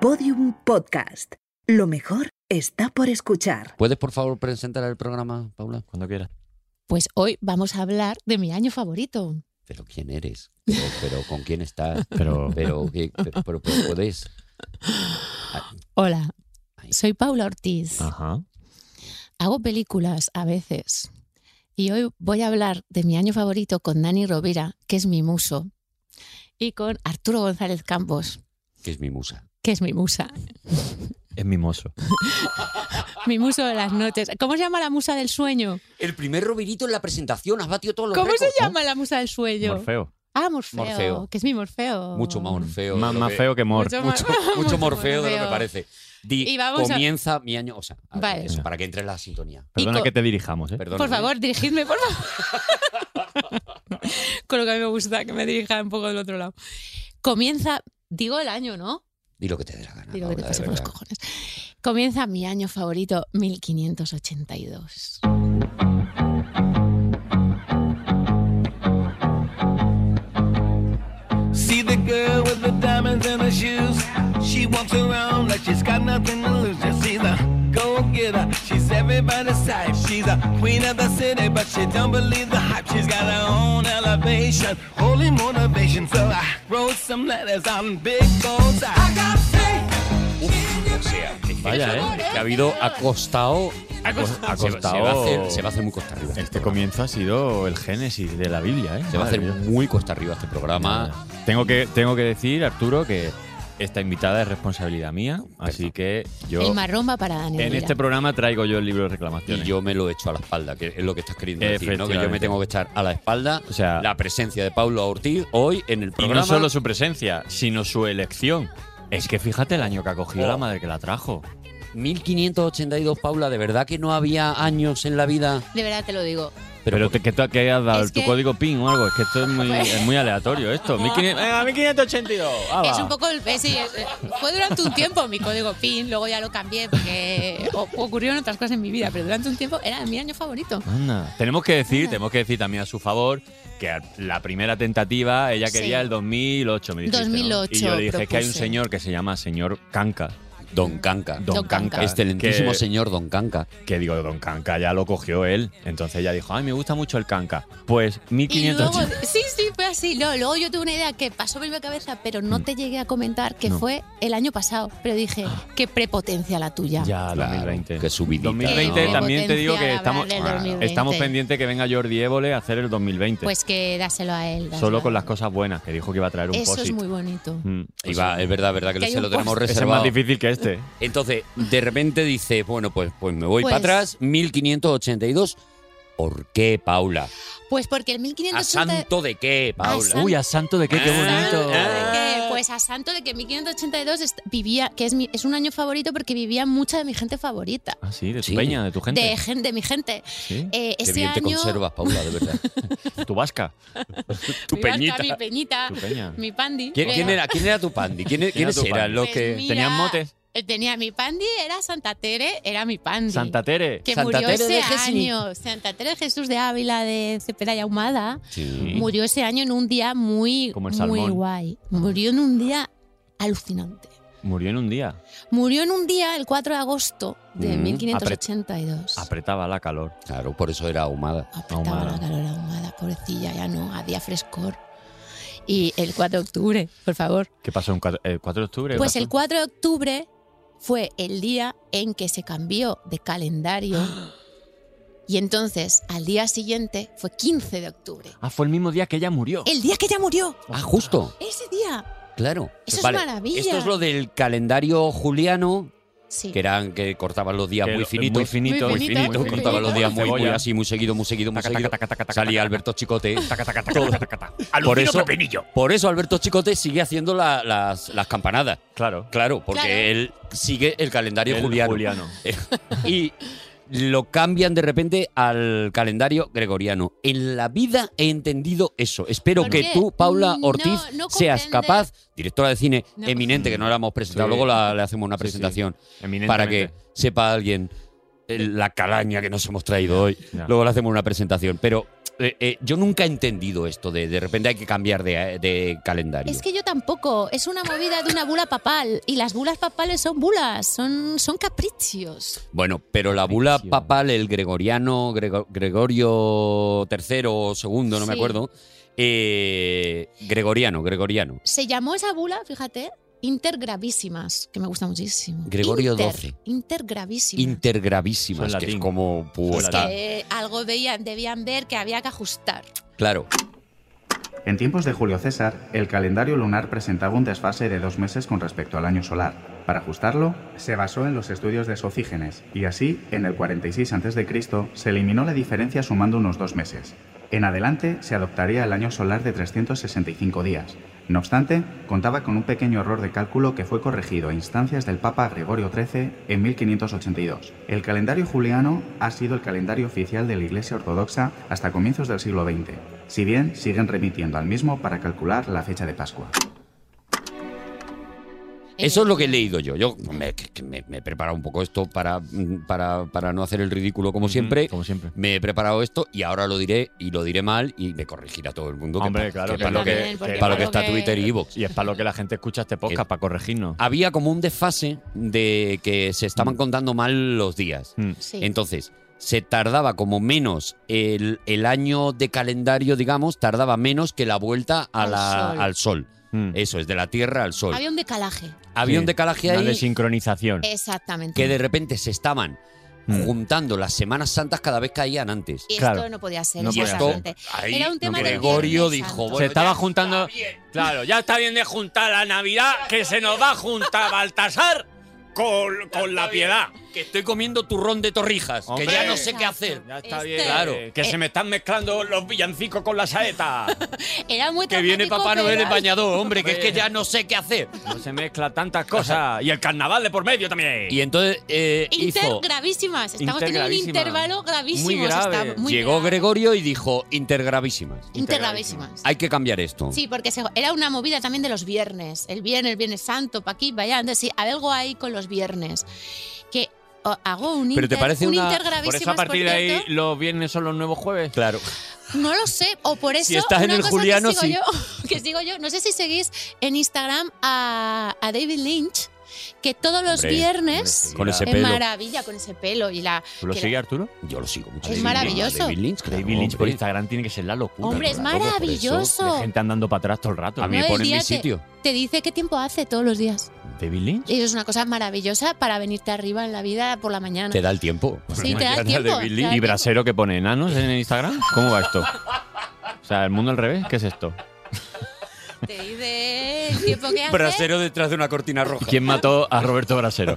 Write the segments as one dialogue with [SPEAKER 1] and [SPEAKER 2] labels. [SPEAKER 1] Podium Podcast. Lo mejor está por escuchar.
[SPEAKER 2] ¿Puedes, por favor, presentar el programa, Paula?
[SPEAKER 3] Cuando quieras.
[SPEAKER 4] Pues hoy vamos a hablar de mi año favorito.
[SPEAKER 2] ¿Pero quién eres? ¿Pero, pero con quién estás?
[SPEAKER 3] Pero-
[SPEAKER 2] ¿Pero, qué- pero, pero- pero puedes? Ah,
[SPEAKER 4] Hola, soy Paula Ortiz.
[SPEAKER 3] Ajá.
[SPEAKER 4] Hago películas a veces. Y hoy voy a hablar de mi año favorito con Dani Rovira, que es mi muso, y con Arturo González Campos,
[SPEAKER 2] Que es mi musa.
[SPEAKER 4] que es mi musa.
[SPEAKER 3] Es mimoso.
[SPEAKER 4] Mi muso de las noches. ¿Cómo se llama la musa del sueño?
[SPEAKER 2] El primer Rovirito en la presentación, has batido todos los
[SPEAKER 4] ¿Cómo se
[SPEAKER 2] récords, ¿no?
[SPEAKER 4] llama la musa del sueño?
[SPEAKER 3] Morfeo.
[SPEAKER 4] Ah, Morfeo,
[SPEAKER 2] Morfeo.
[SPEAKER 4] que es mi Morfeo.
[SPEAKER 2] Mucho más Morfeo.
[SPEAKER 3] Más,
[SPEAKER 2] de lo
[SPEAKER 3] más
[SPEAKER 2] que-
[SPEAKER 3] feo que mor.
[SPEAKER 4] Mucho,
[SPEAKER 2] Mucho,
[SPEAKER 4] más-
[SPEAKER 2] mucho
[SPEAKER 4] mucho
[SPEAKER 2] Morfeo de lo que
[SPEAKER 4] Morfeo.
[SPEAKER 2] parece. Di,
[SPEAKER 4] Y vamos a-
[SPEAKER 2] comienza mi año. O sea, a-
[SPEAKER 4] Vale.
[SPEAKER 2] eso, para que entre en la sintonía.
[SPEAKER 3] Perdona
[SPEAKER 4] co-
[SPEAKER 3] que te dirijamos, ¿eh?
[SPEAKER 2] Perdona,
[SPEAKER 4] Por
[SPEAKER 2] ¿eh?
[SPEAKER 4] favor, dirigidme, por favor. Con lo que a mí me gusta, que me dirija un poco del otro lado. Comienza, digo el año, ¿no?
[SPEAKER 2] Di lo que te dé la
[SPEAKER 3] Ah,
[SPEAKER 2] gana.
[SPEAKER 4] Digo que te
[SPEAKER 2] Paula,
[SPEAKER 4] pase
[SPEAKER 2] de
[SPEAKER 4] por los
[SPEAKER 2] verdad.
[SPEAKER 4] cojones. Comienza mi año favorito, 1582.
[SPEAKER 5] See the girl with the diamonds in her shoes. She walks around like she's got nothing to lose. Just see the go get her. She's everybody's type. She's a queen of the city, but she don't believe the hype. She's got her own elevation, holy motivation. So I wrote some letters on big goals. I got faith.
[SPEAKER 2] Uf, o sea, es que-
[SPEAKER 3] Vaya, ¿eh?
[SPEAKER 2] es que ha habido acostado.
[SPEAKER 3] Acostado.
[SPEAKER 2] acostado. Se va a hacer, se va a hacer muy costa arriba.
[SPEAKER 3] Este comienzo ha sido el génesis de la Biblia, ¿eh?
[SPEAKER 2] Se va a hacer
[SPEAKER 3] Madre mía.
[SPEAKER 2] muy costa arriba este programa.
[SPEAKER 3] Tengo que, tengo que decir, Arturo, que esta invitada es responsabilidad mía, así que yo...
[SPEAKER 4] El marrón va para Dani.
[SPEAKER 3] En
[SPEAKER 4] Rovira.
[SPEAKER 3] este programa traigo yo el libro de
[SPEAKER 2] Y
[SPEAKER 3] reclamaciones.
[SPEAKER 2] yo me lo echo a la espalda, que es lo que estás queriendo decir, ¿no? Que yo me
[SPEAKER 3] Efectivamente.
[SPEAKER 2] tengo que echar a la espalda
[SPEAKER 3] O sea-
[SPEAKER 2] la presencia de Paulo Ortiz hoy en el
[SPEAKER 3] Y
[SPEAKER 2] programa.
[SPEAKER 3] no solo su presencia, sino su elección. Es que fíjate el año que ha cogido
[SPEAKER 2] Oh.
[SPEAKER 3] la madre que la trajo.
[SPEAKER 2] 1582, Paula, de verdad que no había años en la vida.
[SPEAKER 4] De verdad te lo digo.
[SPEAKER 3] Pero,
[SPEAKER 2] Pero,
[SPEAKER 3] te- que, tú- que has dado
[SPEAKER 4] Es que-
[SPEAKER 3] tu
[SPEAKER 4] Pues.
[SPEAKER 3] código PIN o algo, es que esto es muy, es muy aleatorio esto. 1500 venga, 1582. ah, va.
[SPEAKER 4] Es un poco el. eh, sí, es- eh, fue durante un tiempo mi código PIN, luego ya lo cambié porque o- ocurrieron otras cosas en mi vida, pero durante un tiempo era mi año favorito.
[SPEAKER 3] Anda. Tenemos que decir, tenemos que decir también a su favor que a- la primera tentativa ella
[SPEAKER 4] Sí.
[SPEAKER 3] quería el 2008, me dijiste, ¿no?
[SPEAKER 4] 2008
[SPEAKER 3] Y yo le dije es que hay un
[SPEAKER 4] propuse.
[SPEAKER 3] señor que se llama señor Canca,
[SPEAKER 2] Don Canca.
[SPEAKER 3] Don,
[SPEAKER 4] Don
[SPEAKER 3] Canca,
[SPEAKER 4] Canca.
[SPEAKER 2] Excelentísimo
[SPEAKER 3] que-
[SPEAKER 2] señor Don Canca.
[SPEAKER 3] que digo, Don Canca ya lo cogió él. Entonces ella dijo, "Ay, me gusta mucho el Canca." Pues
[SPEAKER 4] Y luego,
[SPEAKER 3] 1580.
[SPEAKER 4] sí, sí, fue así. Luego, luego yo tuve una idea que pasó por mi cabeza, pero no te llegué a comentar que
[SPEAKER 3] Mm. No. Ah.
[SPEAKER 4] fue el año pasado. Pero dije, qué prepotencia la tuya.
[SPEAKER 3] Ya,
[SPEAKER 2] Claro,
[SPEAKER 3] 2020.
[SPEAKER 2] qué subidita,
[SPEAKER 3] 2020
[SPEAKER 2] ¿no?
[SPEAKER 3] también te digo que
[SPEAKER 4] Potencial
[SPEAKER 3] estamos,
[SPEAKER 4] hablar del
[SPEAKER 3] claro,
[SPEAKER 4] 2020.
[SPEAKER 3] estamos pendientes que venga Jordi Évole a hacer el 2020.
[SPEAKER 4] Pues que dáselo a él. dáselo a
[SPEAKER 3] Solo
[SPEAKER 4] él.
[SPEAKER 3] con las cosas buenas, que dijo que iba a traer un
[SPEAKER 4] Eso es
[SPEAKER 3] post-it.
[SPEAKER 4] muy bonito.
[SPEAKER 3] Mm,
[SPEAKER 2] Y va, es verdad, es verdad que,
[SPEAKER 4] Que hay
[SPEAKER 2] Pues se
[SPEAKER 4] un
[SPEAKER 2] lo tenemos
[SPEAKER 4] post-
[SPEAKER 3] Ese es más
[SPEAKER 2] reservado.
[SPEAKER 3] difícil que este.
[SPEAKER 2] Entonces, de repente dice, bueno, pues, pues me voy
[SPEAKER 4] Pues-
[SPEAKER 2] para atrás, 1582. ¿Por qué, Paula?
[SPEAKER 4] Pues porque el
[SPEAKER 2] ¿A
[SPEAKER 4] 1580.
[SPEAKER 2] santo de qué, Paula?
[SPEAKER 4] san- Uy,
[SPEAKER 3] a santo de
[SPEAKER 2] qué, qué bonito.
[SPEAKER 4] ¿Santo de qué? Pues a santo de que 1582 est- vivía, que es, mi- es un año favorito porque vivía mucha de mi gente favorita.
[SPEAKER 3] Ah, sí, de tu
[SPEAKER 2] Sí.
[SPEAKER 3] peña, de tu gente.
[SPEAKER 4] De, gen- de mi gente.
[SPEAKER 3] Sí,
[SPEAKER 4] Eh,
[SPEAKER 2] Qué
[SPEAKER 4] ese
[SPEAKER 2] bien te
[SPEAKER 4] año-
[SPEAKER 2] conservas, Paula, de verdad.
[SPEAKER 3] Tu vasca,
[SPEAKER 2] tu
[SPEAKER 4] mi vasca,
[SPEAKER 2] peñita.
[SPEAKER 4] Mi peñita,
[SPEAKER 3] tu peña.
[SPEAKER 4] mi pandi.
[SPEAKER 2] ¿Quién,
[SPEAKER 4] Pero-
[SPEAKER 2] quién era, ¿Quién era tu pandi? ¿Quién,
[SPEAKER 3] ¿Quién era
[SPEAKER 2] ¿Quiénes
[SPEAKER 3] tu
[SPEAKER 2] eran
[SPEAKER 3] pandi?
[SPEAKER 2] los
[SPEAKER 4] Pues
[SPEAKER 2] que...?
[SPEAKER 4] mira,
[SPEAKER 3] tenían motes?
[SPEAKER 4] eh, Tenía mi pandi, era Santa Tere, era mi pandi.
[SPEAKER 3] Santa Tere.
[SPEAKER 4] que
[SPEAKER 2] Santa
[SPEAKER 4] murió
[SPEAKER 2] Tere de
[SPEAKER 4] ese
[SPEAKER 2] Gesini.
[SPEAKER 4] año. Santa Tere de Jesús de Ávila de Cepeda y Ahumada.
[SPEAKER 2] Sí.
[SPEAKER 4] Murió ese año en un día muy,
[SPEAKER 3] Como el
[SPEAKER 4] muy
[SPEAKER 3] salmón.
[SPEAKER 4] guay. Murió en un día alucinante.
[SPEAKER 3] Murió en un día.
[SPEAKER 4] Murió en un día, el 4 de agosto de
[SPEAKER 2] Mm,
[SPEAKER 4] 1582.
[SPEAKER 3] Apretaba la calor.
[SPEAKER 2] Claro, por eso era ahumada.
[SPEAKER 4] Apretaba
[SPEAKER 3] ahumada.
[SPEAKER 4] la calor ahumada, pobrecilla, ya no, había frescor. Y el 4 de octubre, por favor.
[SPEAKER 3] ¿Qué pasó en cuatro- el 4 de octubre?
[SPEAKER 4] Pues
[SPEAKER 3] pasó?
[SPEAKER 4] el 4 de octubre fue el día en que se cambió de calendario. Y entonces, al día siguiente, fue 15 de octubre.
[SPEAKER 3] Ah, fue el mismo día que ella murió.
[SPEAKER 4] El día que ella murió.
[SPEAKER 2] Ah, justo,
[SPEAKER 4] Ese día.
[SPEAKER 2] claro.
[SPEAKER 4] Eso es maravilla.
[SPEAKER 2] Esto es lo del calendario juliano,
[SPEAKER 4] Sí.
[SPEAKER 2] que eran que cortaban los días
[SPEAKER 3] Que
[SPEAKER 2] muy
[SPEAKER 3] lo-
[SPEAKER 2] finitos.
[SPEAKER 3] Muy finito.
[SPEAKER 4] Muy
[SPEAKER 2] muy
[SPEAKER 4] finito,
[SPEAKER 2] finito,
[SPEAKER 4] muy
[SPEAKER 2] cortaban los días muy, muy
[SPEAKER 3] Cebolla.
[SPEAKER 2] así, muy seguido, muy seguido, muy
[SPEAKER 3] Taca,
[SPEAKER 2] seguido.
[SPEAKER 3] taca, taca, taca, taca,
[SPEAKER 2] Salía
[SPEAKER 3] taca,
[SPEAKER 2] Alberto Chicote.
[SPEAKER 3] taca, taca, taca, taca, taca, taca.
[SPEAKER 2] Por
[SPEAKER 3] Alucino
[SPEAKER 2] eso,
[SPEAKER 3] pepinillo.
[SPEAKER 2] por eso Alberto Chicote sigue haciendo la- las, las campanadas.
[SPEAKER 3] Claro.
[SPEAKER 2] Claro, porque
[SPEAKER 4] Claro.
[SPEAKER 2] él sigue el calendario
[SPEAKER 3] El
[SPEAKER 2] juliano.
[SPEAKER 3] juliano.
[SPEAKER 2] y lo cambian de repente al calendario gregoriano. En la vida he entendido eso. Espero
[SPEAKER 4] ¿Por
[SPEAKER 2] que
[SPEAKER 4] qué? Mm,
[SPEAKER 2] tú, Paula
[SPEAKER 4] No,
[SPEAKER 2] Ortiz,
[SPEAKER 4] no
[SPEAKER 2] seas
[SPEAKER 4] comprende.
[SPEAKER 2] capaz, directora de cine
[SPEAKER 4] No.
[SPEAKER 2] eminente, que no la hemos presentado,
[SPEAKER 3] Sí.
[SPEAKER 2] luego la- le hacemos una
[SPEAKER 3] Sí, sí.
[SPEAKER 2] presentación para que
[SPEAKER 3] Eminentemente.
[SPEAKER 2] sepa alguien el- la calaña que nos hemos traído hoy.
[SPEAKER 3] Ya.
[SPEAKER 2] Luego le hacemos una presentación. Pero eh, eh, yo nunca he entendido esto de de repente hay que cambiar de, de calendario.
[SPEAKER 4] Es que yo tampoco. Es una movida de una bula papal. Y las bulas papales son bulas, son, son caprichos.
[SPEAKER 2] Bueno, pero la bula
[SPEAKER 3] Capriccio.
[SPEAKER 2] papal, el gregoriano, Grego- Gregorio III o II, no
[SPEAKER 4] Sí.
[SPEAKER 2] me acuerdo, eh, gregoriano, gregoriano.
[SPEAKER 4] Se llamó esa bula, fíjate, intergravísimas, que me gusta muchísimo.
[SPEAKER 2] Gregorio
[SPEAKER 4] Inter,
[SPEAKER 2] XII.
[SPEAKER 4] Intergravísimas.
[SPEAKER 2] Intergravísimas,
[SPEAKER 3] Son
[SPEAKER 2] que es
[SPEAKER 3] latín.
[SPEAKER 2] como... pues,
[SPEAKER 3] Son
[SPEAKER 2] ta-
[SPEAKER 3] latín.
[SPEAKER 4] Eh, algo veían, debían ver que había que ajustar.
[SPEAKER 2] Claro,
[SPEAKER 6] En tiempos de Julio César, el calendario lunar presentaba un desfase de dos meses con respecto al año solar. Para ajustarlo, se basó en los estudios de Sofígenes, y así, en el 46 a.C., se eliminó la diferencia sumando unos dos meses. En adelante, se adoptaría el año solar de 365 días. No obstante, contaba con un pequeño error de cálculo que fue corregido a instancias del Papa Gregorio XIII en 1582. El calendario juliano ha sido el calendario oficial de la Iglesia Ortodoxa hasta comienzos del siglo XX, si bien siguen remitiendo al mismo para calcular la fecha de Pascua.
[SPEAKER 4] Eh.
[SPEAKER 2] eso es lo que he leído yo. Yo me, que me- me he preparado un poco esto para, mm, para, para no hacer el ridículo como siempre.
[SPEAKER 3] Como siempre.
[SPEAKER 2] Me he preparado esto y ahora lo diré y lo diré mal y me corregirá todo el mundo. que
[SPEAKER 3] Hombre,
[SPEAKER 2] pa-
[SPEAKER 3] claro,
[SPEAKER 2] que
[SPEAKER 3] que
[SPEAKER 2] para, lo que,
[SPEAKER 4] también, porque
[SPEAKER 2] para lo que está Twitter y Evox.
[SPEAKER 3] Y es para lo que la gente escucha este podcast, para corregirnos.
[SPEAKER 2] Había como un desfase de que se estaban contando mal los días.
[SPEAKER 3] Mm.
[SPEAKER 4] Sí.
[SPEAKER 2] Entonces, se tardaba como menos el, el año de calendario, digamos, tardaba menos que la vuelta a
[SPEAKER 4] Al
[SPEAKER 2] la-
[SPEAKER 4] sol.
[SPEAKER 2] al sol.
[SPEAKER 3] Mm.
[SPEAKER 2] Eso es, de la Tierra al sol.
[SPEAKER 4] había un decalaje.
[SPEAKER 2] Había
[SPEAKER 3] Sí.
[SPEAKER 2] un decalaje
[SPEAKER 3] Una
[SPEAKER 2] ahí
[SPEAKER 3] desincronización.
[SPEAKER 4] Eh, Exactamente.
[SPEAKER 2] que de repente se estaban
[SPEAKER 3] Mm.
[SPEAKER 2] juntando las Semanas Santas cada vez caían antes.
[SPEAKER 4] y esto
[SPEAKER 3] claro.
[SPEAKER 4] no podía ser.
[SPEAKER 3] No
[SPEAKER 2] Y
[SPEAKER 3] podía
[SPEAKER 2] esto,
[SPEAKER 4] exactamente.
[SPEAKER 2] ahí,
[SPEAKER 4] Era un tema
[SPEAKER 3] de
[SPEAKER 2] Gregorio
[SPEAKER 4] Viernes
[SPEAKER 2] dijo,
[SPEAKER 4] Santo.
[SPEAKER 2] bueno,
[SPEAKER 3] se
[SPEAKER 2] ya
[SPEAKER 3] estaba
[SPEAKER 2] está
[SPEAKER 3] juntando.
[SPEAKER 2] bien.
[SPEAKER 3] Claro, ya está bien de juntar la Navidad, que se nos va a juntar Baltasar con, con la piedad.
[SPEAKER 2] Que estoy comiendo turrón de torrijas,
[SPEAKER 3] Hombre.
[SPEAKER 2] que ya no sé qué
[SPEAKER 4] Exacto.
[SPEAKER 2] hacer.
[SPEAKER 3] Ya está
[SPEAKER 4] Este-
[SPEAKER 3] bien.
[SPEAKER 2] Claro.
[SPEAKER 3] Que se me están mezclando los villancicos con la saeta.
[SPEAKER 4] Era muy
[SPEAKER 2] Que viene
[SPEAKER 4] traumático,
[SPEAKER 2] Papá Noel
[SPEAKER 4] pero-
[SPEAKER 2] en bañador, hombre, que es que ya no sé qué hacer.
[SPEAKER 3] No se mezcla tantas cosas. Y el carnaval de por medio también.
[SPEAKER 2] Y entonces eh, hizo...
[SPEAKER 4] Intergravísimas. Estamos teniendo un
[SPEAKER 3] Intergravísimas.
[SPEAKER 4] intervalo gravísimo.
[SPEAKER 3] Muy grave.
[SPEAKER 4] está muy
[SPEAKER 2] Llegó
[SPEAKER 4] grave.
[SPEAKER 2] Gregorio y dijo, intergravísimas.
[SPEAKER 4] Intergravísimas.
[SPEAKER 2] Hay que cambiar esto.
[SPEAKER 4] Sí, porque se- era una movida también de los viernes. El viernes, el viernes santo, pa' aquí, pa' allá. Entonces, sí, algo ahí con los viernes. Que o, hago un
[SPEAKER 2] Pero te
[SPEAKER 4] inter-
[SPEAKER 2] parece
[SPEAKER 4] un
[SPEAKER 2] una-
[SPEAKER 3] por
[SPEAKER 4] intergravísimas,
[SPEAKER 3] eso a partir de
[SPEAKER 4] por
[SPEAKER 3] ahí
[SPEAKER 4] cierto.
[SPEAKER 3] los viernes son los nuevos jueves. Claro.
[SPEAKER 4] No lo sé, o por eso.
[SPEAKER 2] Si estás en
[SPEAKER 4] una
[SPEAKER 2] el
[SPEAKER 4] cosa que
[SPEAKER 2] Juliano,
[SPEAKER 4] sigo
[SPEAKER 2] sí.
[SPEAKER 4] yo- que sigo yo, no sé si seguís en Instagram a, a David Lynch, que todos los
[SPEAKER 2] Hombre,
[SPEAKER 4] viernes.
[SPEAKER 2] Con ese
[SPEAKER 4] es
[SPEAKER 2] pelo.
[SPEAKER 4] maravilla con ese pelo y la.
[SPEAKER 3] ¿Tú lo
[SPEAKER 4] que la-
[SPEAKER 3] sigues, Arturo?
[SPEAKER 2] Yo lo sigo mucho.
[SPEAKER 4] Es
[SPEAKER 2] David
[SPEAKER 4] maravilloso.
[SPEAKER 2] Lynch, David Lynch, claro,
[SPEAKER 3] David Lynch por
[SPEAKER 2] hombre.
[SPEAKER 3] Instagram tiene que ser la locura.
[SPEAKER 4] Hombre, es
[SPEAKER 2] claro, por eso.
[SPEAKER 4] maravilloso.
[SPEAKER 3] De gente andando para atrás todo el rato.
[SPEAKER 2] A mí
[SPEAKER 4] No,
[SPEAKER 2] me
[SPEAKER 4] el
[SPEAKER 2] pone en
[SPEAKER 4] día
[SPEAKER 2] mi
[SPEAKER 4] que-
[SPEAKER 2] sitio.
[SPEAKER 4] Te dice qué tiempo hace todos los días.
[SPEAKER 3] David Lynch.
[SPEAKER 4] Y eso es una cosa maravillosa para venirte arriba en la vida por la mañana.
[SPEAKER 2] Te da el tiempo.
[SPEAKER 4] Sí, te da
[SPEAKER 2] Mañana
[SPEAKER 4] tiempo,
[SPEAKER 2] David Lynch.
[SPEAKER 4] claro.
[SPEAKER 3] ¿Y Brasero que pone enanos en Instagram? ¿Cómo va esto? O sea, el mundo al revés, ¿qué es esto?
[SPEAKER 4] Te dice el tiempo que hace.
[SPEAKER 2] Brasero detrás de una cortina roja.
[SPEAKER 3] ¿Quién mató a Roberto Brasero?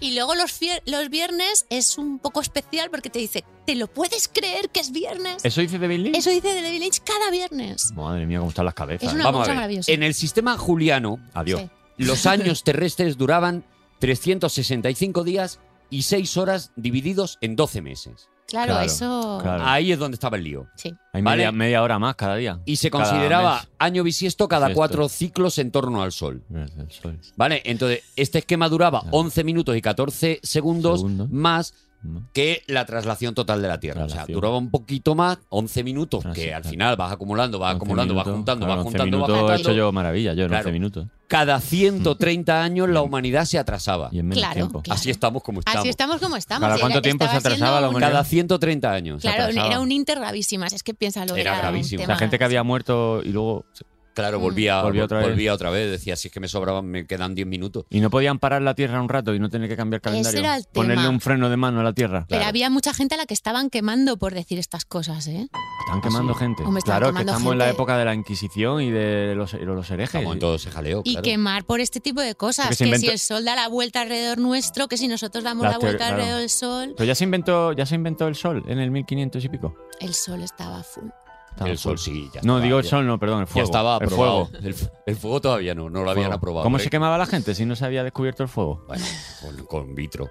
[SPEAKER 4] Y luego los, fier- los viernes es un poco especial porque te dice, ¿te lo puedes creer que es viernes?
[SPEAKER 3] ¿Eso dice David Lynch?
[SPEAKER 4] Eso dice David Lynch cada viernes.
[SPEAKER 3] Madre mía, cómo están las cabezas. eh.
[SPEAKER 4] Es una
[SPEAKER 2] Vamos
[SPEAKER 4] cosa
[SPEAKER 2] a ver.
[SPEAKER 4] maravillosa.
[SPEAKER 2] En el sistema juliano,
[SPEAKER 3] Adiós.
[SPEAKER 4] Sí.
[SPEAKER 2] los años terrestres duraban 365 días y 6 horas divididos en 12 meses.
[SPEAKER 4] Claro,
[SPEAKER 3] Claro,
[SPEAKER 4] eso...
[SPEAKER 3] claro.
[SPEAKER 2] Ahí es donde estaba el lío.
[SPEAKER 4] Sí.
[SPEAKER 3] Hay
[SPEAKER 2] Vale.
[SPEAKER 3] media, media hora más cada día.
[SPEAKER 2] Y se
[SPEAKER 3] Cada
[SPEAKER 2] consideraba
[SPEAKER 3] mes.
[SPEAKER 2] año bisiesto cada
[SPEAKER 3] Esto.
[SPEAKER 2] cuatro ciclos en torno al sol.
[SPEAKER 3] El sol.
[SPEAKER 2] ¿Vale? Entonces, este esquema duraba
[SPEAKER 3] Claro.
[SPEAKER 2] 11 minutos y 14 segundos
[SPEAKER 3] Segundo.
[SPEAKER 2] más
[SPEAKER 3] ¿no?
[SPEAKER 2] que la traslación total de la Tierra. O sea,
[SPEAKER 3] Traslación. Ah,
[SPEAKER 2] duraba un poquito más, 11 minutos, que
[SPEAKER 3] Traslación.
[SPEAKER 2] al final vas acumulando, vas
[SPEAKER 3] 11
[SPEAKER 2] acumulando, vas
[SPEAKER 3] minutos.
[SPEAKER 2] juntando,
[SPEAKER 3] Claro,
[SPEAKER 2] vas
[SPEAKER 3] 11
[SPEAKER 2] juntando, vas
[SPEAKER 3] minutos
[SPEAKER 2] juntando.
[SPEAKER 3] he hecho yo Mm. maravilla, yo en
[SPEAKER 2] Claro.
[SPEAKER 3] 11 minutos.
[SPEAKER 2] Cada 130 años
[SPEAKER 3] Mm.
[SPEAKER 2] la humanidad se atrasaba.
[SPEAKER 3] Y en menos
[SPEAKER 4] Claro,
[SPEAKER 3] tiempo.
[SPEAKER 4] claro.
[SPEAKER 2] Así estamos como estamos.
[SPEAKER 4] Así estamos como estamos.
[SPEAKER 3] ¿Cada
[SPEAKER 4] Era-
[SPEAKER 3] cuánto tiempo se
[SPEAKER 4] estaba siendo
[SPEAKER 3] atrasaba la
[SPEAKER 4] un-
[SPEAKER 3] humanidad?
[SPEAKER 2] Cada 130 años.
[SPEAKER 4] Claro,
[SPEAKER 3] atrasaba.
[SPEAKER 4] era un intergravísimas. Es que piénsalo.
[SPEAKER 2] Era
[SPEAKER 4] un
[SPEAKER 2] gravísimo.
[SPEAKER 4] tema-
[SPEAKER 3] La gente que había muerto y luego.
[SPEAKER 2] Claro,
[SPEAKER 4] Mm.
[SPEAKER 2] volvía,
[SPEAKER 3] Volvía
[SPEAKER 2] volvía,
[SPEAKER 3] otra
[SPEAKER 2] otra,
[SPEAKER 3] vez.
[SPEAKER 2] vez. Decía, si es que me sobraban, me quedan 10 minutos.
[SPEAKER 3] Y no podían parar la Tierra un rato y no tener que cambiar calendario.
[SPEAKER 4] era el tema.
[SPEAKER 3] Ponerle un freno de mano a la Tierra.
[SPEAKER 4] Pero
[SPEAKER 2] Claro.
[SPEAKER 4] había mucha gente a la que estaban quemando por decir estas cosas, ¿eh?
[SPEAKER 3] Están quemando gente.
[SPEAKER 4] Hombre, están
[SPEAKER 3] claro, es que
[SPEAKER 4] quemando
[SPEAKER 3] estamos en la
[SPEAKER 4] gente.
[SPEAKER 3] época de la Inquisición y de los, y los herejes.
[SPEAKER 2] Estamos en todo ese jaleo,
[SPEAKER 4] Y
[SPEAKER 2] claro.
[SPEAKER 4] quemar por este tipo de cosas. Que
[SPEAKER 3] Porque se inventó-
[SPEAKER 4] si el sol da la vuelta alrededor nuestro, que si nosotros damos
[SPEAKER 3] La
[SPEAKER 4] la, vuelta
[SPEAKER 3] teoría- claro.
[SPEAKER 4] alrededor del sol.
[SPEAKER 3] Pero ya se inventó, ya se inventó el sol en el 1500 y pico.
[SPEAKER 4] El sol estaba full.
[SPEAKER 3] Estaba
[SPEAKER 2] El sol
[SPEAKER 3] full.
[SPEAKER 2] sí, ya
[SPEAKER 3] No,
[SPEAKER 2] estaba,
[SPEAKER 3] digo el
[SPEAKER 2] ya-
[SPEAKER 3] sol, no, perdón, el
[SPEAKER 2] Ya
[SPEAKER 3] fuego.
[SPEAKER 2] estaba
[SPEAKER 3] el
[SPEAKER 2] aprobado.
[SPEAKER 3] fuego.
[SPEAKER 2] El, el fuego todavía no, no lo habían
[SPEAKER 3] Fuego.
[SPEAKER 2] aprobado. ¿eh?
[SPEAKER 3] ¿Cómo
[SPEAKER 2] Hombre,
[SPEAKER 3] se quemaba la gente si no se había descubierto el fuego?
[SPEAKER 2] Bueno, con, con vitro.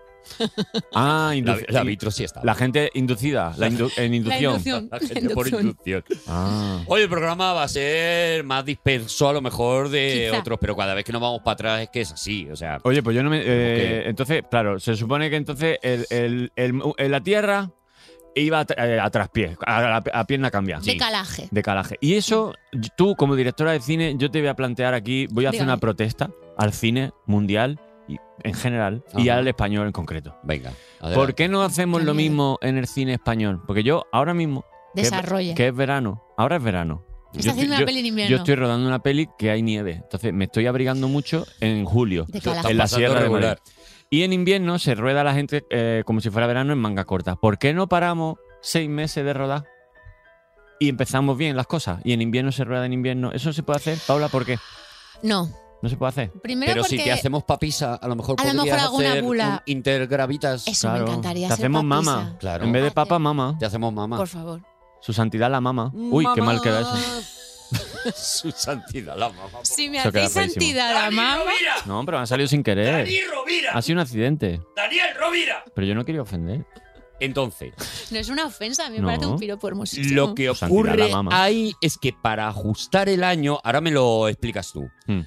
[SPEAKER 3] Ah,
[SPEAKER 2] La,
[SPEAKER 3] inducida.
[SPEAKER 2] la vitro sí estaba.
[SPEAKER 3] La gente inducida, la indu- en inducción.
[SPEAKER 2] La gente por
[SPEAKER 4] inducción.
[SPEAKER 2] inducción.
[SPEAKER 3] Ah.
[SPEAKER 2] Hoy el programa va a ser más disperso a lo mejor de
[SPEAKER 4] Quizá.
[SPEAKER 2] otros, pero cada vez que nos vamos para atrás es que es así. O sea,
[SPEAKER 3] Oye, pues yo no me. eh,
[SPEAKER 2] que-
[SPEAKER 3] Entonces, claro, se supone que entonces el- el- el- la Tierra iba a, tra- eh, a traspié, a, la- a pierna cambia.
[SPEAKER 4] De calaje.
[SPEAKER 3] De calaje. Y eso, y- tú como directora de cine, yo te voy a plantear aquí, voy a hacer
[SPEAKER 4] Dígame.
[SPEAKER 3] una protesta al cine mundial y, en general y
[SPEAKER 2] Ajá.
[SPEAKER 3] al español en concreto.
[SPEAKER 2] Venga. adelante.
[SPEAKER 3] ¿Por qué no hacemos lo
[SPEAKER 4] También.
[SPEAKER 3] mismo en el cine español? Porque yo ahora mismo, que es-
[SPEAKER 4] Desarrolla.
[SPEAKER 3] que es verano, ahora es verano.
[SPEAKER 4] Está
[SPEAKER 3] Yo-
[SPEAKER 4] haciendo
[SPEAKER 3] yo-
[SPEAKER 4] una peli en invierno.
[SPEAKER 3] yo estoy rodando una peli que hay nieve. Entonces me estoy abrigando mucho en julio.
[SPEAKER 4] De
[SPEAKER 2] Lo estás
[SPEAKER 4] calaje.
[SPEAKER 3] en la
[SPEAKER 2] pasando
[SPEAKER 3] Sierra de
[SPEAKER 2] regular.
[SPEAKER 3] Y en invierno se rueda la gente eh, como si fuera verano en manga corta. ¿Por qué no paramos seis meses de rodar? Y empezamos bien las cosas. Y en invierno se rueda en invierno. ¿Eso se puede hacer? Paula, ¿por qué?
[SPEAKER 4] No.
[SPEAKER 3] No se puede hacer.
[SPEAKER 4] Primero
[SPEAKER 2] Pero
[SPEAKER 4] porque
[SPEAKER 2] si te hacemos papisa, a lo mejor
[SPEAKER 4] A lo
[SPEAKER 2] podrías
[SPEAKER 4] mejor alguna
[SPEAKER 2] hacer
[SPEAKER 4] bula.
[SPEAKER 2] un intergravitas.
[SPEAKER 4] eso me encantaría.
[SPEAKER 3] Te
[SPEAKER 4] ser
[SPEAKER 3] hacemos
[SPEAKER 4] papisa.
[SPEAKER 3] mama.
[SPEAKER 2] Claro.
[SPEAKER 3] En vez de
[SPEAKER 4] Hace-
[SPEAKER 3] papa, mama.
[SPEAKER 2] Te hacemos mamá.
[SPEAKER 4] Por favor.
[SPEAKER 3] Su santidad la mama. Uy, qué mal queda eso.
[SPEAKER 2] Su santidad, la mamá.
[SPEAKER 4] Si me
[SPEAKER 3] Eso queda
[SPEAKER 4] hacéis
[SPEAKER 3] feísimo.
[SPEAKER 4] santidad a mama.
[SPEAKER 3] No, pero han salido sin querer.
[SPEAKER 7] Rovira!
[SPEAKER 3] Ha sido un accidente.
[SPEAKER 7] ¡Daniel Rovira!
[SPEAKER 3] Pero yo no quería ofender.
[SPEAKER 2] Entonces,
[SPEAKER 4] No es una ofensa, a mí me
[SPEAKER 3] No.
[SPEAKER 4] parece un piropo hermosísimo.
[SPEAKER 2] lo que
[SPEAKER 3] Santidad, la
[SPEAKER 2] ocurre
[SPEAKER 3] mamá.
[SPEAKER 2] ahí es que para ajustar el año, ahora me lo explicas tú,
[SPEAKER 3] Hmm.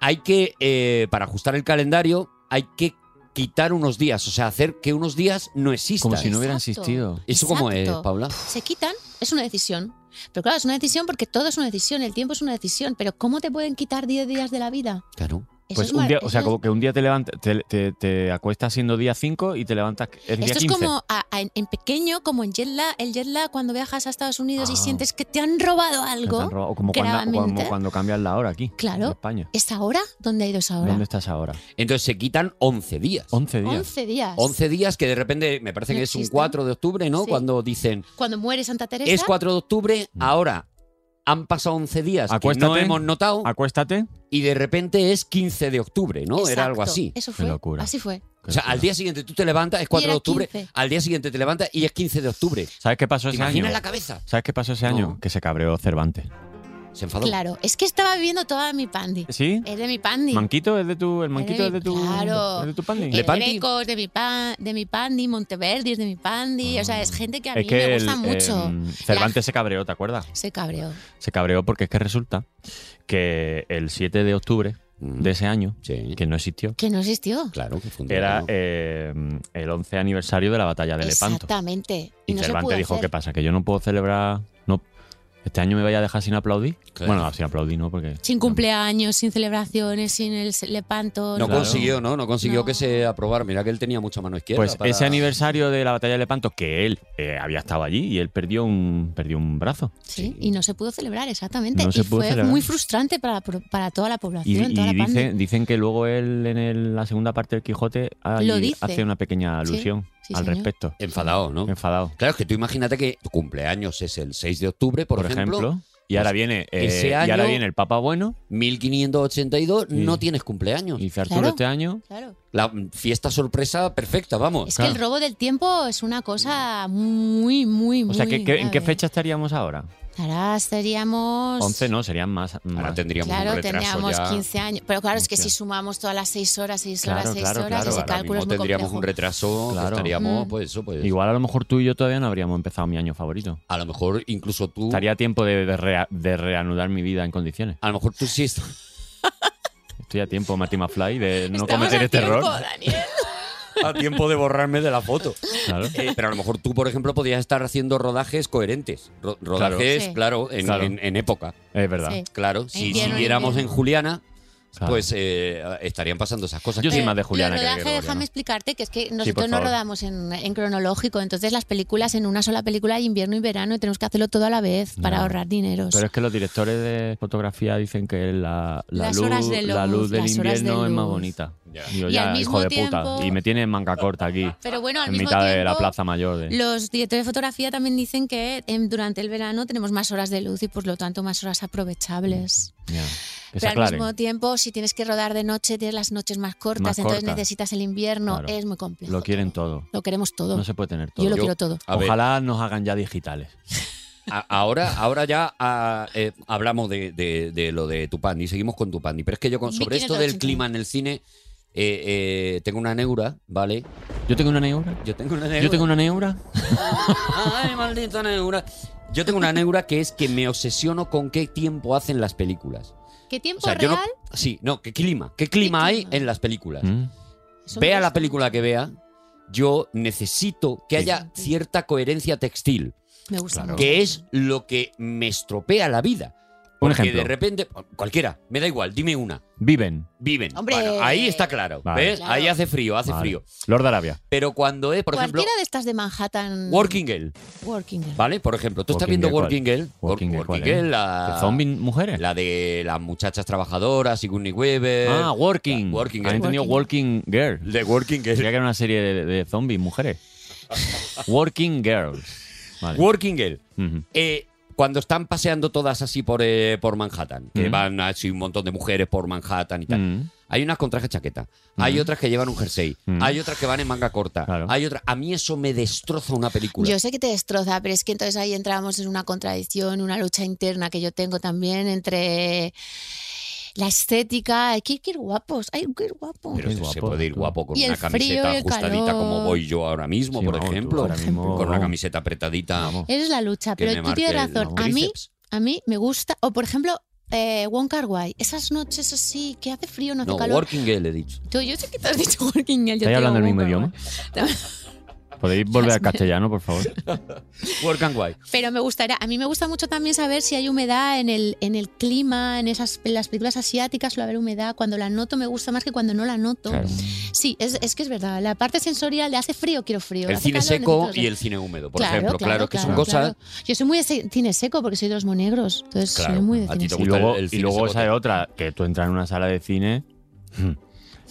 [SPEAKER 2] hay que, eh, para ajustar el calendario, hay que quitar unos días, o sea, hacer que unos días no existan.
[SPEAKER 3] Como si no hubiera
[SPEAKER 4] Exacto.
[SPEAKER 3] insistido.
[SPEAKER 2] ¿Eso cómo es,
[SPEAKER 4] Exacto.
[SPEAKER 2] Paula?
[SPEAKER 4] Se quitan, es una decisión. Pero claro, es una decisión porque todo es una decisión, el tiempo es una decisión. Pero ¿cómo te pueden quitar 10 días de la vida?
[SPEAKER 2] Claro.
[SPEAKER 4] Eso
[SPEAKER 3] Pues
[SPEAKER 4] es
[SPEAKER 3] un
[SPEAKER 4] mar-
[SPEAKER 3] día, o
[SPEAKER 4] eso
[SPEAKER 3] sea,
[SPEAKER 4] es-
[SPEAKER 3] como que un día te levantas, te, te- te acuestas siendo día 5 y te levantas el día
[SPEAKER 4] Esto
[SPEAKER 3] 15.
[SPEAKER 4] es como a- a- en, en pequeño, como en jet lag, el jet lag cuando viajas a Estados Unidos
[SPEAKER 3] Ah.
[SPEAKER 4] y sientes que te han robado
[SPEAKER 3] Que te han
[SPEAKER 4] algo.
[SPEAKER 3] robado. O como cuando, o como
[SPEAKER 4] claramente.
[SPEAKER 3] cuando cambias la hora aquí.
[SPEAKER 4] Claro.
[SPEAKER 3] En España.
[SPEAKER 4] ¿Es ahora? ¿Dónde ha ido esa hora?
[SPEAKER 3] ¿Dónde estás ahora?
[SPEAKER 2] Entonces se quitan 11 días.
[SPEAKER 3] 11 días.
[SPEAKER 4] 11 días.
[SPEAKER 2] 11 días que de repente, me parece
[SPEAKER 4] No
[SPEAKER 2] que es un
[SPEAKER 4] existen.
[SPEAKER 2] 4 de octubre, ¿no?
[SPEAKER 4] Sí.
[SPEAKER 2] Cuando dicen,
[SPEAKER 4] Cuando muere Santa Teresa.
[SPEAKER 2] es 4 de octubre, ahora han pasado 11 días que no
[SPEAKER 3] Hmm. Acuéstate.
[SPEAKER 2] hemos notado
[SPEAKER 3] Acuéstate.
[SPEAKER 2] y de repente es 15 de octubre, ¿no? Era algo
[SPEAKER 4] Exacto,
[SPEAKER 2] así.
[SPEAKER 4] Eso
[SPEAKER 3] Qué
[SPEAKER 4] fue.
[SPEAKER 3] locura.
[SPEAKER 4] Así fue.
[SPEAKER 2] O sea, al día siguiente tú te levantas, es 4 de
[SPEAKER 4] era
[SPEAKER 2] octubre,
[SPEAKER 4] 15.
[SPEAKER 2] al día siguiente te levantas y es 15 de octubre.
[SPEAKER 3] ¿Sabes qué pasó
[SPEAKER 2] ¿Te
[SPEAKER 3] ese
[SPEAKER 2] imaginas
[SPEAKER 3] año?
[SPEAKER 2] la cabeza?
[SPEAKER 3] ¿Sabes qué pasó ese año?
[SPEAKER 2] No.
[SPEAKER 3] Que se cabreó Cervantes.
[SPEAKER 2] Se enfadó.
[SPEAKER 4] Claro, es que estaba viviendo toda mi pandi.
[SPEAKER 3] ¿Sí?
[SPEAKER 4] Es de mi pandi.
[SPEAKER 3] ¿Manquito es de tu. El manquito
[SPEAKER 4] mi-
[SPEAKER 3] es de tu.
[SPEAKER 4] Eh, claro.
[SPEAKER 3] Es de tu pandi.
[SPEAKER 4] El
[SPEAKER 2] ¿De pandi?
[SPEAKER 4] Greco es de mi, pa- de mi pandi, Monteverdi es de mi pandi. O sea, es gente que a mí
[SPEAKER 3] Ah. Es que
[SPEAKER 4] me gusta
[SPEAKER 3] el,
[SPEAKER 4] mucho.
[SPEAKER 3] em, Cervantes se cabreó, ¿te acuerdas?
[SPEAKER 4] Se cabreó.
[SPEAKER 3] Se cabreó porque es que resulta que el 7 de octubre
[SPEAKER 2] Mm,
[SPEAKER 3] de ese año,
[SPEAKER 2] Sí,
[SPEAKER 3] que no existió,
[SPEAKER 4] Que no existió.
[SPEAKER 2] claro. que fue un día,
[SPEAKER 3] era
[SPEAKER 2] ¿no?
[SPEAKER 3] eh, el 11 aniversario de la batalla de Lepanto.
[SPEAKER 4] Exactamente.
[SPEAKER 3] Y
[SPEAKER 4] no se
[SPEAKER 3] Cervantes
[SPEAKER 4] pudo
[SPEAKER 3] dijo,
[SPEAKER 4] hacer.
[SPEAKER 3] ¿qué pasa? ¿Que yo no puedo celebrar? No. ¿Este año me vaya a dejar sin aplaudir?
[SPEAKER 2] Claro.
[SPEAKER 3] Bueno, sin aplaudir no, porque...
[SPEAKER 4] Sin cumpleaños, sin celebraciones, sin el se- Lepanto.
[SPEAKER 2] No
[SPEAKER 4] nada.
[SPEAKER 2] consiguió, ¿no? No consiguió
[SPEAKER 4] No.
[SPEAKER 2] que se aprobara. Mira que él tenía mucha mano izquierda.
[SPEAKER 3] Pues
[SPEAKER 2] para-
[SPEAKER 3] ese aniversario de la batalla de Lepanto, que él eh, había estado allí y él perdió un, perdió un brazo.
[SPEAKER 4] Sí, y no se pudo celebrar, exactamente.
[SPEAKER 3] No
[SPEAKER 4] y
[SPEAKER 3] se pudo
[SPEAKER 4] fue
[SPEAKER 3] celebrar.
[SPEAKER 4] muy frustrante para, pro- para toda la
[SPEAKER 3] Y,
[SPEAKER 4] población,
[SPEAKER 3] y
[SPEAKER 4] toda la pandi.
[SPEAKER 3] dicen, dicen que luego él en el- la segunda parte del Quijote ahí
[SPEAKER 4] Lo dice.
[SPEAKER 3] hace una pequeña
[SPEAKER 4] Sí,
[SPEAKER 3] alusión
[SPEAKER 4] sí,
[SPEAKER 3] al
[SPEAKER 4] señor.
[SPEAKER 3] respecto.
[SPEAKER 2] Enfadado, ¿no?
[SPEAKER 3] Enfadado,
[SPEAKER 2] Claro, es que tú imagínate que tu cumpleaños es el 6 de octubre, por,
[SPEAKER 3] por, ejemplo. Y
[SPEAKER 2] pues,
[SPEAKER 3] ahora viene eh,
[SPEAKER 2] ese
[SPEAKER 3] y ahora
[SPEAKER 2] año-
[SPEAKER 3] viene el Papa Bueno
[SPEAKER 2] 1582,
[SPEAKER 3] Sí.
[SPEAKER 2] no tienes cumpleaños.
[SPEAKER 3] y dice Arturo
[SPEAKER 4] Claro.
[SPEAKER 3] este año
[SPEAKER 4] Claro.
[SPEAKER 2] La fiesta sorpresa perfecta, vamos.
[SPEAKER 4] Es
[SPEAKER 3] Claro.
[SPEAKER 4] que el robo del tiempo es una cosa muy, muy, muy.
[SPEAKER 3] o sea, ¿qué- qué- ¿en qué
[SPEAKER 4] grave.
[SPEAKER 3] fecha estaríamos ahora?
[SPEAKER 4] Ahora estaríamos.
[SPEAKER 3] 11 no, serían más.
[SPEAKER 2] Ahora
[SPEAKER 3] más.
[SPEAKER 2] tendríamos un
[SPEAKER 4] Claro,
[SPEAKER 2] retraso
[SPEAKER 4] teníamos
[SPEAKER 2] ya.
[SPEAKER 4] 15 años. Pero claro, es que
[SPEAKER 3] Hostia.
[SPEAKER 4] si sumamos todas las 6 horas, 6
[SPEAKER 3] Claro,
[SPEAKER 4] horas, 6
[SPEAKER 3] claro,
[SPEAKER 4] horas,
[SPEAKER 3] claro.
[SPEAKER 4] ese
[SPEAKER 2] ahora
[SPEAKER 4] cálculo es
[SPEAKER 2] mismo
[SPEAKER 4] muy
[SPEAKER 2] tendríamos
[SPEAKER 4] complejo.
[SPEAKER 2] un retraso que
[SPEAKER 3] Claro.
[SPEAKER 2] estaríamos,
[SPEAKER 4] Mm.
[SPEAKER 2] pues eso, pues.
[SPEAKER 3] Igual a lo mejor tú y yo todavía no habríamos empezado mi año favorito.
[SPEAKER 2] A lo mejor incluso tú.
[SPEAKER 3] Estaría a tiempo de, de rea- de reanudar mi vida en condiciones.
[SPEAKER 2] A lo mejor tú sí. est-
[SPEAKER 3] Estoy a tiempo, Marty McFly, de no
[SPEAKER 4] Estamos
[SPEAKER 3] cometer
[SPEAKER 4] a
[SPEAKER 3] este
[SPEAKER 4] tiempo,
[SPEAKER 3] error.
[SPEAKER 4] Daniel.
[SPEAKER 2] a tiempo de borrarme de la foto.
[SPEAKER 3] Claro.
[SPEAKER 2] Eh, pero a lo mejor tú, por ejemplo, podías estar haciendo rodajes coherentes. Ro- rodajes,
[SPEAKER 4] Sí.
[SPEAKER 2] claro, en,
[SPEAKER 3] Claro.
[SPEAKER 2] en- en época.
[SPEAKER 3] Es verdad.
[SPEAKER 4] Sí.
[SPEAKER 2] Claro, si
[SPEAKER 4] Invierno,
[SPEAKER 2] siguiéramos en
[SPEAKER 4] invierno.
[SPEAKER 2] Juliana,
[SPEAKER 3] Claro.
[SPEAKER 2] pues eh, estarían pasando esas cosas. Eh,
[SPEAKER 3] Yo soy
[SPEAKER 2] que-
[SPEAKER 3] más de Juliana
[SPEAKER 4] Los
[SPEAKER 3] que de
[SPEAKER 4] rodajes,
[SPEAKER 3] Gregorio, ¿no?
[SPEAKER 4] déjame explicarte que es que nosotros no
[SPEAKER 3] favor.
[SPEAKER 4] rodamos en, en cronológico, entonces las películas en una sola película hay invierno y verano y tenemos que hacerlo todo a la vez para
[SPEAKER 3] Ya.
[SPEAKER 4] ahorrar dineros.
[SPEAKER 3] Pero es que los directores de fotografía dicen que la, la
[SPEAKER 4] Las
[SPEAKER 3] luz,
[SPEAKER 4] horas de
[SPEAKER 3] la
[SPEAKER 4] luz,
[SPEAKER 3] luz del
[SPEAKER 4] las horas de
[SPEAKER 3] invierno es más
[SPEAKER 4] luz.
[SPEAKER 3] bonita.
[SPEAKER 2] Ya.
[SPEAKER 3] Digo,
[SPEAKER 4] Y
[SPEAKER 3] ya,
[SPEAKER 4] al mismo
[SPEAKER 3] hijo de
[SPEAKER 4] tiempo-
[SPEAKER 3] puta. Y me tiene en manga corta aquí,
[SPEAKER 4] Pero bueno, al
[SPEAKER 3] en
[SPEAKER 4] mismo
[SPEAKER 3] mitad de la
[SPEAKER 4] tiempo,
[SPEAKER 3] plaza mayor. De...
[SPEAKER 4] Los directores de fotografía también dicen que em, durante el verano tenemos más horas de luz y por lo tanto más horas aprovechables.
[SPEAKER 3] Ya, Que se
[SPEAKER 4] Pero al
[SPEAKER 3] aclaren.
[SPEAKER 4] mismo tiempo, si tienes que rodar de noche, tienes las noches más cortas,
[SPEAKER 3] Más
[SPEAKER 4] entonces
[SPEAKER 3] cortas.
[SPEAKER 4] necesitas el invierno,
[SPEAKER 3] Claro.
[SPEAKER 4] es muy complejo.
[SPEAKER 3] Lo quieren todo.
[SPEAKER 4] Lo queremos todo.
[SPEAKER 3] No se puede tener todo.
[SPEAKER 4] Yo lo
[SPEAKER 2] Yo-
[SPEAKER 4] quiero todo.
[SPEAKER 2] A ver,
[SPEAKER 3] Ojalá nos hagan ya digitales.
[SPEAKER 2] a- ahora, ahora ya ah, eh, hablamos de, de- de lo de Tupandi, seguimos con Tupandi. Pero es que yo con, sobre
[SPEAKER 4] Bikini
[SPEAKER 2] esto
[SPEAKER 4] del
[SPEAKER 2] del
[SPEAKER 4] 80.
[SPEAKER 2] clima en el cine eh, eh, tengo una neura, ¿vale?
[SPEAKER 3] Yo tengo una neura.
[SPEAKER 2] Yo tengo una neura.
[SPEAKER 3] Yo tengo una neura.
[SPEAKER 2] Ay, maldita neura. Yo tengo una neura que es que me obsesiono con qué tiempo hacen las películas.
[SPEAKER 4] ¿Qué tiempo
[SPEAKER 2] O sea, yo
[SPEAKER 4] real?
[SPEAKER 2] no- sí, no, qué clima. ¿Qué clima hay
[SPEAKER 4] clima?
[SPEAKER 2] en las películas?
[SPEAKER 3] Mm.
[SPEAKER 4] Eso me
[SPEAKER 2] Vea la
[SPEAKER 4] gusta.
[SPEAKER 2] película que vea, yo necesito que
[SPEAKER 3] Sí.
[SPEAKER 2] haya cierta coherencia textil,
[SPEAKER 4] Me gusta.
[SPEAKER 3] Claro.
[SPEAKER 4] mucho.
[SPEAKER 2] que es lo que me estropea la vida.
[SPEAKER 3] Un
[SPEAKER 2] Porque
[SPEAKER 3] ejemplo.
[SPEAKER 2] de repente, cualquiera, me da igual, dime una.
[SPEAKER 3] Viven.
[SPEAKER 2] Viven.
[SPEAKER 4] Hombre.
[SPEAKER 2] Bueno, ahí está claro.
[SPEAKER 3] Vale.
[SPEAKER 2] ¿Ves?
[SPEAKER 4] Claro.
[SPEAKER 2] Ahí hace frío, hace
[SPEAKER 3] Vale.
[SPEAKER 2] frío.
[SPEAKER 3] Lord de Arabia.
[SPEAKER 2] Pero cuando es, por
[SPEAKER 4] Cualquiera
[SPEAKER 2] ejemplo,
[SPEAKER 4] de estas de Manhattan.
[SPEAKER 2] Working Girl,
[SPEAKER 4] Working Girl.
[SPEAKER 2] ¿vale? Por ejemplo, tú estás
[SPEAKER 3] Working
[SPEAKER 2] viendo
[SPEAKER 3] Girl, ¿cuál?
[SPEAKER 2] Working Girl.
[SPEAKER 3] Working Girl, ¿cuál, eh?
[SPEAKER 2] la.
[SPEAKER 3] ¿Zombie mujeres?
[SPEAKER 2] Ah, La de las muchachas trabajadoras, Sigourney Weaver.
[SPEAKER 3] ah, Working.
[SPEAKER 2] la- Working
[SPEAKER 3] Han
[SPEAKER 2] Girl.
[SPEAKER 3] entendido Working Girl.
[SPEAKER 2] de Working Girl.
[SPEAKER 3] Creía que era una serie de, de zombies mujeres. working Girls. Vale.
[SPEAKER 2] Working Girl.
[SPEAKER 3] Ujú.
[SPEAKER 2] Eh, cuando están paseando todas así por, eh, por Manhattan, que
[SPEAKER 3] Mm.
[SPEAKER 2] van así un montón de mujeres por Manhattan y tal.
[SPEAKER 3] Mm.
[SPEAKER 2] Hay unas con traje de chaqueta, hay
[SPEAKER 3] Mm.
[SPEAKER 2] otras que llevan un jersey,
[SPEAKER 3] Mm.
[SPEAKER 2] hay otras que van en manga corta,
[SPEAKER 3] Claro.
[SPEAKER 2] hay otras. A mí eso me destroza una película.
[SPEAKER 4] Yo sé que te destroza, pero es que entonces ahí entramos en una contradicción, una lucha interna que yo tengo también entre la estética. Hay que ir guapos, hay que ir guapos.
[SPEAKER 2] Pero este
[SPEAKER 3] Qué
[SPEAKER 2] se- se
[SPEAKER 3] guapo,
[SPEAKER 2] puede ir
[SPEAKER 3] tú.
[SPEAKER 2] guapo con
[SPEAKER 4] Y el
[SPEAKER 2] una camiseta
[SPEAKER 4] frío y el
[SPEAKER 2] ajustadita
[SPEAKER 4] calor.
[SPEAKER 2] como voy yo ahora mismo,
[SPEAKER 3] Sí,
[SPEAKER 2] por
[SPEAKER 3] vamos, tú
[SPEAKER 2] ejemplo.
[SPEAKER 3] ahora mismo,
[SPEAKER 2] con una
[SPEAKER 3] vamos.
[SPEAKER 2] camiseta apretadita.
[SPEAKER 3] Vamos.
[SPEAKER 4] Esa es la lucha,
[SPEAKER 2] que
[SPEAKER 4] Eh, pero
[SPEAKER 2] me
[SPEAKER 4] tú tienes
[SPEAKER 2] marque el
[SPEAKER 4] razón. A mí,
[SPEAKER 2] tríceps.
[SPEAKER 4] a mí me gusta, o por ejemplo, eh, Wong Kar Wai, esas noches así, que hace frío, no hace
[SPEAKER 2] No,
[SPEAKER 4] calor.
[SPEAKER 2] Working Girl he dicho.
[SPEAKER 4] Tú- yo sé que te has dicho Working Girl. yo
[SPEAKER 3] ¿Estáis
[SPEAKER 4] te
[SPEAKER 3] hablando el
[SPEAKER 4] digo
[SPEAKER 3] mismo
[SPEAKER 4] Wong
[SPEAKER 3] idioma?
[SPEAKER 4] Kar-wai.
[SPEAKER 2] ¿eh?
[SPEAKER 3] ¿Podéis volver al castellano, por favor?
[SPEAKER 2] Work and White.
[SPEAKER 4] Pero me gustaría, a mí me gusta mucho también saber si hay humedad en el, en el clima, en esas en las películas asiáticas suele haber humedad. Cuando la noto me gusta más que cuando no la noto.
[SPEAKER 2] Claro.
[SPEAKER 4] Sí, es, es que es verdad. La parte sensorial de hace frío, quiero frío.
[SPEAKER 2] El
[SPEAKER 4] hace
[SPEAKER 2] cine
[SPEAKER 4] calor,
[SPEAKER 2] seco
[SPEAKER 4] necesito-
[SPEAKER 2] y el cine húmedo, por ejemplo. Claro, que son
[SPEAKER 4] claro,
[SPEAKER 2] cosas.
[SPEAKER 4] claro. Yo soy muy de se- cine seco porque soy de los monegros. Entonces
[SPEAKER 2] Claro,
[SPEAKER 4] soy muy de
[SPEAKER 2] a
[SPEAKER 4] cine
[SPEAKER 2] ti te
[SPEAKER 4] seco.
[SPEAKER 3] Y
[SPEAKER 2] gusta
[SPEAKER 3] luego,
[SPEAKER 2] el- el
[SPEAKER 3] y
[SPEAKER 2] cine
[SPEAKER 3] luego
[SPEAKER 2] sacote.
[SPEAKER 3] esa es otra, que tú entras en una sala de cine
[SPEAKER 2] Hmm.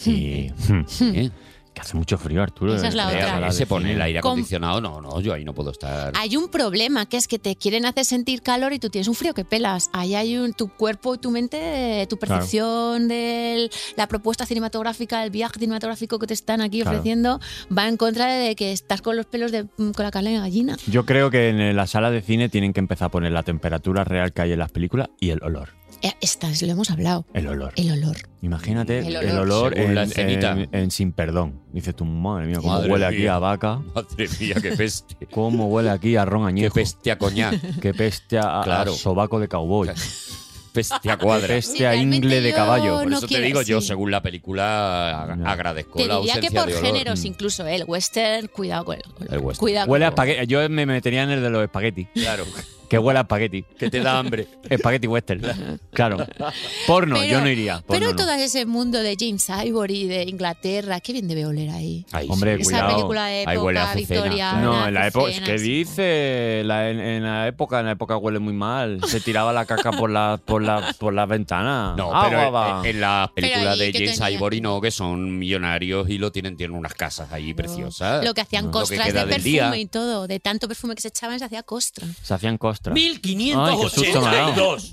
[SPEAKER 3] y... hmm,
[SPEAKER 2] ¿eh?
[SPEAKER 3] que hace mucho frío, Arturo.
[SPEAKER 4] Esa es la
[SPEAKER 3] en
[SPEAKER 4] otra.
[SPEAKER 3] sala
[SPEAKER 2] Vea,
[SPEAKER 3] de
[SPEAKER 2] eh, se pone
[SPEAKER 3] cine.
[SPEAKER 2] el aire
[SPEAKER 4] Con-
[SPEAKER 2] acondicionado. No, no, yo ahí no puedo estar.
[SPEAKER 4] Hay un problema que es que te quieren hacer sentir calor y tú tienes un frío que pelas. Ahí hay un, tu cuerpo y tu mente, tu
[SPEAKER 3] Claro.
[SPEAKER 4] percepción de la propuesta cinematográfica, el viaje cinematográfico que te están aquí
[SPEAKER 3] Claro.
[SPEAKER 4] ofreciendo, va en contra de que estás con los pelos de mm, con la carne de gallina.
[SPEAKER 3] Yo creo que en la sala de cine tienen que empezar a poner la temperatura real que hay en las películas y el olor.
[SPEAKER 4] Eh, Estas lo hemos hablado.
[SPEAKER 3] El olor.
[SPEAKER 4] El olor.
[SPEAKER 3] Imagínate
[SPEAKER 4] Eh, El
[SPEAKER 3] el
[SPEAKER 4] olor.
[SPEAKER 3] olor,
[SPEAKER 2] Según
[SPEAKER 3] en,
[SPEAKER 2] la escenita.
[SPEAKER 3] en- en Sin Perdón. Dices tú, madre mía, cómo
[SPEAKER 2] Madre
[SPEAKER 3] huele aquí
[SPEAKER 2] mía.
[SPEAKER 3] a vaca,
[SPEAKER 2] Madre mía, qué peste.
[SPEAKER 3] cómo huele aquí a ron
[SPEAKER 2] qué
[SPEAKER 3] añejo, qué,
[SPEAKER 2] peste a coñac.
[SPEAKER 3] peste a, a
[SPEAKER 2] Claro.
[SPEAKER 3] sobaco de cowboy,
[SPEAKER 2] Peste a
[SPEAKER 3] qué
[SPEAKER 2] cuadra.
[SPEAKER 3] peste a
[SPEAKER 4] realmente
[SPEAKER 3] ingle de
[SPEAKER 4] yo
[SPEAKER 3] caballo.
[SPEAKER 2] Por
[SPEAKER 4] no
[SPEAKER 2] eso te
[SPEAKER 4] quiero,
[SPEAKER 2] digo, yo
[SPEAKER 4] sí.
[SPEAKER 2] según la película ag-
[SPEAKER 3] No.
[SPEAKER 2] agradezco
[SPEAKER 4] Te
[SPEAKER 2] la
[SPEAKER 4] diría
[SPEAKER 2] ausencia
[SPEAKER 4] que por
[SPEAKER 2] de olor.
[SPEAKER 4] géneros,
[SPEAKER 3] Mm.
[SPEAKER 4] incluso el western, cuidado con el olor.
[SPEAKER 2] El western.
[SPEAKER 4] Cuidado con
[SPEAKER 3] Huele a
[SPEAKER 4] el olor.
[SPEAKER 3] espagueti. Yo me metería en el de los espaguetis.
[SPEAKER 2] Claro,
[SPEAKER 3] Que huele a espagueti.
[SPEAKER 2] que te da hambre.
[SPEAKER 3] Espagueti western. Claro. Porno,
[SPEAKER 4] Pero-
[SPEAKER 3] yo no iría.
[SPEAKER 4] Pero
[SPEAKER 3] porno no.
[SPEAKER 4] todo ese mundo de James Ivory, de Inglaterra, qué bien debe oler ahí.
[SPEAKER 2] Ahí sí.
[SPEAKER 3] Hombre,
[SPEAKER 4] Esa
[SPEAKER 3] cuidado.
[SPEAKER 4] película de
[SPEAKER 2] Ahí huele a
[SPEAKER 4] época
[SPEAKER 2] azucena.
[SPEAKER 4] victoriana.
[SPEAKER 3] No, en la época.
[SPEAKER 4] azucena,
[SPEAKER 3] ¿Qué
[SPEAKER 4] sí.
[SPEAKER 3] dice? La- en, en la época, en la época huele muy mal. Se tiraba la caca por la, por la, por la ventana.
[SPEAKER 2] No,
[SPEAKER 3] Agua
[SPEAKER 2] pero
[SPEAKER 3] Ah,
[SPEAKER 2] eh,
[SPEAKER 3] va.
[SPEAKER 2] en, en las películas
[SPEAKER 4] ahí,
[SPEAKER 2] de
[SPEAKER 4] ¿qué
[SPEAKER 2] James
[SPEAKER 4] tenía?
[SPEAKER 2] Ivory no, que son millonarios y lo tienen, tienen unas casas ahí preciosas.
[SPEAKER 4] Lo que hacían
[SPEAKER 2] Lo que
[SPEAKER 4] costras
[SPEAKER 2] queda
[SPEAKER 4] de
[SPEAKER 2] del día.
[SPEAKER 4] perfume y todo. De tanto perfume que se echaban, se hacía costra.
[SPEAKER 3] Se hacían costras. Ay, qué susto me ha dado.
[SPEAKER 7] 1582.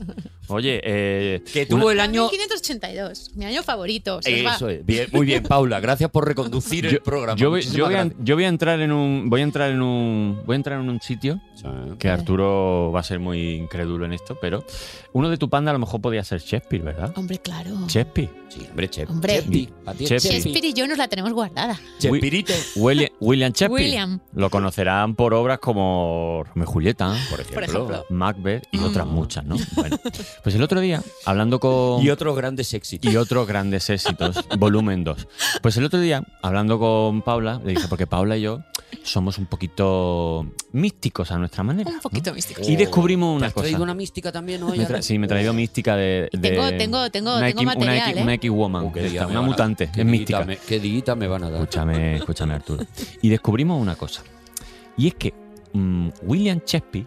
[SPEAKER 3] Oye, eh,
[SPEAKER 2] Que tuvo el año...
[SPEAKER 4] 1582, mi año favorito. se os va.
[SPEAKER 2] Eh, Eso es. Bien, muy bien, Paula. Gracias por reconducir el programa.
[SPEAKER 3] yo, voy-
[SPEAKER 2] Muchísimas
[SPEAKER 3] yo voy a,
[SPEAKER 2] gracias.
[SPEAKER 3] yo voy a entrar en un. Voy a entrar en un. Voy a entrar en un sitio
[SPEAKER 2] Sí.
[SPEAKER 3] que Arturo va a ser muy incrédulo en esto, pero uno de tu panda a lo mejor podía ser Shakespeare, ¿verdad?
[SPEAKER 4] Hombre, claro.
[SPEAKER 3] Shakespeare.
[SPEAKER 2] Sí, hombre, Chep.
[SPEAKER 4] Hombre.
[SPEAKER 2] Chepi, a ti,
[SPEAKER 3] Chepi.
[SPEAKER 2] Chepi.
[SPEAKER 4] Shakespeare y yo nos la tenemos guardada.
[SPEAKER 2] Chespirito.
[SPEAKER 3] William, William Shakespeare.
[SPEAKER 4] William.
[SPEAKER 3] Lo conocerán por obras como Romeo y Julieta,
[SPEAKER 2] Por ejemplo.
[SPEAKER 4] ejemplo. Mm.
[SPEAKER 3] Macbeth y otras muchas, ¿no? Bueno, pues el otro día, hablando con...
[SPEAKER 2] Y otros grandes éxitos.
[SPEAKER 3] y otros grandes éxitos, volumen 2. Pues el otro día, hablando con Paula, le dije, porque Paula y yo somos un poquito místicos a nuestra manera.
[SPEAKER 4] Un
[SPEAKER 3] ¿no?
[SPEAKER 4] poquito místico.
[SPEAKER 3] Y descubrimos
[SPEAKER 2] Oh, ¿Te
[SPEAKER 3] una
[SPEAKER 2] has
[SPEAKER 3] cosa.
[SPEAKER 2] traído una mística también hoy?
[SPEAKER 3] Me tra- sí, me he traído mística de.
[SPEAKER 4] Y
[SPEAKER 3] de-
[SPEAKER 4] tengo- tengo- tengo-
[SPEAKER 3] una
[SPEAKER 4] tengo
[SPEAKER 3] X- una
[SPEAKER 4] material,
[SPEAKER 3] X-
[SPEAKER 4] ¿eh?
[SPEAKER 3] Una X-Woman.
[SPEAKER 2] Oh, qué
[SPEAKER 3] de
[SPEAKER 2] día
[SPEAKER 3] esta,
[SPEAKER 2] me
[SPEAKER 3] una
[SPEAKER 2] van a-
[SPEAKER 3] mutante.
[SPEAKER 2] qué
[SPEAKER 3] Es
[SPEAKER 2] dillita
[SPEAKER 3] mística.
[SPEAKER 2] me- qué dillita me van a dar.
[SPEAKER 3] Escúchame, escúchame, Arturo. Y descubrimos una cosa. Y es que mm, William Shakespeare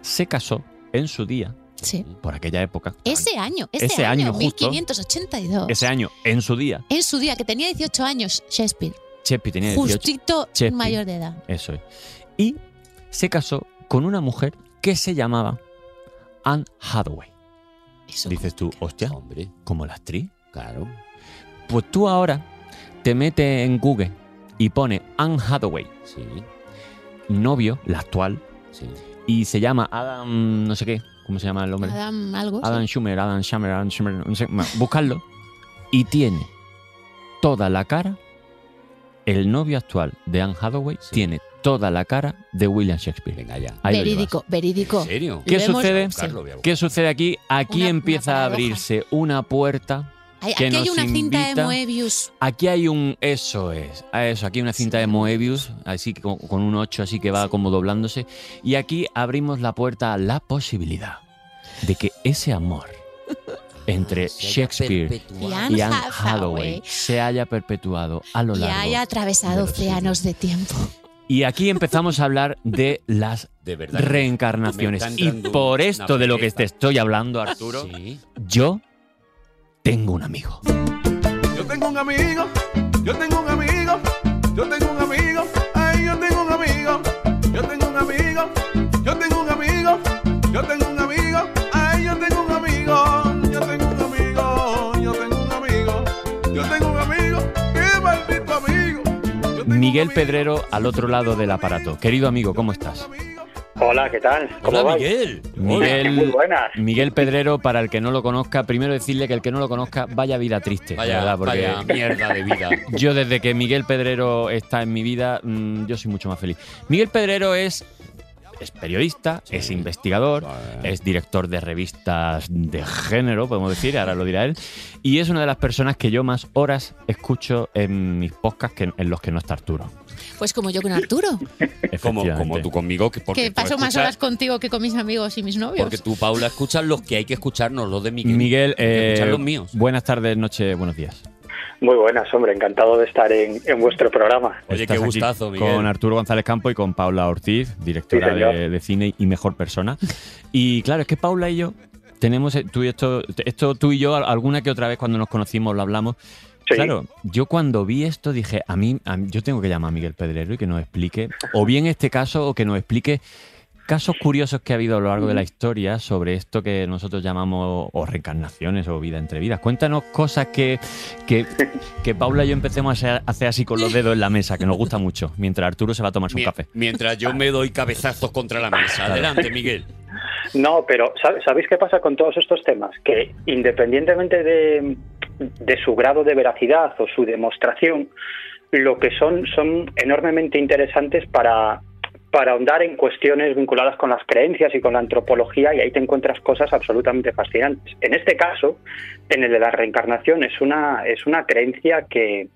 [SPEAKER 3] se casó en su día,
[SPEAKER 4] Sí.
[SPEAKER 3] por aquella época.
[SPEAKER 4] Ese año, ese,
[SPEAKER 3] Ese
[SPEAKER 4] año,
[SPEAKER 3] año, justo.
[SPEAKER 4] 1582.
[SPEAKER 3] Ese año, en su día,
[SPEAKER 4] En su día, que tenía 18 años, Shakespeare.
[SPEAKER 3] Shakespeare tenía 18.
[SPEAKER 4] Justito
[SPEAKER 3] Shakespeare.
[SPEAKER 4] mayor de edad.
[SPEAKER 3] Eso es. Y se casó con una mujer que se llamaba Anne Hathaway.
[SPEAKER 4] Eso.
[SPEAKER 3] Dices tú, hostia,
[SPEAKER 2] Hombre,
[SPEAKER 3] como la actriz.
[SPEAKER 2] claro.
[SPEAKER 3] Pues tú ahora te metes en Google y pone Anne Hathaway,
[SPEAKER 2] Sí,
[SPEAKER 3] novio, la actual,
[SPEAKER 2] sí.
[SPEAKER 3] y se llama Adam, no sé qué, ¿cómo se llama el hombre?
[SPEAKER 4] Adam
[SPEAKER 2] ¿Oh,
[SPEAKER 4] algo. sí.
[SPEAKER 3] Adam Schumer, Adam Schumer, Adam Schumer, no sé, bueno, buscadlo. Y tiene toda la cara, el novio actual de Anne Hathaway
[SPEAKER 2] Sí.
[SPEAKER 3] tiene toda la cara de William Shakespeare.
[SPEAKER 2] Venga ya.
[SPEAKER 3] Ahí lo llevas.
[SPEAKER 4] verídico, verídico.
[SPEAKER 2] ¿En serio?
[SPEAKER 3] ¿Qué
[SPEAKER 4] Lo hemos-
[SPEAKER 3] sucede?
[SPEAKER 2] Buscarlo, voy a buscar.
[SPEAKER 3] ¿Qué sucede aquí? Aquí
[SPEAKER 4] Una- una
[SPEAKER 3] empieza a
[SPEAKER 4] paradoja.
[SPEAKER 3] abrirse una puerta
[SPEAKER 4] Hay-
[SPEAKER 3] que
[SPEAKER 4] aquí hay
[SPEAKER 3] nos
[SPEAKER 4] una cinta de
[SPEAKER 3] invita-
[SPEAKER 4] Moebius.
[SPEAKER 3] Aquí hay un. Eso es. a Eso, aquí hay una cinta de Moebius, así que con, con un 8, así que va como doblándose. Y aquí abrimos la puerta a la posibilidad de que ese amor entre
[SPEAKER 2] Se haya
[SPEAKER 3] Shakespeare
[SPEAKER 2] perpetuado.
[SPEAKER 4] Y Anne
[SPEAKER 3] y Anne
[SPEAKER 4] Hathaway.
[SPEAKER 3] Hathaway se haya perpetuado a lo
[SPEAKER 4] Y
[SPEAKER 3] largo.
[SPEAKER 4] haya atravesado
[SPEAKER 3] de los
[SPEAKER 4] océanos de tiempo.
[SPEAKER 3] Y aquí empezamos a hablar de las
[SPEAKER 2] De verdad.
[SPEAKER 3] reencarnaciones.
[SPEAKER 2] Me está
[SPEAKER 3] Y
[SPEAKER 2] entrando
[SPEAKER 3] por
[SPEAKER 2] una
[SPEAKER 3] esto de lo que
[SPEAKER 2] pereza.
[SPEAKER 3] te estoy hablando, Arturo,
[SPEAKER 2] Sí.
[SPEAKER 3] yo tengo un amigo.
[SPEAKER 8] Yo tengo un amigo, yo tengo un amigo, yo tengo un amigo, ay, yo tengo un amigo, yo tengo un amigo, yo tengo un amigo, yo tengo un amigo, ay, yo tengo un amigo, yo tengo un amigo, yo tengo un amigo, yo tengo un amigo, qué maldito amigo. Yo tengo un
[SPEAKER 3] Miguel
[SPEAKER 8] amigo,
[SPEAKER 3] Pedrero al otro lado del aparato. Querido amigo, ¿cómo estás?
[SPEAKER 8] amigo.
[SPEAKER 9] Hola, ¿qué tal? ¿Cómo
[SPEAKER 2] Hola,
[SPEAKER 9] vais?
[SPEAKER 2] Miguel.
[SPEAKER 9] Muy
[SPEAKER 3] Miguel,
[SPEAKER 9] buenas.
[SPEAKER 3] Miguel Pedrero, para el que no lo conozca, primero decirle que el que no lo conozca, vaya vida triste. de
[SPEAKER 2] Vaya,
[SPEAKER 3] ¿verdad? Porque
[SPEAKER 2] vaya mierda de vida.
[SPEAKER 3] yo desde que Miguel Pedrero está en mi vida, mm, yo soy mucho más feliz. Miguel Pedrero es, es periodista, es investigador, es director de revistas de género, podemos decir, ahora lo dirá él, y es una de las personas que yo más horas escucho en mis podcasts que, en los que no está Arturo.
[SPEAKER 4] Pues como yo con Arturo,
[SPEAKER 2] Como, como
[SPEAKER 3] Efectivamente.
[SPEAKER 2] tú conmigo, que porque
[SPEAKER 4] que
[SPEAKER 2] tú
[SPEAKER 4] paso más
[SPEAKER 2] escuchas-
[SPEAKER 4] horas contigo que con mis amigos y mis novios.
[SPEAKER 2] Porque tú, Paula, escuchas los que hay que escucharnos, los de Miguel.
[SPEAKER 3] Miguel,
[SPEAKER 2] Hay que
[SPEAKER 3] eh,
[SPEAKER 2] escuchar los míos.
[SPEAKER 3] buenas tardes, noches, buenos días.
[SPEAKER 9] Muy buenas, hombre. Encantado de estar en, en vuestro programa.
[SPEAKER 2] Oye,
[SPEAKER 3] Estás
[SPEAKER 2] qué
[SPEAKER 3] aquí
[SPEAKER 2] gustazo, Miguel.
[SPEAKER 3] Con Arturo González Campo y con Paula Ortiz, directora
[SPEAKER 9] Sí, señor.
[SPEAKER 3] de, de cine y mejor persona. Y claro, es que Paula y yo tenemos eh, tú y esto, esto tú y yo al- alguna que otra vez cuando nos conocimos lo hablamos.
[SPEAKER 9] Sí.
[SPEAKER 3] Claro, yo cuando vi esto dije, a mí, a mí- yo tengo que llamar a Miguel Pedrero y que nos explique, o bien este caso, o que nos explique casos curiosos que ha habido a lo largo de la historia sobre esto que nosotros llamamos o reencarnaciones o vida entre vidas. Cuéntanos cosas que, que, que Paula y yo empecemos a hacer- a hacer así con los dedos en la mesa, que nos gusta mucho, mientras Arturo se va a tomar un
[SPEAKER 2] Mie-
[SPEAKER 3] café.
[SPEAKER 2] Mientras yo me doy cabezazos contra la mesa. Adelante, Miguel.
[SPEAKER 9] No, pero ¿sab- ¿sabéis qué pasa con todos estos temas? Que independientemente de, de su grado de veracidad o su demostración, lo que son son enormemente interesantes para, para ahondar en cuestiones vinculadas con las creencias y con la antropología y ahí te encuentras cosas absolutamente fascinantes. En este caso, en el de la reencarnación, es una, es una creencia que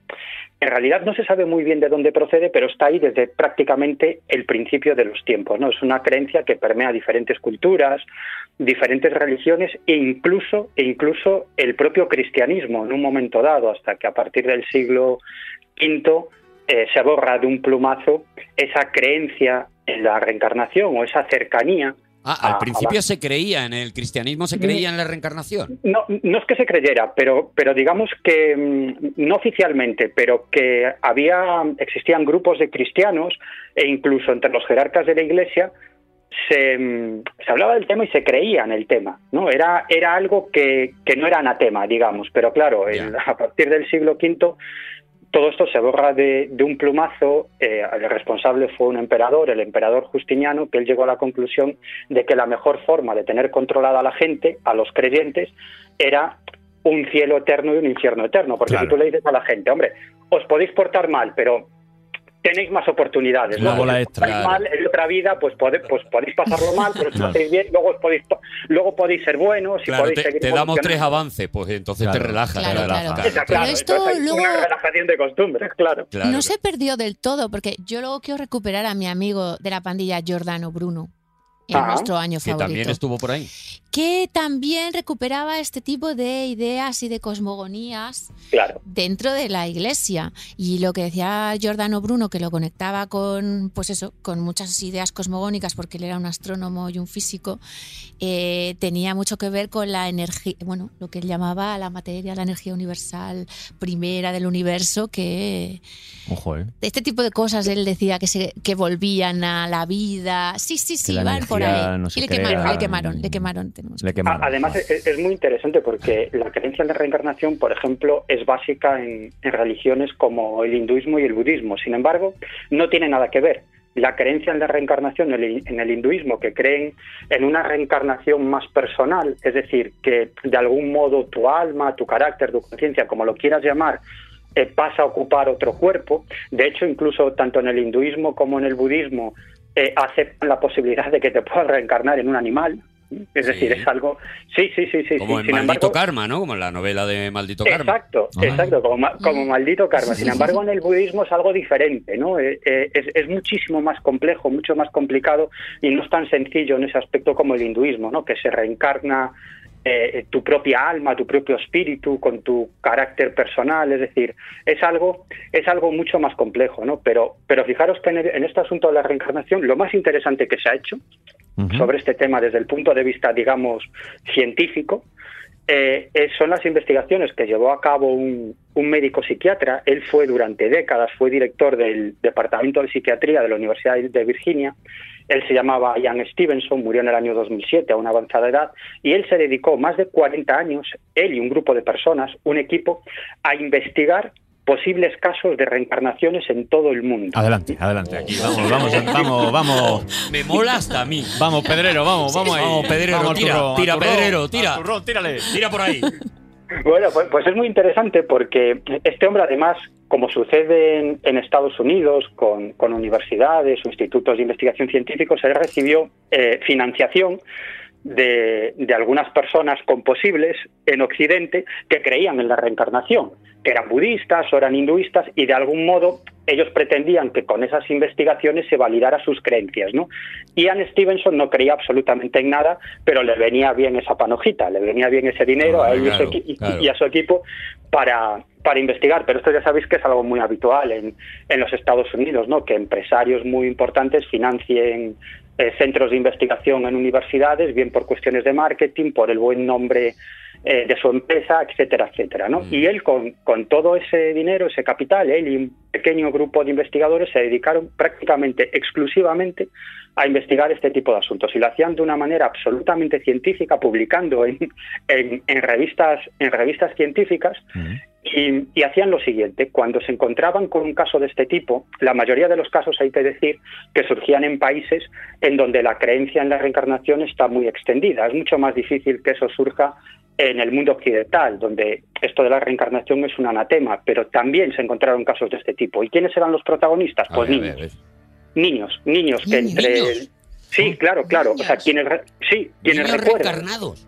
[SPEAKER 9] en realidad no se sabe muy bien de dónde procede, pero está ahí desde prácticamente el principio de los tiempos. ¿no? Es una creencia que permea diferentes culturas, diferentes religiones e incluso, e incluso el propio cristianismo en un momento dado, hasta que a partir del siglo V eh, se borra de un plumazo esa creencia en la reencarnación o esa cercanía
[SPEAKER 2] Ah, al
[SPEAKER 9] Ah,
[SPEAKER 2] principio se creía, en el cristianismo se creía en la reencarnación.
[SPEAKER 9] No, no es que se creyera, pero, pero digamos que mm, no oficialmente, pero que había existían grupos de cristianos e incluso entre los jerarcas de la Iglesia se, mm, se hablaba del tema y se creía en el tema, ¿no? Era, era algo que, que no era anatema, digamos, pero claro,
[SPEAKER 2] Ya.
[SPEAKER 9] el- a partir del siglo V todo esto se borra de, de un plumazo. eh, el responsable fue un emperador, el emperador Justiniano, que él llegó a la conclusión de que la mejor forma de tener controlada a la gente, a los creyentes, era un cielo eterno y un infierno eterno. Porque
[SPEAKER 3] Claro.
[SPEAKER 9] si tú le dices a la gente, hombre, os podéis portar mal, pero tenéis más oportunidades. ¿no?
[SPEAKER 3] Luego la
[SPEAKER 9] Si os portáis
[SPEAKER 2] extra.
[SPEAKER 9] mal en otra vida, pues, pode- pues podéis pasarlo mal, pero si lo hacéis bien, luego, os podéis, to- luego podéis ser buenos y
[SPEAKER 2] Claro,
[SPEAKER 9] podéis
[SPEAKER 2] te,
[SPEAKER 9] seguir
[SPEAKER 2] te damos
[SPEAKER 9] evolucionando.
[SPEAKER 2] tres avances, pues entonces te
[SPEAKER 3] Claro.
[SPEAKER 2] relajas.
[SPEAKER 4] Claro,
[SPEAKER 2] te relajas.
[SPEAKER 4] claro.
[SPEAKER 9] Está claro,
[SPEAKER 4] Pero esto
[SPEAKER 9] entonces hay una
[SPEAKER 4] luego-
[SPEAKER 9] relajación de costumbres, claro.
[SPEAKER 2] claro.
[SPEAKER 4] no se perdió del todo, porque yo luego quiero recuperar a mi amigo de la pandilla Giordano Bruno en
[SPEAKER 9] Ah.
[SPEAKER 4] nuestro año
[SPEAKER 2] Que
[SPEAKER 4] favorito,
[SPEAKER 2] también estuvo por ahí.
[SPEAKER 4] que también recuperaba este tipo de ideas y de cosmogonías
[SPEAKER 9] claro.
[SPEAKER 4] dentro de la iglesia. Y lo que decía Giordano Bruno, que lo conectaba con, pues eso, con muchas ideas cosmogónicas, porque él era un astrónomo y un físico, eh, tenía mucho que ver con la energía, bueno, lo que él llamaba la materia, la energía universal primera del universo, que
[SPEAKER 3] Ojo, ¿eh?
[SPEAKER 4] este tipo de cosas él decía que, se, que volvían a la vida. Sí, sí, sí,
[SPEAKER 3] la
[SPEAKER 4] van por
[SPEAKER 3] energía
[SPEAKER 4] ahí.
[SPEAKER 3] no se
[SPEAKER 4] y le
[SPEAKER 3] crea,
[SPEAKER 4] quemaron,
[SPEAKER 3] y-
[SPEAKER 4] le quemaron, le quemaron. tenemos
[SPEAKER 3] Le
[SPEAKER 4] que-
[SPEAKER 9] Ah,
[SPEAKER 3] quemaron.
[SPEAKER 9] Además, e- es, muy interesante porque la creencia en la reencarnación, por ejemplo, es básica en, en religiones como el hinduismo y el budismo. Sin embargo, no tiene nada que ver. La creencia en la reencarnación en el- en el hinduismo, que creen en una reencarnación más personal, es decir, que de algún modo tu alma, tu carácter, tu conciencia, como lo quieras llamar, eh, pasa a ocupar otro cuerpo. De hecho, incluso tanto en el hinduismo como en el budismo eh, aceptan la posibilidad de que te puedas reencarnar en un animal, Es
[SPEAKER 2] Sí.
[SPEAKER 9] decir, es algo. Sí, sí, sí, sí.
[SPEAKER 2] Como
[SPEAKER 9] sí.
[SPEAKER 2] en
[SPEAKER 9] Sin
[SPEAKER 2] Maldito
[SPEAKER 9] embargo,
[SPEAKER 2] Karma, ¿no? Como en la novela de Maldito Karma.
[SPEAKER 9] Exacto,
[SPEAKER 3] Ah.
[SPEAKER 9] exacto, como, ma- como maldito karma. Sin embargo, en el budismo es algo diferente, ¿no? Eh, eh, es, es muchísimo más complejo, mucho más complicado y no es tan sencillo en ese aspecto como el hinduismo, ¿no? Que se reencarna eh, tu propia alma, tu propio espíritu, con tu carácter personal, es decir, es algo, es algo mucho más complejo, ¿no? Pero, pero fijaros que en, el- en este asunto de la reencarnación, lo más interesante que se ha hecho
[SPEAKER 3] Ujú.
[SPEAKER 9] sobre este tema desde el punto de vista, digamos, científico, eh, eh, son las investigaciones que llevó a cabo un, un médico psiquiatra. Él fue durante décadas, fue director del Departamento de Psiquiatría de la Universidad de Virginia. Él se llamaba Ian Stevenson, murió en el año 2007 a una avanzada edad, y él se dedicó más de 40 años, él y un grupo de personas, un equipo, a investigar posibles casos de reencarnaciones en todo el mundo.
[SPEAKER 3] Adelante, adelante. Aquí, vamos, vamos, vamos, vamos.
[SPEAKER 2] Me mola hasta a mí.
[SPEAKER 3] Vamos, Pedrero, vamos, vamos ahí.
[SPEAKER 2] Vamos, Pedrero,
[SPEAKER 3] Vamos,
[SPEAKER 2] tira,
[SPEAKER 3] Arturo,
[SPEAKER 2] tira,
[SPEAKER 3] Arturo,
[SPEAKER 2] Pedrero, tira.
[SPEAKER 3] Arturo, tírale.
[SPEAKER 2] Tira por ahí.
[SPEAKER 9] Bueno, pues, pues es muy interesante porque este hombre además, como sucede en, en Estados Unidos con, con universidades o institutos de investigación científicos, él recibió eh, financiación de, de algunas personas con posibles en Occidente que creían en la reencarnación, que eran budistas o eran hinduistas y de algún modo ellos pretendían que con esas investigaciones se validara sus creencias. ¿no? Ian Stevenson no creía absolutamente en nada, pero le venía bien esa panojita, le venía bien ese dinero
[SPEAKER 2] Ah,
[SPEAKER 9] a él y su
[SPEAKER 2] claro,
[SPEAKER 9] equi- y-
[SPEAKER 2] claro.
[SPEAKER 9] y a su equipo para, para investigar. Pero esto ya sabéis que es algo muy habitual en, en los Estados Unidos, ¿no? que empresarios muy importantes financien eh, centros de investigación en universidades, bien por cuestiones de marketing, por el buen nombre eh, de su empresa, etcétera, etcétera. ¿no?
[SPEAKER 2] Mm.
[SPEAKER 9] Y él con, con todo ese dinero, ese capital, él y un pequeño grupo de investigadores se dedicaron prácticamente exclusivamente a investigar este tipo de asuntos y lo hacían de una manera absolutamente científica, publicando en, en, en revistas, en revistas científicas y, y hacían lo siguiente, cuando se encontraban con un caso de este tipo, la mayoría de los casos hay que decir que surgían en países en donde la creencia en la reencarnación está muy extendida. Es mucho más difícil que eso surja en el mundo occidental, donde esto de la reencarnación es un anatema, pero también se encontraron casos de este tipo. ¿Y quiénes eran los protagonistas?
[SPEAKER 2] A
[SPEAKER 9] Pues
[SPEAKER 2] ver, a
[SPEAKER 9] niños
[SPEAKER 2] ver, a ver.
[SPEAKER 9] niños, niños que
[SPEAKER 4] Niños.
[SPEAKER 9] entre
[SPEAKER 2] Niños.
[SPEAKER 9] Sí, claro, claro. O sea,
[SPEAKER 4] Niños.
[SPEAKER 9] quienes re- sí, quienes
[SPEAKER 2] Niños
[SPEAKER 9] recuerdan,
[SPEAKER 2] reencarnados.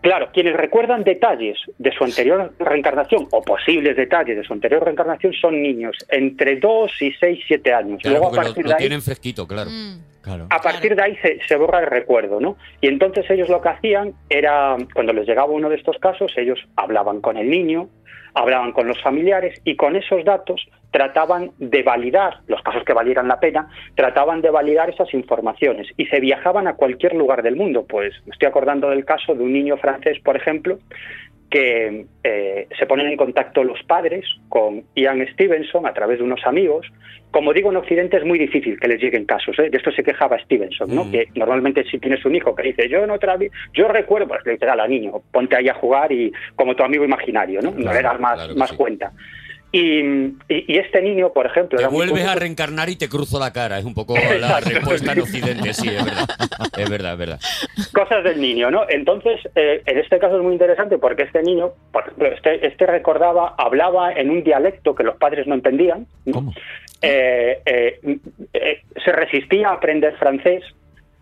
[SPEAKER 9] claro, quienes recuerdan detalles de su anterior reencarnación o posibles detalles de su anterior reencarnación son niños entre 2 y 6, 7 años.
[SPEAKER 2] Claro,
[SPEAKER 9] Luego a
[SPEAKER 2] porque lo-
[SPEAKER 9] partir
[SPEAKER 2] lo,
[SPEAKER 9] de ahí Ah,
[SPEAKER 2] tienen fresquito, claro.
[SPEAKER 4] Mm.
[SPEAKER 3] Claro.
[SPEAKER 9] a partir de ahí se, se borra el recuerdo, ¿no? Y entonces ellos lo que hacían era, cuando les llegaba uno de estos casos, ellos hablaban con el niño, hablaban con los familiares y con esos datos trataban de validar, los casos que valieran la pena, trataban de validar esas informaciones y se viajaban a cualquier lugar del mundo. Pues me estoy acordando del caso de un niño francés, por ejemplo, que eh, se ponen en contacto los padres con Ian Stevenson a través de unos amigos. Como digo, en Occidente es muy difícil que les lleguen casos. ¿eh? De esto se quejaba Stevenson, ¿no?
[SPEAKER 2] Mm.
[SPEAKER 9] que normalmente si tienes un hijo que dice, yo en otra vi- yo recuerdo, pues le dices, al niño, ponte ahí a jugar y como tu amigo imaginario, ¿no? no
[SPEAKER 2] Claro,
[SPEAKER 9] le das más,
[SPEAKER 2] claro que
[SPEAKER 9] más
[SPEAKER 2] sí.
[SPEAKER 9] cuenta. Y, y- y este niño, por ejemplo...
[SPEAKER 2] Te
[SPEAKER 9] era muy
[SPEAKER 2] vuelves a
[SPEAKER 9] curioso.
[SPEAKER 2] reencarnar y te cruzo la cara. Es un poco la respuesta en Occidente, sí, es verdad. Es verdad, es verdad.
[SPEAKER 9] cosas del niño, ¿no? Entonces, eh, en este caso es muy interesante porque este niño, por ejemplo, este, este recordaba, hablaba en un dialecto que los padres no entendían.
[SPEAKER 3] ¿Cómo?
[SPEAKER 9] Eh, eh, eh, se resistía a aprender francés.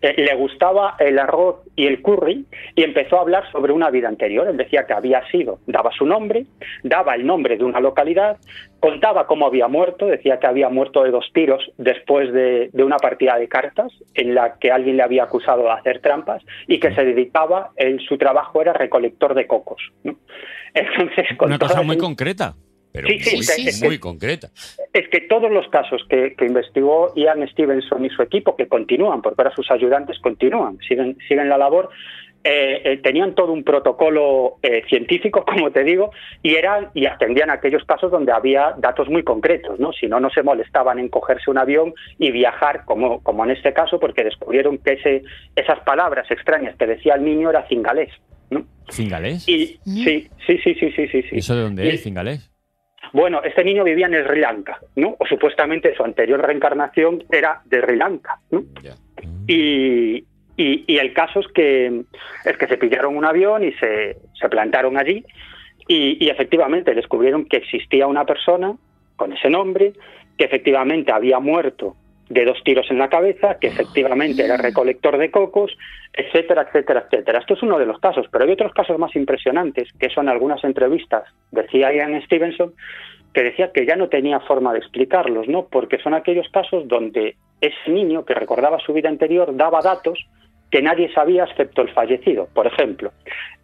[SPEAKER 9] eh, Le gustaba el arroz y el curry y empezó a hablar sobre una vida anterior. Él decía que había sido, daba su nombre, daba el nombre de una localidad, contaba cómo había muerto, decía que había muerto de dos tiros después de, de una partida de cartas en la que alguien le había acusado de hacer trampas y que se dedicaba, él, su trabajo era recolector de cocos. ¿no? Entonces,
[SPEAKER 3] Una cosa
[SPEAKER 9] contaba
[SPEAKER 3] muy
[SPEAKER 9] el-
[SPEAKER 3] concreta.
[SPEAKER 2] Pero
[SPEAKER 9] Sí, sí,
[SPEAKER 2] muy,
[SPEAKER 4] sí, sí.
[SPEAKER 2] muy concreta.
[SPEAKER 9] es que todos los casos que, que investigó Ian Stevenson y su equipo, que continúan, porque ahora sus ayudantes continúan, siguen, siguen la labor, eh, eh, tenían todo un protocolo eh, científico, como te digo, y eran y atendían a aquellos casos donde había datos muy concretos, ¿no? Si no, no se molestaban en cogerse un avión y viajar, como, como en este caso, porque descubrieron que ese, esas palabras extrañas que decía el niño era cingalés. ¿no?
[SPEAKER 3] ¿Cingalés?
[SPEAKER 9] Y
[SPEAKER 4] Mm.
[SPEAKER 9] sí, sí, sí, sí, sí, sí, sí.
[SPEAKER 3] ¿Y ¿Eso de dónde es,
[SPEAKER 9] Y-
[SPEAKER 3] cingalés?
[SPEAKER 9] bueno, este niño vivía en Sri Lanka, ¿no? O supuestamente su anterior reencarnación era de Sri Lanka, ¿no?
[SPEAKER 2] Ya.
[SPEAKER 9] Y, y- y el caso es que, es que se pillaron un avión y se, se plantaron allí y, y efectivamente descubrieron que existía una persona con ese nombre, que efectivamente había muerto de dos tiros en la cabeza, que efectivamente era recolector de cocos, etcétera, etcétera, etcétera. Esto es uno de los casos, pero hay otros casos más impresionantes, que son algunas entrevistas, decía Ian Stevenson, que decía que ya no tenía forma de explicarlos, ¿no? Porque son aquellos casos donde ese niño que recordaba su vida anterior daba datos que nadie sabía excepto el fallecido. Por ejemplo,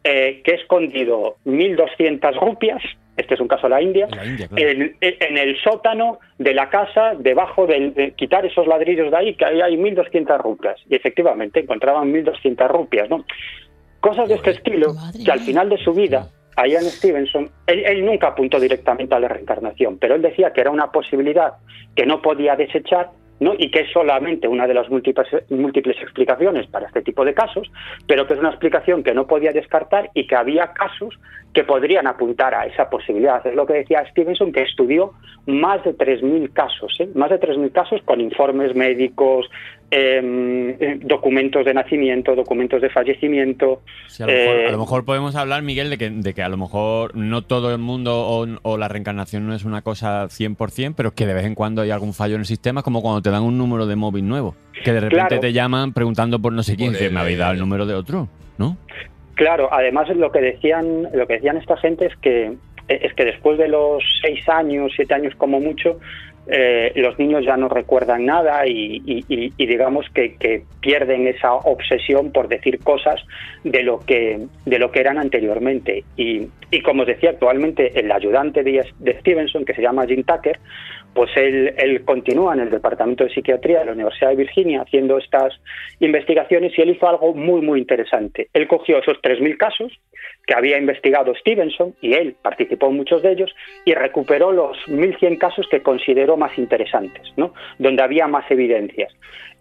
[SPEAKER 9] eh, que he escondido 1.200 rupias, este es un caso de la India,
[SPEAKER 3] En la India, claro.
[SPEAKER 9] en, en el sótano de la casa, debajo del, de quitar esos ladrillos de ahí, que ahí hay 1.200 rupias. Y efectivamente encontraban 1.200 rupias, ¿no? Cosas de este estilo
[SPEAKER 4] Madre
[SPEAKER 9] que al
[SPEAKER 4] mía.
[SPEAKER 9] final de su vida, a Ian Stevenson, él, él nunca apuntó directamente a la reencarnación, pero él decía que era una posibilidad que no podía desechar ¿no? y que es solamente una de las múltiples, múltiples explicaciones para este tipo de casos, pero que es una explicación que no podía descartar y que había casos que podrían apuntar a esa posibilidad. Es lo que decía Stevenson, que estudió más de 3.000 casos, ¿eh? más de 3.000 casos con informes médicos, em, eh, documentos de nacimiento, documentos de fallecimiento.
[SPEAKER 3] Sí, a, lo mejor,
[SPEAKER 9] eh,
[SPEAKER 3] a lo mejor podemos hablar, Miguel, de que, de que a lo mejor no todo el mundo o, o la reencarnación no es una cosa 100%, pero que de vez en cuando hay algún fallo en el sistema, como cuando te dan un número de móvil nuevo, que de repente
[SPEAKER 9] Claro.
[SPEAKER 3] te llaman preguntando por no sé quién,
[SPEAKER 2] Por
[SPEAKER 3] que
[SPEAKER 2] el-
[SPEAKER 3] me habéis dado el número de otro, ¿no?
[SPEAKER 9] Claro, además lo que decían, lo que decían esta gente es que eh, es que después de los seis años, siete años como mucho, eh, los niños ya no recuerdan nada y, y- y- y digamos que, que pierden esa obsesión por decir cosas de lo que de lo que eran anteriormente. Y, y como os decía, actualmente el ayudante de, de Stevenson, que se llama Jim Tucker, pues él, él continúa en el Departamento de Psiquiatría de la Universidad de Virginia haciendo estas investigaciones y él hizo algo muy, muy interesante. Él cogió esos 3.000 casos que había investigado Stevenson y él participó en muchos de ellos y recuperó los 1.100 casos que consideró más interesantes, ¿no? donde había más evidencias.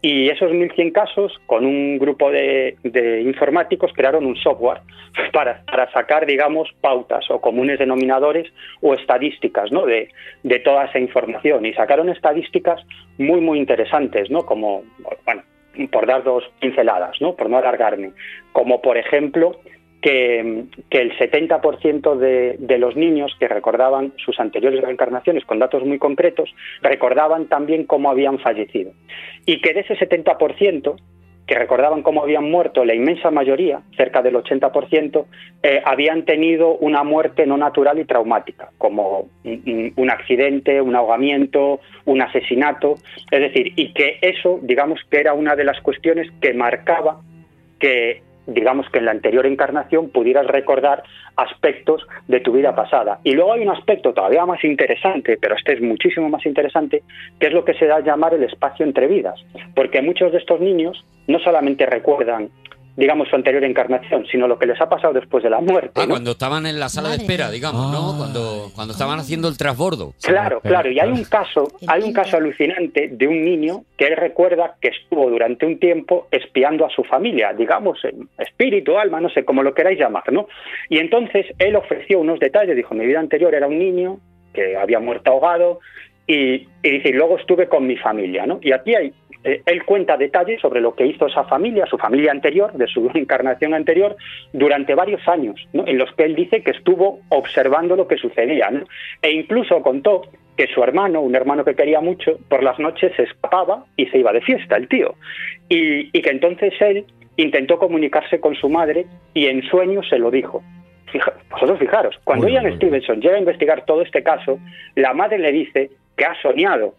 [SPEAKER 9] Y esos 1.100 casos, con un grupo de, de informáticos, crearon un software para, para sacar, digamos, pautas o comunes denominadores o estadísticas ¿no? de, de toda esa información y sacaron estadísticas muy muy interesantes, ¿no? Como bueno, por dar dos pinceladas, ¿no? Por no alargarme, como por ejemplo que, que el 70% de, de los niños que recordaban sus anteriores reencarnaciones con datos muy concretos recordaban también cómo habían fallecido y que de ese 70% que recordaban cómo habían muerto, la inmensa mayoría, cerca del 80%, eh, habían tenido una muerte no natural y traumática, como un- un- un accidente, un ahogamiento, un asesinato, es decir, y que eso, digamos que era una de las cuestiones que marcaba que, digamos que en la anterior encarnación pudieras recordar aspectos de tu vida pasada. Y luego hay un aspecto todavía más interesante, pero este es muchísimo más interesante, que es lo que se da a llamar el espacio entre vidas, porque muchos de estos niños no solamente recuerdan digamos su anterior encarnación, sino lo que les ha pasado después de la muerte.
[SPEAKER 2] Ah,
[SPEAKER 9] ¿no?
[SPEAKER 2] cuando estaban en la sala de
[SPEAKER 4] Madre
[SPEAKER 2] espera,
[SPEAKER 4] mía.
[SPEAKER 2] digamos, ¿no?
[SPEAKER 3] Ah.
[SPEAKER 2] Cuando, cuando estaban haciendo el trasbordo.
[SPEAKER 9] Claro,
[SPEAKER 3] Espera,
[SPEAKER 9] claro. Y hay un caso,
[SPEAKER 4] Qué
[SPEAKER 9] hay un
[SPEAKER 4] pinta.
[SPEAKER 9] caso alucinante de un niño que él recuerda que estuvo durante un tiempo espiando a su familia, digamos, en espíritu, alma, no sé, como lo queráis llamar, ¿no? Y entonces él ofreció unos detalles, dijo, mi vida anterior era un niño que había muerto ahogado y, y dice, "Y luego estuve con mi familia, ¿no? Y aquí hay, eh, él cuenta detalles sobre lo que hizo esa familia, su familia anterior, de su encarnación anterior, durante varios años, ¿no? en los que él dice que estuvo observando lo que sucedía, ¿no? e incluso contó que su hermano, un hermano que quería mucho, por las noches se escapaba y se iba de fiesta, el tío, y, y que entonces él intentó comunicarse con su madre y en sueño se lo dijo. Fija- vosotros fijaros, cuando
[SPEAKER 3] Uy,
[SPEAKER 9] Ian
[SPEAKER 3] uy, uy.
[SPEAKER 9] Stevenson llega a investigar todo este caso, la madre le dice que ha soñado,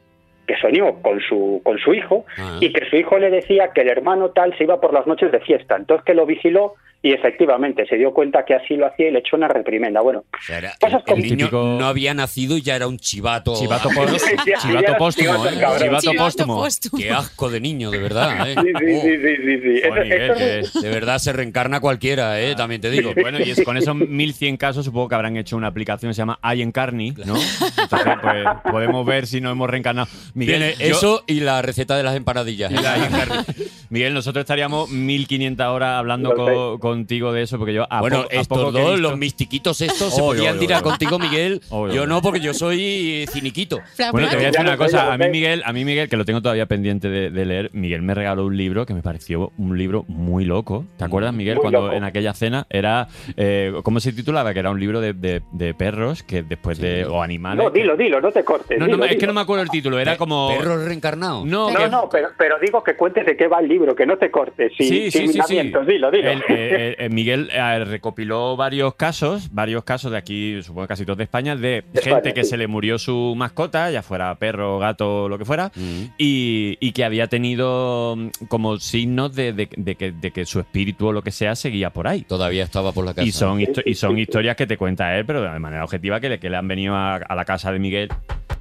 [SPEAKER 9] que soñó con su, con su hijo
[SPEAKER 2] Ah.
[SPEAKER 9] y que su hijo le decía que el hermano tal se iba por las noches de fiesta, entonces que lo vigiló y efectivamente se dio cuenta que así lo hacía y le echó una reprimenda. Bueno,
[SPEAKER 2] O sea, era- el,
[SPEAKER 9] Cosas como-
[SPEAKER 2] el niño
[SPEAKER 3] Típico-
[SPEAKER 2] no había nacido y ya era un chivato.
[SPEAKER 3] Chivato,
[SPEAKER 2] Ah,
[SPEAKER 3] po-
[SPEAKER 9] ya- ya
[SPEAKER 3] chivato
[SPEAKER 9] era
[SPEAKER 3] póstumo,
[SPEAKER 9] chivato,
[SPEAKER 3] ¿eh?
[SPEAKER 9] cabrón.
[SPEAKER 3] Chivato
[SPEAKER 4] Chivato
[SPEAKER 3] póstumo.
[SPEAKER 4] póstumo.
[SPEAKER 2] Qué asco de niño, de verdad. ¿eh?
[SPEAKER 9] sí, sí, sí, sí, sí, sí. Eso-
[SPEAKER 3] Joder, Miguel,
[SPEAKER 9] esto es muy-
[SPEAKER 3] que es-
[SPEAKER 2] De verdad se reencarna cualquiera, ¿eh? también te digo.
[SPEAKER 3] Digo, bueno, y es- con esos 1100 casos supongo que habrán hecho una aplicación que se llama iEncarni, ¿no? Entonces, pues podemos ver si no hemos reencarnado. Miguel, eh,
[SPEAKER 2] Tiene
[SPEAKER 3] yo-
[SPEAKER 2] eso y la receta de las empanadillas. ¿eh? Ah,
[SPEAKER 3] Y la iEncarni. Miguel, nosotros estaríamos 1500 horas hablando
[SPEAKER 9] Perfecto.
[SPEAKER 3] co- contigo de eso, porque yo a
[SPEAKER 2] ah, bueno,
[SPEAKER 3] poco- a
[SPEAKER 2] estos
[SPEAKER 3] poco que he
[SPEAKER 2] dos,
[SPEAKER 3] visto-
[SPEAKER 2] los mistiquitos estos, se
[SPEAKER 3] Oy,
[SPEAKER 2] podían
[SPEAKER 3] oy,
[SPEAKER 2] tirar
[SPEAKER 3] oy, oy.
[SPEAKER 2] contigo, Miguel.
[SPEAKER 3] Oy, oy,
[SPEAKER 2] yo
[SPEAKER 3] oy.
[SPEAKER 2] no, porque yo soy eh, ciniquito.
[SPEAKER 4] Fla,
[SPEAKER 3] Bueno,
[SPEAKER 4] fla.
[SPEAKER 3] te voy a decir
[SPEAKER 9] Ya
[SPEAKER 3] una
[SPEAKER 9] lo sé, ya
[SPEAKER 3] cosa.
[SPEAKER 9] lo
[SPEAKER 3] A mí,
[SPEAKER 9] sé.
[SPEAKER 3] Miguel, a mí, Miguel, que lo tengo todavía pendiente de, de leer, Miguel me regaló un libro que me pareció un libro muy loco. ¿Te acuerdas, Miguel,
[SPEAKER 9] Muy
[SPEAKER 3] cuando
[SPEAKER 9] loco.
[SPEAKER 3] en aquella cena era. eh, ¿Cómo se titulaba? Que era un libro de, de- de perros que después de. o animales.
[SPEAKER 9] No, dilo, dilo, no te cortes.
[SPEAKER 3] eh, No, no,
[SPEAKER 9] dilo,
[SPEAKER 3] es que
[SPEAKER 9] dilo.
[SPEAKER 3] no me acuerdo el título, era como.
[SPEAKER 2] Perros reencarnados.
[SPEAKER 3] No,
[SPEAKER 9] No,
[SPEAKER 3] que-
[SPEAKER 9] no, pero, pero digo que cuentes de qué va el libro, que no te cortes. Sin, sin miramientos, Dilo, dilo.
[SPEAKER 3] El, eh, eh, Miguel eh, recopiló varios casos, varios casos de aquí, supongo que casi todos de España, de,
[SPEAKER 9] De
[SPEAKER 3] gente
[SPEAKER 9] España,
[SPEAKER 3] que
[SPEAKER 9] sí.
[SPEAKER 3] se le murió su mascota, ya fuera perro, gato, lo que fuera,
[SPEAKER 2] Mm.
[SPEAKER 3] y, y que había tenido mm, como signos de, de- de que, de que su espíritu o lo que sea seguía por ahí.
[SPEAKER 2] Todavía estaba por la casa.
[SPEAKER 3] Y son, histo- y son historias que te cuenta él, pero de manera objetiva, que le, que le han venido a, a la casa de Miguel.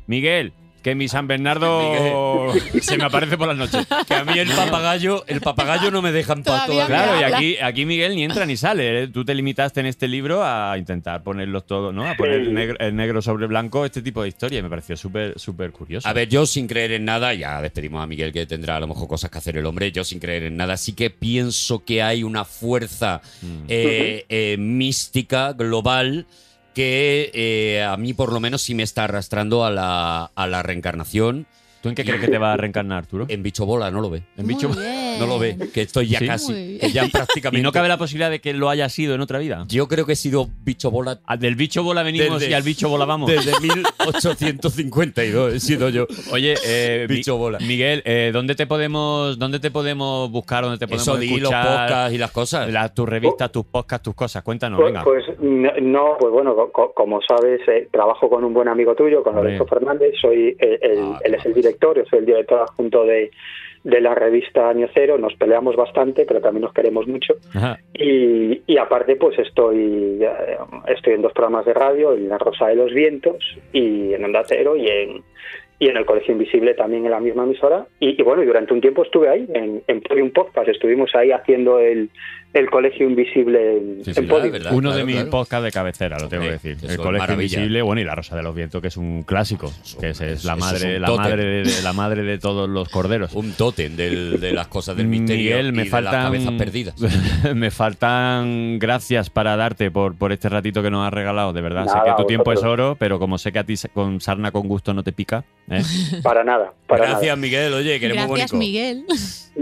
[SPEAKER 3] Miguel, que mi San Bernardo se me aparece por las noches.
[SPEAKER 2] Que a mí el papagayo, el papagayo no me deja en paz
[SPEAKER 4] Todavía
[SPEAKER 2] todavía.
[SPEAKER 4] me
[SPEAKER 3] Claro, y
[SPEAKER 4] habla.
[SPEAKER 3] aquí, aquí Miguel ni entra ni sale. ¿eh? Tú te limitaste en este libro a intentar ponerlos todos, ¿no? A poner
[SPEAKER 9] Sí.
[SPEAKER 3] negro, el negro sobre blanco, este tipo de historia. Y me pareció súper, súper curioso.
[SPEAKER 2] A ver, yo sin creer en nada, ya despedimos a Miguel que tendrá a lo mejor cosas que hacer el hombre, yo sin creer en nada, sí que pienso que hay una fuerza
[SPEAKER 3] Mm.
[SPEAKER 2] eh, eh, mística, global, que eh, a mí por lo menos sí me está arrastrando a la, a la reencarnación.
[SPEAKER 3] ¿Tú en qué crees que te va a reencarnar, Arturo?
[SPEAKER 2] En bicho bola, no lo ve.
[SPEAKER 3] En bicho.
[SPEAKER 4] Muy bien.
[SPEAKER 2] No lo ve, que estoy ya
[SPEAKER 3] Sí.
[SPEAKER 4] Muy
[SPEAKER 2] casi,
[SPEAKER 4] bien.
[SPEAKER 2] que ya prácticamente...
[SPEAKER 3] Y no cabe la posibilidad de que lo haya sido en otra vida.
[SPEAKER 2] Yo creo que he sido bicho bola
[SPEAKER 3] Al Del bicho bola venimos
[SPEAKER 2] Desde-
[SPEAKER 3] y al bicho bola vamos.
[SPEAKER 2] desde 1852, he sido yo.
[SPEAKER 3] Oye, eh, Mi-
[SPEAKER 2] Bicho bola.
[SPEAKER 3] Miguel, eh, ¿dónde te podemos, dónde te podemos buscar, dónde te podemos
[SPEAKER 2] Eso di los
[SPEAKER 3] escuchar?
[SPEAKER 2] podcasts y las cosas.
[SPEAKER 3] Las- tus revistas, tus podcasts, tus cosas. Cuéntanos,
[SPEAKER 9] Pues,
[SPEAKER 3] venga.
[SPEAKER 9] pues, no- no, pues bueno, co- co- como sabes, eh, trabajo con un buen amigo tuyo, con
[SPEAKER 3] Hombre.
[SPEAKER 9] Lorenzo Fernández, soy eh, el,
[SPEAKER 2] Ah,
[SPEAKER 9] él
[SPEAKER 2] qué
[SPEAKER 9] es el
[SPEAKER 2] guapo.
[SPEAKER 9] director, yo soy el director adjunto de, de la revista Año Cero, nos peleamos bastante, pero también nos queremos mucho.
[SPEAKER 3] Ajá.
[SPEAKER 9] Y, y aparte, pues estoy, eh, estoy en dos programas de radio, en La Rosa de los Vientos y en Onda Cero y en, y en El Colegio Invisible también en la misma emisora. Y, y bueno, y durante un tiempo estuve ahí, en, en Podium Podcast, estuvimos ahí haciendo el, el Colegio Invisible en,
[SPEAKER 2] Sí,
[SPEAKER 9] en
[SPEAKER 2] sí,
[SPEAKER 9] Podium.
[SPEAKER 2] ¿verdad?
[SPEAKER 3] Uno
[SPEAKER 2] Claro,
[SPEAKER 3] de mis
[SPEAKER 2] claro.
[SPEAKER 3] podcasts de cabecera, lo tengo que
[SPEAKER 2] Hombre,
[SPEAKER 3] decir.
[SPEAKER 2] que
[SPEAKER 3] El
[SPEAKER 2] son
[SPEAKER 3] Colegio
[SPEAKER 2] maravilla.
[SPEAKER 3] Invisible, bueno, y La Rosa de los Vientos, que es un clásico. Que es, es la
[SPEAKER 2] eso es
[SPEAKER 3] madre,
[SPEAKER 2] un
[SPEAKER 3] la
[SPEAKER 2] tótem.
[SPEAKER 3] madre de, de- la madre de todos los corderos.
[SPEAKER 2] Un tótem del- de las cosas del misterio
[SPEAKER 3] Miguel, me
[SPEAKER 2] y de las
[SPEAKER 3] faltan
[SPEAKER 2] cabezas perdidas.
[SPEAKER 3] me faltan gracias para darte por, por este ratito que nos has regalado, de verdad. sé
[SPEAKER 9] Nada,
[SPEAKER 3] que tu tiempo es
[SPEAKER 9] vosotros.
[SPEAKER 3] oro, pero como sé que a ti se- con sarna con gusto no te pica, ¿eh?
[SPEAKER 9] Para nada, para
[SPEAKER 2] Gracias, Miguel. Oye, que eres muy
[SPEAKER 4] Gracias,
[SPEAKER 2] bonito.
[SPEAKER 4] Miguel.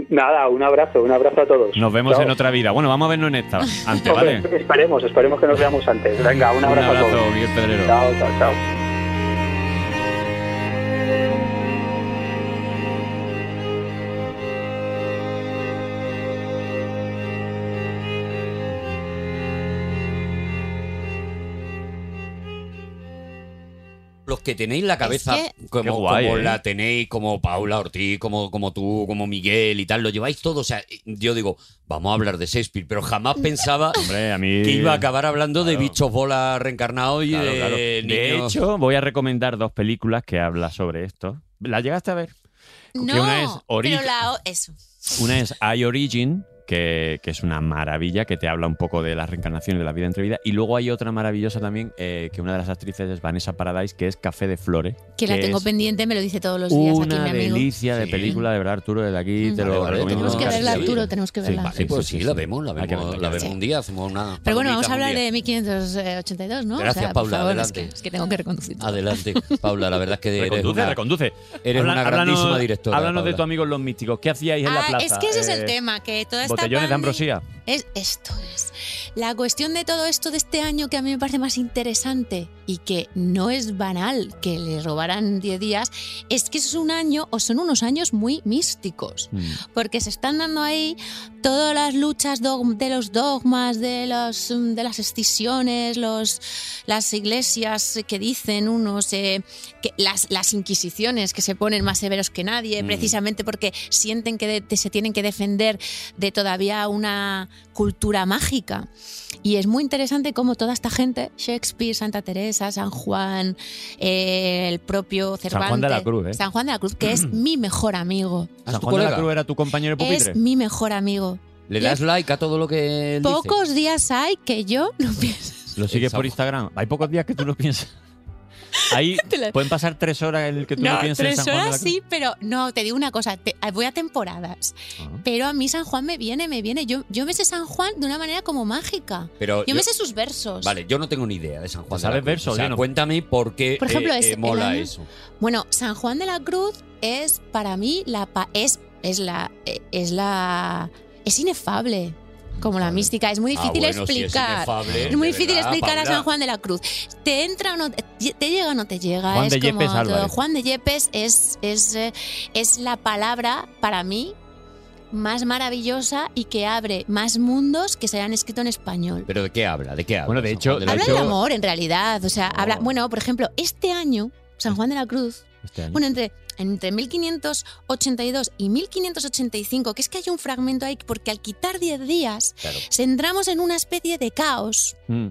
[SPEAKER 9] nada. Nada, un abrazo, un abrazo a todos.
[SPEAKER 3] nos vemos
[SPEAKER 9] Chao.
[SPEAKER 3] en otra vida. Bueno, vamos a vernos en esta antes,
[SPEAKER 9] Hombre,
[SPEAKER 3] ¿vale?
[SPEAKER 9] Esperemos, esperemos que nos veamos antes. Venga, un
[SPEAKER 3] Un
[SPEAKER 9] abrazo, a
[SPEAKER 3] abrazo,
[SPEAKER 9] todos.
[SPEAKER 3] Miguel Pedrero.
[SPEAKER 9] Chao, chao, chao.
[SPEAKER 2] Los que tenéis la cabeza
[SPEAKER 4] Es que-
[SPEAKER 3] Qué
[SPEAKER 2] como,
[SPEAKER 3] guay,
[SPEAKER 2] como
[SPEAKER 3] ¿eh?
[SPEAKER 2] la tenéis, como Paula Ortiz, como, como tú, como Miguel y tal, lo lleváis todo. O sea, yo digo, vamos a hablar de Shakespeare, pero jamás pensaba
[SPEAKER 3] Hombre, a mí.
[SPEAKER 2] que iba a acabar hablando de
[SPEAKER 3] Claro.
[SPEAKER 2] bichos bola reencarnados y
[SPEAKER 3] Claro,
[SPEAKER 2] de
[SPEAKER 3] claro. De
[SPEAKER 2] niños-
[SPEAKER 3] hecho, voy a recomendar dos películas que habla sobre esto. ¿La llegaste a ver? Que una es
[SPEAKER 4] No, pero
[SPEAKER 3] origen.
[SPEAKER 4] la o- eso.
[SPEAKER 3] Una es I Origin, que, que es una maravilla, que te habla un poco de las reencarnaciones de la vida entre vida. Y luego hay otra maravillosa también, eh, que una de las actrices es Vanessa Paradise, que es Café de Flores.
[SPEAKER 4] Que la
[SPEAKER 3] que
[SPEAKER 4] tengo
[SPEAKER 3] es
[SPEAKER 4] pendiente, me lo dice todos los días aquí
[SPEAKER 3] Una
[SPEAKER 4] mi amigo.
[SPEAKER 3] delicia de
[SPEAKER 2] Sí.
[SPEAKER 3] película, de verdad, Arturo, desde aquí
[SPEAKER 4] Mm.
[SPEAKER 3] te lo
[SPEAKER 2] Vale, vale,
[SPEAKER 3] recomiendo.
[SPEAKER 4] Tenemos que
[SPEAKER 2] No,
[SPEAKER 4] verla,
[SPEAKER 2] sí,
[SPEAKER 4] Arturo,
[SPEAKER 2] sí.
[SPEAKER 4] tenemos que
[SPEAKER 3] Sí,
[SPEAKER 4] verla.
[SPEAKER 3] vale.
[SPEAKER 2] Sí, pues sí, la vemos, la
[SPEAKER 3] Hay que
[SPEAKER 2] vemos, la
[SPEAKER 3] verla, hay que
[SPEAKER 2] vemos
[SPEAKER 4] verla.
[SPEAKER 2] un día, hacemos una.
[SPEAKER 4] Pero bueno, vamos
[SPEAKER 2] palomita
[SPEAKER 4] a
[SPEAKER 2] algún
[SPEAKER 4] hablar
[SPEAKER 2] pues, día.
[SPEAKER 4] de 1582, ¿no?
[SPEAKER 2] Gracias,
[SPEAKER 4] por
[SPEAKER 2] Paula,
[SPEAKER 4] favor, es
[SPEAKER 2] adelante.
[SPEAKER 4] que, es que tengo que reconducir. todo.
[SPEAKER 2] Adelante, Paula, la verdad es que eres
[SPEAKER 3] Reconduce,
[SPEAKER 2] una-
[SPEAKER 3] reconduce.
[SPEAKER 2] eres una grandísima directora,
[SPEAKER 3] Háblanos de
[SPEAKER 2] Paula.
[SPEAKER 3] tu amigo Los Místicos. ¿Qué hacíais en la
[SPEAKER 4] Ah,
[SPEAKER 3] plaza?
[SPEAKER 4] es que ese es el
[SPEAKER 3] Eh,
[SPEAKER 4] tema, que toda esta
[SPEAKER 3] Botellones de
[SPEAKER 4] pandi-
[SPEAKER 3] ambrosía.
[SPEAKER 4] Es, esto es. La cuestión de todo esto de este año que a mí me parece más interesante y que no es banal que le robaran 10 días, es que es un año o son unos años muy místicos.
[SPEAKER 3] Mm.
[SPEAKER 4] porque se están dando ahí todas las luchas dog- de los dogmas, de, los, mm, de las escisiones, los, las iglesias que dicen unos, eh, que las, las inquisiciones que se ponen más severos que nadie,
[SPEAKER 2] Mm.
[SPEAKER 4] precisamente porque sienten que de- se tienen que defender de todavía una cultura mágica. Y es muy interesante cómo toda esta gente, Shakespeare, Santa Teresa, San Juan, eh, el propio Cervantes,
[SPEAKER 3] San Juan de la Cruz, ¿eh?
[SPEAKER 4] San Juan de la Cruz, que es mi mejor amigo.
[SPEAKER 2] ¿Haz
[SPEAKER 3] San
[SPEAKER 2] tu
[SPEAKER 3] Juan de la
[SPEAKER 2] colega?
[SPEAKER 3] Cruz era tu compañero de pupitre.
[SPEAKER 4] Es mi mejor amigo.
[SPEAKER 2] Le das like a todo lo que él dice.
[SPEAKER 4] Pocos días hay que yo no pienso.
[SPEAKER 3] Lo sigues por
[SPEAKER 2] San-
[SPEAKER 3] Instagram. Hay pocos días que tú lo piensas. Ahí
[SPEAKER 4] Te la-
[SPEAKER 3] pueden pasar tres horas en el que tú no,
[SPEAKER 4] No,
[SPEAKER 3] pienses en
[SPEAKER 4] tres
[SPEAKER 3] San Juan de
[SPEAKER 4] horas
[SPEAKER 3] la Cruz.
[SPEAKER 4] sí, pero no, te digo una cosa, te- voy a temporadas,
[SPEAKER 3] Ah.
[SPEAKER 4] pero a mí San Juan me viene, me viene. Yo, yo me sé San Juan de una manera como mágica.
[SPEAKER 2] Pero
[SPEAKER 4] Yo, me sé sus versos.
[SPEAKER 2] Vale, yo no tengo ni idea de San Juan. de la
[SPEAKER 3] Pues ¿Sabes
[SPEAKER 2] Cruz.
[SPEAKER 3] verso,
[SPEAKER 2] O sea,
[SPEAKER 3] Diano?
[SPEAKER 2] cuéntame por qué
[SPEAKER 4] Por ejemplo,
[SPEAKER 2] eh,
[SPEAKER 4] es
[SPEAKER 2] eh,
[SPEAKER 4] el
[SPEAKER 2] mola
[SPEAKER 4] año-
[SPEAKER 2] eso.
[SPEAKER 4] Bueno, San Juan de la Cruz es para mí la pa- es es la eh, es la es inefable como la
[SPEAKER 2] Vale.
[SPEAKER 4] mística, es muy
[SPEAKER 2] Ah,
[SPEAKER 4] difícil
[SPEAKER 2] bueno, si es
[SPEAKER 4] explicar.
[SPEAKER 2] inefable,
[SPEAKER 4] es muy
[SPEAKER 2] de
[SPEAKER 4] difícil
[SPEAKER 2] verdad,
[SPEAKER 4] explicar a
[SPEAKER 2] Paula.
[SPEAKER 4] San Juan de la Cruz. ¿Te entra o no te te llega o no te llega?
[SPEAKER 3] Juan
[SPEAKER 4] es
[SPEAKER 3] de
[SPEAKER 4] como
[SPEAKER 3] Yepes
[SPEAKER 4] todo.
[SPEAKER 3] Álvarez.
[SPEAKER 4] Juan de Yepes es, es, eh, es la palabra para mí más maravillosa y que abre más mundos que se han escrito en español.
[SPEAKER 2] Pero de qué habla, de qué habla.
[SPEAKER 3] Bueno, de
[SPEAKER 2] San
[SPEAKER 3] hecho-
[SPEAKER 2] Juan la
[SPEAKER 4] habla
[SPEAKER 2] Cruz?
[SPEAKER 4] del amor, en realidad. O sea, habla. Bueno, por ejemplo, este año, San Juan de la Cruz
[SPEAKER 3] Este año.
[SPEAKER 4] bueno, entre, entre 1582 y 1585, que es que hay un fragmento ahí, porque al quitar 10 días,
[SPEAKER 2] Claro.
[SPEAKER 4] entramos en una especie de caos
[SPEAKER 3] Mm.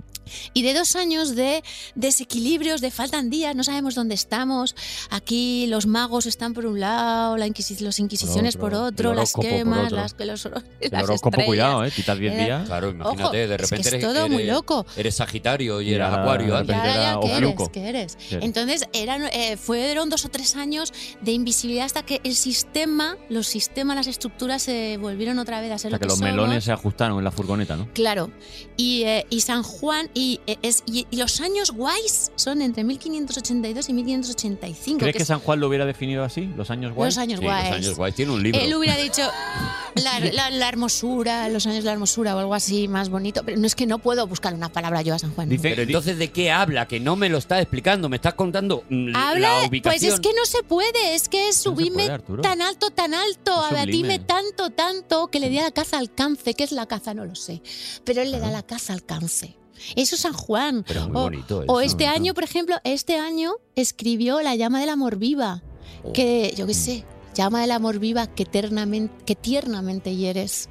[SPEAKER 4] y de dos años de desequilibrios, de faltan días, no sabemos dónde estamos. Aquí los magos están por un lado, la inquisi- los inquisiciones por
[SPEAKER 3] otro, el
[SPEAKER 4] otro, las
[SPEAKER 3] horóscopo por
[SPEAKER 4] quemas,
[SPEAKER 3] otro.
[SPEAKER 4] las que los hor-
[SPEAKER 3] El
[SPEAKER 4] las
[SPEAKER 3] horóscopo,
[SPEAKER 4] estrellas.
[SPEAKER 3] cuidado, ¿eh? Quitas 10
[SPEAKER 4] Era-
[SPEAKER 3] días.
[SPEAKER 2] Claro, imagínate,
[SPEAKER 4] Ojo,
[SPEAKER 2] de
[SPEAKER 4] es que es
[SPEAKER 2] repente eres,
[SPEAKER 4] todo muy
[SPEAKER 2] eres-
[SPEAKER 4] loco.
[SPEAKER 2] eres Sagitario y
[SPEAKER 3] Y
[SPEAKER 2] eres
[SPEAKER 3] ahora-
[SPEAKER 2] Acuario
[SPEAKER 3] de
[SPEAKER 2] antes.
[SPEAKER 4] Y
[SPEAKER 3] repente
[SPEAKER 4] ahora
[SPEAKER 3] era
[SPEAKER 4] ya, ¿qué
[SPEAKER 3] Ofluco.
[SPEAKER 4] eres? ¿Qué eres?
[SPEAKER 3] Sí.
[SPEAKER 4] Entonces eran, eh, fueron dos o tres años de invisibilidad hasta que el sistema, los sistemas, las estructuras se volvieron otra vez a ser
[SPEAKER 3] Hasta
[SPEAKER 4] lo que
[SPEAKER 3] que los
[SPEAKER 4] somos.
[SPEAKER 3] melones se ajustaron en la furgoneta, ¿no?
[SPEAKER 4] Claro, y, eh, y San Juan, y, eh, es, y, y los años guays son entre 1582 y 1585.
[SPEAKER 3] ¿Crees
[SPEAKER 4] que
[SPEAKER 3] que
[SPEAKER 4] es-
[SPEAKER 3] San Juan lo hubiera definido así? ¿Los años guays?
[SPEAKER 4] Los años
[SPEAKER 2] Sí,
[SPEAKER 4] guays.
[SPEAKER 2] los años guays. Tiene un libro.
[SPEAKER 4] Él hubiera dicho la, la- la hermosura, los años de la hermosura o algo así más bonito, pero no es que no puedo buscar una palabra yo a San Juan. ¿no?
[SPEAKER 3] Dice-
[SPEAKER 2] Pero entonces, ¿de qué habla? Que no me lo estás explicando, me estás contando mm,
[SPEAKER 4] Habla,
[SPEAKER 2] la
[SPEAKER 4] pues
[SPEAKER 2] ubicación.
[SPEAKER 4] es que no se puede, es que es
[SPEAKER 3] No se
[SPEAKER 4] subirme
[SPEAKER 3] puede, Arturo.
[SPEAKER 4] tan alto, tan alto,
[SPEAKER 3] Es
[SPEAKER 4] abatime
[SPEAKER 3] sublime.
[SPEAKER 4] tanto, tanto, que le di a la caza al cance. ¿Qué es la caza? No lo sé. Pero él le da la caza al cance. Eso es San Juan.
[SPEAKER 2] Pero es muy
[SPEAKER 4] o,
[SPEAKER 2] bonito
[SPEAKER 4] o
[SPEAKER 2] eso,
[SPEAKER 4] este
[SPEAKER 2] ¿verdad?
[SPEAKER 4] año, por ejemplo, este año escribió La llama del amor viva,
[SPEAKER 2] Oh.
[SPEAKER 4] que yo qué sé, llama del amor viva que, ternamente, que tiernamente hieres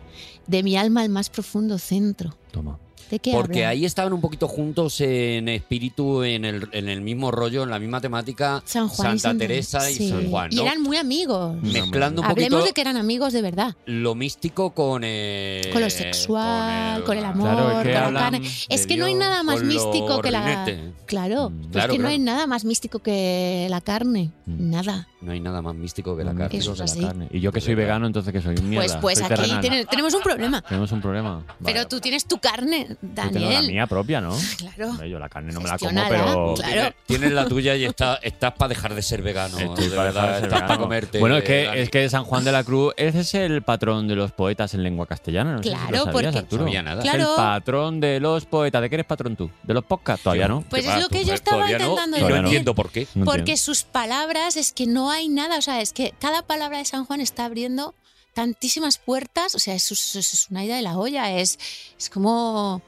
[SPEAKER 4] de mi alma al más profundo centro.
[SPEAKER 3] Toma.
[SPEAKER 4] ¿De qué
[SPEAKER 2] Porque
[SPEAKER 4] habla?
[SPEAKER 2] ahí estaban un poquito juntos en espíritu, en el, en el mismo rollo, en la misma temática,
[SPEAKER 4] San Juan y
[SPEAKER 2] Santa Teresa y
[SPEAKER 4] sí.
[SPEAKER 2] San Juan,
[SPEAKER 4] Y
[SPEAKER 2] ¿no?
[SPEAKER 4] eran muy amigos.
[SPEAKER 2] Mezclando un
[SPEAKER 4] Hablemos
[SPEAKER 2] poquito
[SPEAKER 4] de que eran amigos de verdad.
[SPEAKER 2] lo místico con eh,
[SPEAKER 4] Con lo sexual, con el amor,
[SPEAKER 3] Claro, es que
[SPEAKER 4] con lo
[SPEAKER 3] hablan
[SPEAKER 4] carne.
[SPEAKER 3] de
[SPEAKER 4] Es que no hay
[SPEAKER 3] Dios,
[SPEAKER 4] nada más
[SPEAKER 2] con lo
[SPEAKER 4] místico que la.
[SPEAKER 2] rinete.
[SPEAKER 4] Claro,
[SPEAKER 3] Mm,
[SPEAKER 4] es
[SPEAKER 2] claro,
[SPEAKER 4] que no
[SPEAKER 2] claro.
[SPEAKER 4] hay nada más místico que la carne.
[SPEAKER 3] Mm.
[SPEAKER 4] Nada.
[SPEAKER 2] No hay nada más místico que la
[SPEAKER 3] Los
[SPEAKER 2] carne.
[SPEAKER 4] Eso
[SPEAKER 3] místicos
[SPEAKER 4] es
[SPEAKER 3] de la
[SPEAKER 4] así.
[SPEAKER 3] carne. Y yo que soy vegano, entonces que soy un mierda.
[SPEAKER 4] Pues, pues
[SPEAKER 3] soy
[SPEAKER 4] aquí
[SPEAKER 3] terrenal.
[SPEAKER 4] tiene- tenemos un problema.
[SPEAKER 3] Tenemos un problema. Vale,
[SPEAKER 4] Pero tú tienes tu carne,
[SPEAKER 3] yo tengo la
[SPEAKER 4] Daniel.
[SPEAKER 3] mía propia, ¿no?
[SPEAKER 4] Claro.
[SPEAKER 3] Hombre, Yo la carne no me la como,
[SPEAKER 4] Gestionala,
[SPEAKER 3] pero...
[SPEAKER 4] claro.
[SPEAKER 2] Tienes, tienes la tuya y está- estás para dejar de ser vegano.
[SPEAKER 3] Estoy
[SPEAKER 2] de
[SPEAKER 3] para
[SPEAKER 2] verdad,
[SPEAKER 3] dejar de ser
[SPEAKER 2] estás para
[SPEAKER 3] vegano.
[SPEAKER 2] comerte.
[SPEAKER 3] Bueno, es que,
[SPEAKER 2] Dani.
[SPEAKER 3] es que San Juan de la Cruz ese es el patrón de los poetas en lengua castellana. No sé si lo
[SPEAKER 4] Claro,
[SPEAKER 3] sabías,
[SPEAKER 4] porque-
[SPEAKER 3] Arturo.
[SPEAKER 2] No sabía nada.
[SPEAKER 3] Es
[SPEAKER 4] Claro.
[SPEAKER 3] el patrón de los poetas. ¿De qué eres patrón tú? ¿De los podcasts? Todavía no.
[SPEAKER 4] Pues
[SPEAKER 2] Qué
[SPEAKER 4] es
[SPEAKER 2] va,
[SPEAKER 4] lo que
[SPEAKER 2] tú,
[SPEAKER 4] yo estaba
[SPEAKER 2] todavía no,
[SPEAKER 4] intentando
[SPEAKER 2] y no
[SPEAKER 3] decir.
[SPEAKER 2] entiendo por qué.
[SPEAKER 3] No
[SPEAKER 4] Porque
[SPEAKER 3] entiendo.
[SPEAKER 4] sus palabras es que no hay nada. O sea, es que cada palabra de San Juan está abriendo tantísimas puertas. O sea, es, es- es una idea de la olla. Es, es como.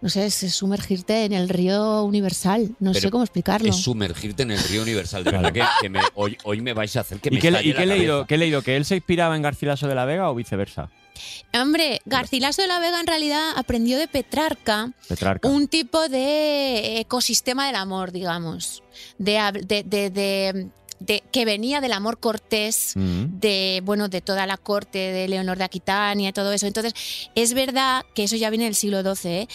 [SPEAKER 4] No sé, es sumergirte en el río universal. No
[SPEAKER 2] Pero
[SPEAKER 4] sé cómo explicarlo.
[SPEAKER 2] Es sumergirte en el río universal. De verdad que, que me- hoy, hoy me vais a hacer que me
[SPEAKER 3] ¿Y, qué, le-
[SPEAKER 2] estalle
[SPEAKER 3] y qué he
[SPEAKER 2] la
[SPEAKER 3] leído,
[SPEAKER 2] cabeza.
[SPEAKER 3] qué he leído? ¿Que él se inspiraba en Garcilaso de la Vega o viceversa?
[SPEAKER 4] Hombre, Garcilaso de la Vega en realidad aprendió de Petrarca
[SPEAKER 3] Petrarca.
[SPEAKER 4] un tipo de ecosistema del amor, digamos. De, hab- de- de- de- de- que venía del amor cortés,
[SPEAKER 3] Mm.
[SPEAKER 4] de bueno de toda la corte de Leonor de Aquitania y todo eso. Entonces, es verdad que eso ya viene del siglo XII, ¿eh?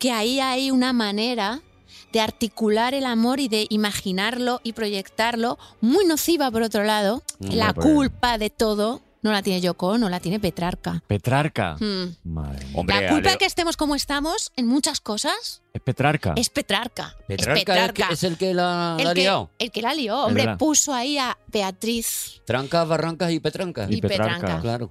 [SPEAKER 4] que ahí hay una manera de articular el amor y de imaginarlo y proyectarlo, muy nociva por otro lado.
[SPEAKER 2] Mm,
[SPEAKER 3] Hombre,
[SPEAKER 4] la
[SPEAKER 2] pues.
[SPEAKER 3] porque-
[SPEAKER 4] culpa de todo no la tiene Yoko, no la tiene Petrarca.
[SPEAKER 3] Petrarca.
[SPEAKER 4] Hmm.
[SPEAKER 3] Madre mía.
[SPEAKER 2] Hombre,
[SPEAKER 4] la culpa de
[SPEAKER 2] Aleo-
[SPEAKER 4] que estemos como estamos en muchas cosas
[SPEAKER 3] Es Petrarca.
[SPEAKER 4] es Petrarca.
[SPEAKER 2] Ah. Petrarca,
[SPEAKER 4] es Petrarca.
[SPEAKER 2] Es, el que, es el que la, la
[SPEAKER 4] el,
[SPEAKER 2] ha liado.
[SPEAKER 4] que, el que la lió, hombre,
[SPEAKER 3] verdad.
[SPEAKER 4] puso ahí a Beatriz
[SPEAKER 2] Trancas, barrancas y petrancas.
[SPEAKER 4] y, Petrarca.
[SPEAKER 2] Claro.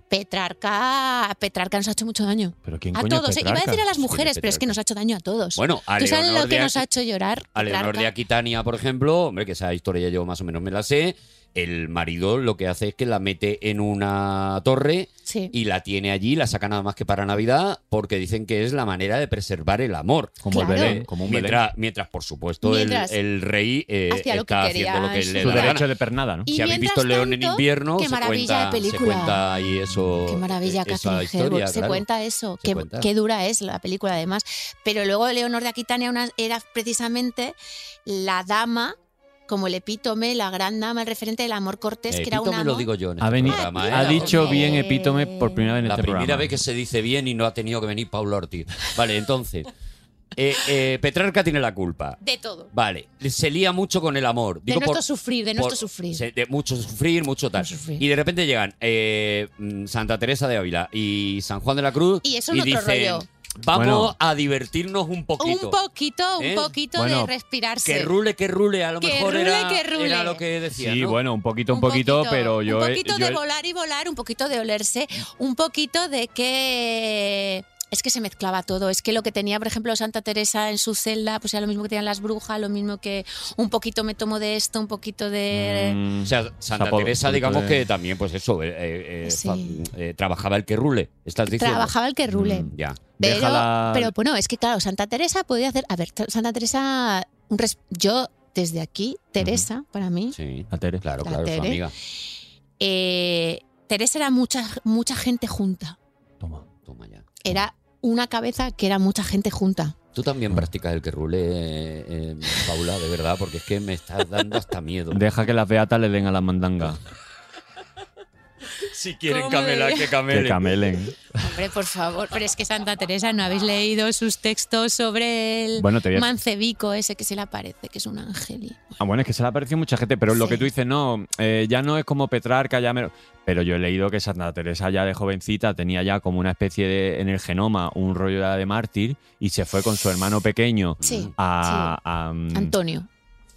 [SPEAKER 4] Petrarca, Petrarca nos ha hecho mucho daño.
[SPEAKER 3] Pero ¿quién
[SPEAKER 4] A
[SPEAKER 3] coño
[SPEAKER 4] todos.
[SPEAKER 3] es
[SPEAKER 4] eh. Iba a
[SPEAKER 3] Petrarca?
[SPEAKER 4] decir a las mujeres,
[SPEAKER 2] Sí,
[SPEAKER 4] pero es que
[SPEAKER 2] Petrarca.
[SPEAKER 4] nos ha hecho daño a todos.
[SPEAKER 2] Bueno, a
[SPEAKER 4] ¿Tú sabes
[SPEAKER 2] Leonor
[SPEAKER 4] lo que
[SPEAKER 2] de
[SPEAKER 4] nos
[SPEAKER 2] Aqu-
[SPEAKER 4] ha hecho llorar?
[SPEAKER 2] A Leonor de
[SPEAKER 4] Petrarca?
[SPEAKER 2] Aquitania, por ejemplo, hombre, que esa historia yo más o menos me la sé. El marido lo que hace es que la mete en una torre
[SPEAKER 4] Sí.
[SPEAKER 2] y la tiene allí, la saca nada más que para Navidad, porque dicen que es la manera de preservar el amor.
[SPEAKER 3] Como el
[SPEAKER 4] Claro.
[SPEAKER 3] Belén. Como un Belén.
[SPEAKER 2] mientras, mientras, por supuesto, el-
[SPEAKER 4] Mientras-
[SPEAKER 2] el, rey eh,
[SPEAKER 4] Hacía
[SPEAKER 2] está
[SPEAKER 4] lo que quería
[SPEAKER 2] haciendo lo que
[SPEAKER 4] en su
[SPEAKER 2] le da
[SPEAKER 3] Su
[SPEAKER 2] Eh, la
[SPEAKER 3] derecho
[SPEAKER 2] gana.
[SPEAKER 3] de pernada, ¿no?
[SPEAKER 4] Y
[SPEAKER 2] si habéis
[SPEAKER 4] mientras
[SPEAKER 2] visto el León en
[SPEAKER 4] tanto,
[SPEAKER 2] invierno,
[SPEAKER 4] qué
[SPEAKER 2] se
[SPEAKER 4] maravilla
[SPEAKER 2] cuenta,
[SPEAKER 4] de película.
[SPEAKER 2] se cuenta ahí eso.
[SPEAKER 4] Qué maravilla
[SPEAKER 2] eh,
[SPEAKER 4] que hace
[SPEAKER 2] esa historia,
[SPEAKER 4] Se
[SPEAKER 2] claro.
[SPEAKER 4] cuenta eso,
[SPEAKER 2] Se
[SPEAKER 4] qué,
[SPEAKER 2] cuenta.
[SPEAKER 4] qué dura es la película además. Pero luego Leonor de Aquitania una- era precisamente la dama, como el epítome, la gran dama, el referente del amor cortés, que era
[SPEAKER 2] Epítome
[SPEAKER 4] una...
[SPEAKER 2] Eh, lo digo yo en
[SPEAKER 3] Ha,
[SPEAKER 2] este
[SPEAKER 3] veni-
[SPEAKER 2] programa, ¿eh?
[SPEAKER 3] ha dicho
[SPEAKER 4] hombre.
[SPEAKER 3] bien este epítome por primera vez en
[SPEAKER 2] La
[SPEAKER 3] este
[SPEAKER 2] primera
[SPEAKER 3] programa.
[SPEAKER 2] vez que se dice bien y no ha tenido que venir Pablo Ortiz. Vale, entonces, eh, eh, Petrarca tiene la culpa.
[SPEAKER 4] De todo.
[SPEAKER 2] Vale, se lía mucho con el amor.
[SPEAKER 4] De
[SPEAKER 2] Digo
[SPEAKER 4] nuestro
[SPEAKER 2] por-
[SPEAKER 4] sufrir, de
[SPEAKER 2] por-
[SPEAKER 4] nuestro sufrir.
[SPEAKER 2] se- de mucho sufrir, mucho tal.
[SPEAKER 4] Mucho sufrir.
[SPEAKER 2] Y de repente llegan eh, mm, Santa Teresa de Ávila y San Juan de la Cruz
[SPEAKER 4] Y eso es otro
[SPEAKER 2] dicen,
[SPEAKER 4] rollo.
[SPEAKER 2] vamos
[SPEAKER 3] Bueno.
[SPEAKER 2] a divertirnos un poquito.
[SPEAKER 4] Un poquito, un
[SPEAKER 2] ¿Eh?
[SPEAKER 4] poquito
[SPEAKER 3] Bueno,
[SPEAKER 4] de respirarse.
[SPEAKER 2] que rule, que rule, a lo
[SPEAKER 4] Que
[SPEAKER 2] mejor
[SPEAKER 4] rule,
[SPEAKER 2] era,
[SPEAKER 4] que rule.
[SPEAKER 2] era lo que decía.
[SPEAKER 3] Sí,
[SPEAKER 2] ¿no?
[SPEAKER 3] bueno, un poquito, un poquito, pero yo...
[SPEAKER 4] Un
[SPEAKER 3] he-
[SPEAKER 4] poquito
[SPEAKER 3] yo
[SPEAKER 4] de
[SPEAKER 3] he-
[SPEAKER 4] volar y volar, un poquito de olerse, un poquito de que. Es que se mezclaba todo. Es que lo que tenía, por ejemplo, Santa Teresa en su celda, pues era lo mismo que tenían las brujas, lo mismo que un poquito me tomo de esto, un poquito de.
[SPEAKER 3] Mm,
[SPEAKER 2] O sea, Santa
[SPEAKER 3] Sapo-
[SPEAKER 2] Teresa,
[SPEAKER 3] Sapo
[SPEAKER 2] digamos
[SPEAKER 3] de-
[SPEAKER 2] que también, pues eso, eh, eh,
[SPEAKER 4] Sí.
[SPEAKER 2] fa- eh, trabajaba el que rule, estás diciendo.
[SPEAKER 4] Trabajaba el que rule.
[SPEAKER 2] Mm, Ya.
[SPEAKER 4] Pero,
[SPEAKER 3] Déjala-
[SPEAKER 4] pero bueno, es que claro, Santa Teresa podía hacer. A ver, t- Santa Teresa, un res- yo desde aquí, Teresa, para mí,
[SPEAKER 2] Sí.
[SPEAKER 3] La Tere.
[SPEAKER 2] Claro,
[SPEAKER 4] La
[SPEAKER 2] claro, su
[SPEAKER 4] Tere.
[SPEAKER 2] amiga.
[SPEAKER 4] eh, Teresa era mucha, mucha gente junta.
[SPEAKER 3] Toma.
[SPEAKER 2] Toma ya.
[SPEAKER 4] Era una cabeza que era mucha gente junta.
[SPEAKER 2] Tú también practicas el que rule, eh, eh, Paula, de verdad, porque es que me estás dando hasta miedo.
[SPEAKER 3] Deja que las beatas le den a la mandanga.
[SPEAKER 2] Si
[SPEAKER 4] quieren ¿Cómo camelar, diría? que
[SPEAKER 3] Que camelen.
[SPEAKER 4] Hombre, por favor, pero es que Santa Teresa no habéis leído sus textos sobre el
[SPEAKER 3] Bueno, te voy a-
[SPEAKER 4] mancebico ese que se le aparece, que es un ángel. y-
[SPEAKER 3] Ah, bueno, es que se le ha parecido mucha gente, pero lo
[SPEAKER 4] Sí.
[SPEAKER 3] que tú dices, no, eh, ya no es como Petrarca, ya me... Pero yo he leído que Santa Teresa ya de jovencita tenía ya como una especie de, en el genoma, un rollo ya de mártir y se fue con su hermano pequeño
[SPEAKER 4] Sí,
[SPEAKER 3] a... a, mm,
[SPEAKER 4] Antonio.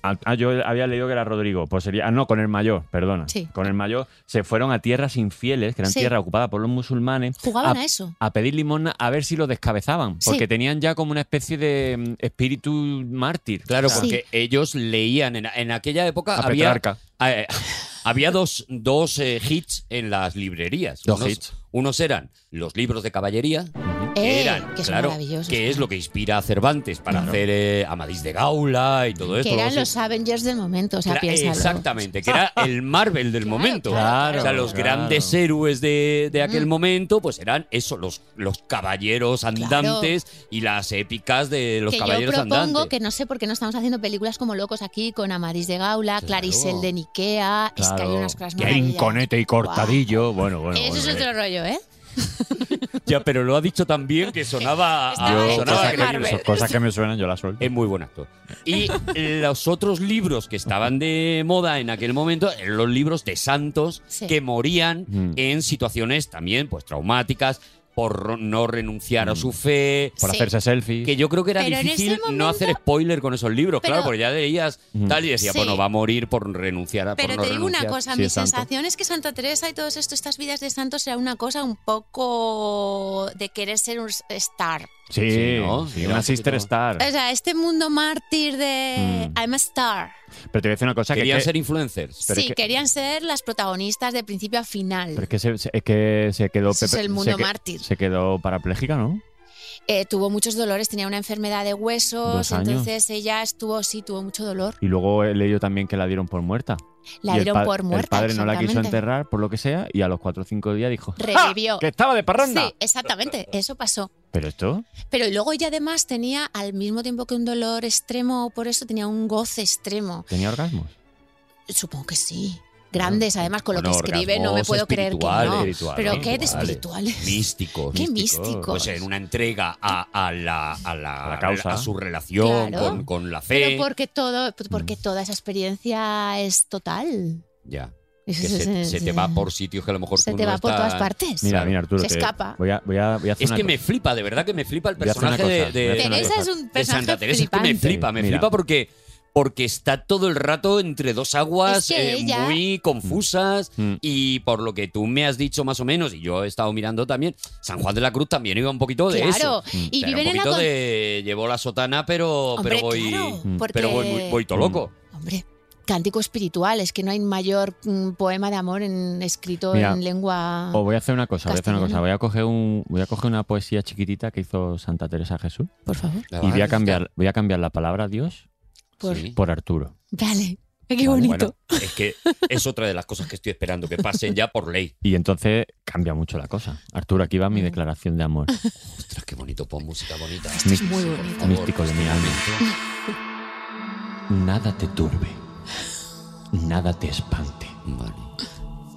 [SPEAKER 3] a- ah, yo había leído que era Rodrigo, pues sería... Ah, no, con el mayor, perdona.
[SPEAKER 4] Sí.
[SPEAKER 3] Con el mayor se fueron a tierras infieles, que eran
[SPEAKER 4] Sí.
[SPEAKER 3] tierras ocupadas por los musulmanes,
[SPEAKER 4] Jugaban
[SPEAKER 3] Ah,
[SPEAKER 4] a eso.
[SPEAKER 3] a pedir limosna a ver si lo descabezaban,
[SPEAKER 4] Sí.
[SPEAKER 3] porque tenían ya como una especie de mm, espíritu mártir.
[SPEAKER 2] Claro,
[SPEAKER 3] O sea,
[SPEAKER 2] porque ellos leían. En, en aquella época
[SPEAKER 3] a
[SPEAKER 2] había,
[SPEAKER 3] Petrarca.
[SPEAKER 2] eh, había dos, dos eh, hits en las librerías.
[SPEAKER 3] Dos
[SPEAKER 2] unos,
[SPEAKER 3] hits.
[SPEAKER 2] unos eran los libros de caballería, que
[SPEAKER 4] Eh,
[SPEAKER 2] eran,
[SPEAKER 4] que son
[SPEAKER 2] claro,
[SPEAKER 4] maravillosos.
[SPEAKER 2] que es lo que inspira a Cervantes para hacer eh, Amadís de Gaula y todo esto.
[SPEAKER 4] Que eran
[SPEAKER 2] sí.
[SPEAKER 4] los Avengers del momento, o sea,
[SPEAKER 2] Era-
[SPEAKER 4] piénsalo.
[SPEAKER 2] exactamente, que era el Marvel del
[SPEAKER 4] Claro,
[SPEAKER 2] momento.
[SPEAKER 4] claro,
[SPEAKER 2] o sea, los
[SPEAKER 3] claro.
[SPEAKER 2] grandes héroes de, de aquel
[SPEAKER 4] Mm.
[SPEAKER 2] momento, pues eran eso, los, los caballeros andantes y las épicas de los
[SPEAKER 4] que yo
[SPEAKER 2] caballeros
[SPEAKER 4] propongo
[SPEAKER 2] andantes.
[SPEAKER 4] que no sé por qué no estamos haciendo películas como locos aquí con Amadís de Gaula,
[SPEAKER 2] Claro.
[SPEAKER 4] Clarissel de Nikea, es que hay unas cosas
[SPEAKER 3] Y hay un
[SPEAKER 4] maravillosas.
[SPEAKER 3] conete y cortadillo. Bueno, bueno.
[SPEAKER 4] Eso es
[SPEAKER 3] bueno,
[SPEAKER 4] otro rollo, ¿eh?
[SPEAKER 2] Ya, pero lo ha dicho también que sonaba.
[SPEAKER 4] Estaba
[SPEAKER 2] a-
[SPEAKER 3] Yo,
[SPEAKER 4] hecho
[SPEAKER 2] sonaba
[SPEAKER 4] de
[SPEAKER 3] cosas,
[SPEAKER 2] a
[SPEAKER 3] que,
[SPEAKER 2] Clarissel.
[SPEAKER 4] Marvel.
[SPEAKER 3] so- cosas que me suenan, yo las suelto.
[SPEAKER 2] Es muy buen actor. Y los otros libros que estaban de moda en aquel momento eran los libros de santos
[SPEAKER 4] Sí.
[SPEAKER 2] que morían
[SPEAKER 3] Mm.
[SPEAKER 2] en situaciones también pues traumáticas por no renunciar
[SPEAKER 3] Mm.
[SPEAKER 2] a su fe.
[SPEAKER 3] Por
[SPEAKER 4] Sí.
[SPEAKER 3] hacerse selfie.
[SPEAKER 2] Que yo creo que era
[SPEAKER 4] Pero en
[SPEAKER 2] difícil
[SPEAKER 4] ese
[SPEAKER 2] no
[SPEAKER 4] momento-
[SPEAKER 2] hacer spoiler con esos libros,
[SPEAKER 4] Pero-
[SPEAKER 2] claro, porque ya leías
[SPEAKER 3] Mm.
[SPEAKER 2] tal y decía,
[SPEAKER 4] Sí.
[SPEAKER 2] bueno, va a morir por renunciar a por
[SPEAKER 4] Pero
[SPEAKER 2] no
[SPEAKER 4] te digo una
[SPEAKER 2] renunciar.
[SPEAKER 4] cosa,
[SPEAKER 3] sí
[SPEAKER 4] mi
[SPEAKER 3] es santo.
[SPEAKER 4] sensación es que Santa Teresa y todas esto, estas vidas de santos era una cosa un poco de querer ser un star.
[SPEAKER 3] Sí,
[SPEAKER 2] Sí, ¿no?
[SPEAKER 3] sí,
[SPEAKER 2] Sí,
[SPEAKER 3] una
[SPEAKER 2] un
[SPEAKER 3] sister
[SPEAKER 2] poquito.
[SPEAKER 3] star.
[SPEAKER 4] O sea, este mundo mártir de
[SPEAKER 3] Mm.
[SPEAKER 4] I'm a star.
[SPEAKER 3] Pero te voy a decir una cosa que,
[SPEAKER 2] Querían
[SPEAKER 3] que-
[SPEAKER 2] ser influencers.
[SPEAKER 3] Pero es
[SPEAKER 4] sí,
[SPEAKER 3] que-
[SPEAKER 4] querían ser las protagonistas de principio a final.
[SPEAKER 3] pero es que se, se- es que se quedó
[SPEAKER 4] Eso es
[SPEAKER 3] Pepe-
[SPEAKER 4] el mundo
[SPEAKER 3] se que-
[SPEAKER 4] mártir.
[SPEAKER 3] Se quedó parapléjica, ¿no?
[SPEAKER 4] Eh, tuvo muchos dolores, tenía una enfermedad de
[SPEAKER 3] Dos
[SPEAKER 4] huesos,
[SPEAKER 3] años.
[SPEAKER 4] entonces ella estuvo, sí, tuvo mucho dolor.
[SPEAKER 3] Y luego he leído también que la dieron por muerta.
[SPEAKER 4] La
[SPEAKER 3] Y el
[SPEAKER 4] dieron
[SPEAKER 3] pa-
[SPEAKER 4] por muerta.
[SPEAKER 3] El padre no la quiso
[SPEAKER 4] exactamente.
[SPEAKER 3] enterrar, por lo que sea, y a los cuatro o cinco días dijo
[SPEAKER 4] Revivió.
[SPEAKER 3] que estaba de parranda.
[SPEAKER 4] Sí, exactamente, eso pasó.
[SPEAKER 3] Pero esto,
[SPEAKER 4] Pero luego ella además tenía, al mismo tiempo que un dolor extremo, por eso tenía un goce extremo.
[SPEAKER 3] tenía orgasmos.
[SPEAKER 4] Supongo que sí. Grandes, además, con lo
[SPEAKER 2] Bueno,
[SPEAKER 4] que escribe, no me
[SPEAKER 2] orgasmos
[SPEAKER 4] puedo creer que
[SPEAKER 2] espirituales,
[SPEAKER 4] no.
[SPEAKER 2] espirituales,
[SPEAKER 4] Pero qué de
[SPEAKER 2] espirituales,
[SPEAKER 4] espirituales.
[SPEAKER 2] Místicos.
[SPEAKER 4] Qué
[SPEAKER 3] místicos.
[SPEAKER 4] místico.
[SPEAKER 2] Pues en una entrega a, a la, a la-
[SPEAKER 3] A la causa.
[SPEAKER 2] a su relación
[SPEAKER 4] Claro.
[SPEAKER 2] con, con la fe.
[SPEAKER 4] Pero porque, todo, pues
[SPEAKER 2] mm.
[SPEAKER 4] porque toda esa experiencia es total.
[SPEAKER 2] Ya.
[SPEAKER 4] Es-
[SPEAKER 2] Que
[SPEAKER 4] es-
[SPEAKER 2] se,
[SPEAKER 4] es-
[SPEAKER 2] se te va por sitios que a lo mejor
[SPEAKER 4] se
[SPEAKER 2] tú
[SPEAKER 4] te
[SPEAKER 2] no
[SPEAKER 4] va por
[SPEAKER 2] estás-
[SPEAKER 4] todas partes.
[SPEAKER 3] Mira,
[SPEAKER 2] Claro.
[SPEAKER 3] mira, Arturo.
[SPEAKER 4] Se
[SPEAKER 3] te-
[SPEAKER 4] escapa.
[SPEAKER 3] Voy a, voy a, voy a hacer
[SPEAKER 2] Es
[SPEAKER 3] una
[SPEAKER 2] que me
[SPEAKER 3] cosa.
[SPEAKER 2] flipa, de verdad que me flipa el
[SPEAKER 3] Voy a hacer una
[SPEAKER 2] personaje de-
[SPEAKER 3] cosa, voy a
[SPEAKER 2] de,
[SPEAKER 3] hacer una
[SPEAKER 4] Teresa
[SPEAKER 3] cosa.
[SPEAKER 4] es un
[SPEAKER 2] de
[SPEAKER 4] personaje
[SPEAKER 2] Santa Teresa. Es que me
[SPEAKER 4] flipante.
[SPEAKER 2] flipa, me
[SPEAKER 3] Mira.
[SPEAKER 2] flipa porque, porque está todo el rato entre dos aguas
[SPEAKER 4] Es que
[SPEAKER 2] eh,
[SPEAKER 4] ella-
[SPEAKER 2] muy confusas
[SPEAKER 3] Mm.
[SPEAKER 2] y por lo que tú me has dicho más o menos, y yo he estado mirando también, San Juan de la Cruz también iba un poquito de
[SPEAKER 4] Claro,
[SPEAKER 2] eso.
[SPEAKER 4] y
[SPEAKER 2] Era
[SPEAKER 4] viven
[SPEAKER 2] un
[SPEAKER 4] en la
[SPEAKER 2] poquito
[SPEAKER 4] con-
[SPEAKER 2] de llevo la sotana, pero,
[SPEAKER 4] Hombre,
[SPEAKER 2] pero voy... Mm,
[SPEAKER 4] claro,
[SPEAKER 3] pero
[SPEAKER 4] porque-
[SPEAKER 2] Pero voy, muy- voy todo loco.
[SPEAKER 4] Hombre, cántico espiritual, es que no hay mayor mm, poema de amor en, escrito
[SPEAKER 3] Mira,
[SPEAKER 4] en lengua.
[SPEAKER 2] Oh.
[SPEAKER 3] O voy a hacer una cosa, voy a hacer una cosa.
[SPEAKER 4] Castellano.
[SPEAKER 3] Voy a coger un, voy a coger una poesía chiquitita que hizo Santa Teresa Jesús
[SPEAKER 4] Por favor.
[SPEAKER 3] Mm. y voy a cambiar, voy a cambiar la palabra Dios
[SPEAKER 4] Por-
[SPEAKER 2] Sí.
[SPEAKER 3] por Arturo.
[SPEAKER 4] Vale, ay, qué
[SPEAKER 2] Vale,
[SPEAKER 4] bonito.
[SPEAKER 2] bueno, es que es otra de las cosas que estoy esperando, que pasen ya por ley.
[SPEAKER 3] Y entonces cambia mucho la cosa. Arturo, aquí
[SPEAKER 4] Mm.
[SPEAKER 3] va mi declaración de amor.
[SPEAKER 2] Ostras, qué bonito, pon música bonita.
[SPEAKER 3] es
[SPEAKER 4] muy bonito.
[SPEAKER 2] Por favor,
[SPEAKER 3] Místico de mi alma.
[SPEAKER 2] momento.
[SPEAKER 3] Nada te turbe. Nada te espante.
[SPEAKER 2] Vale.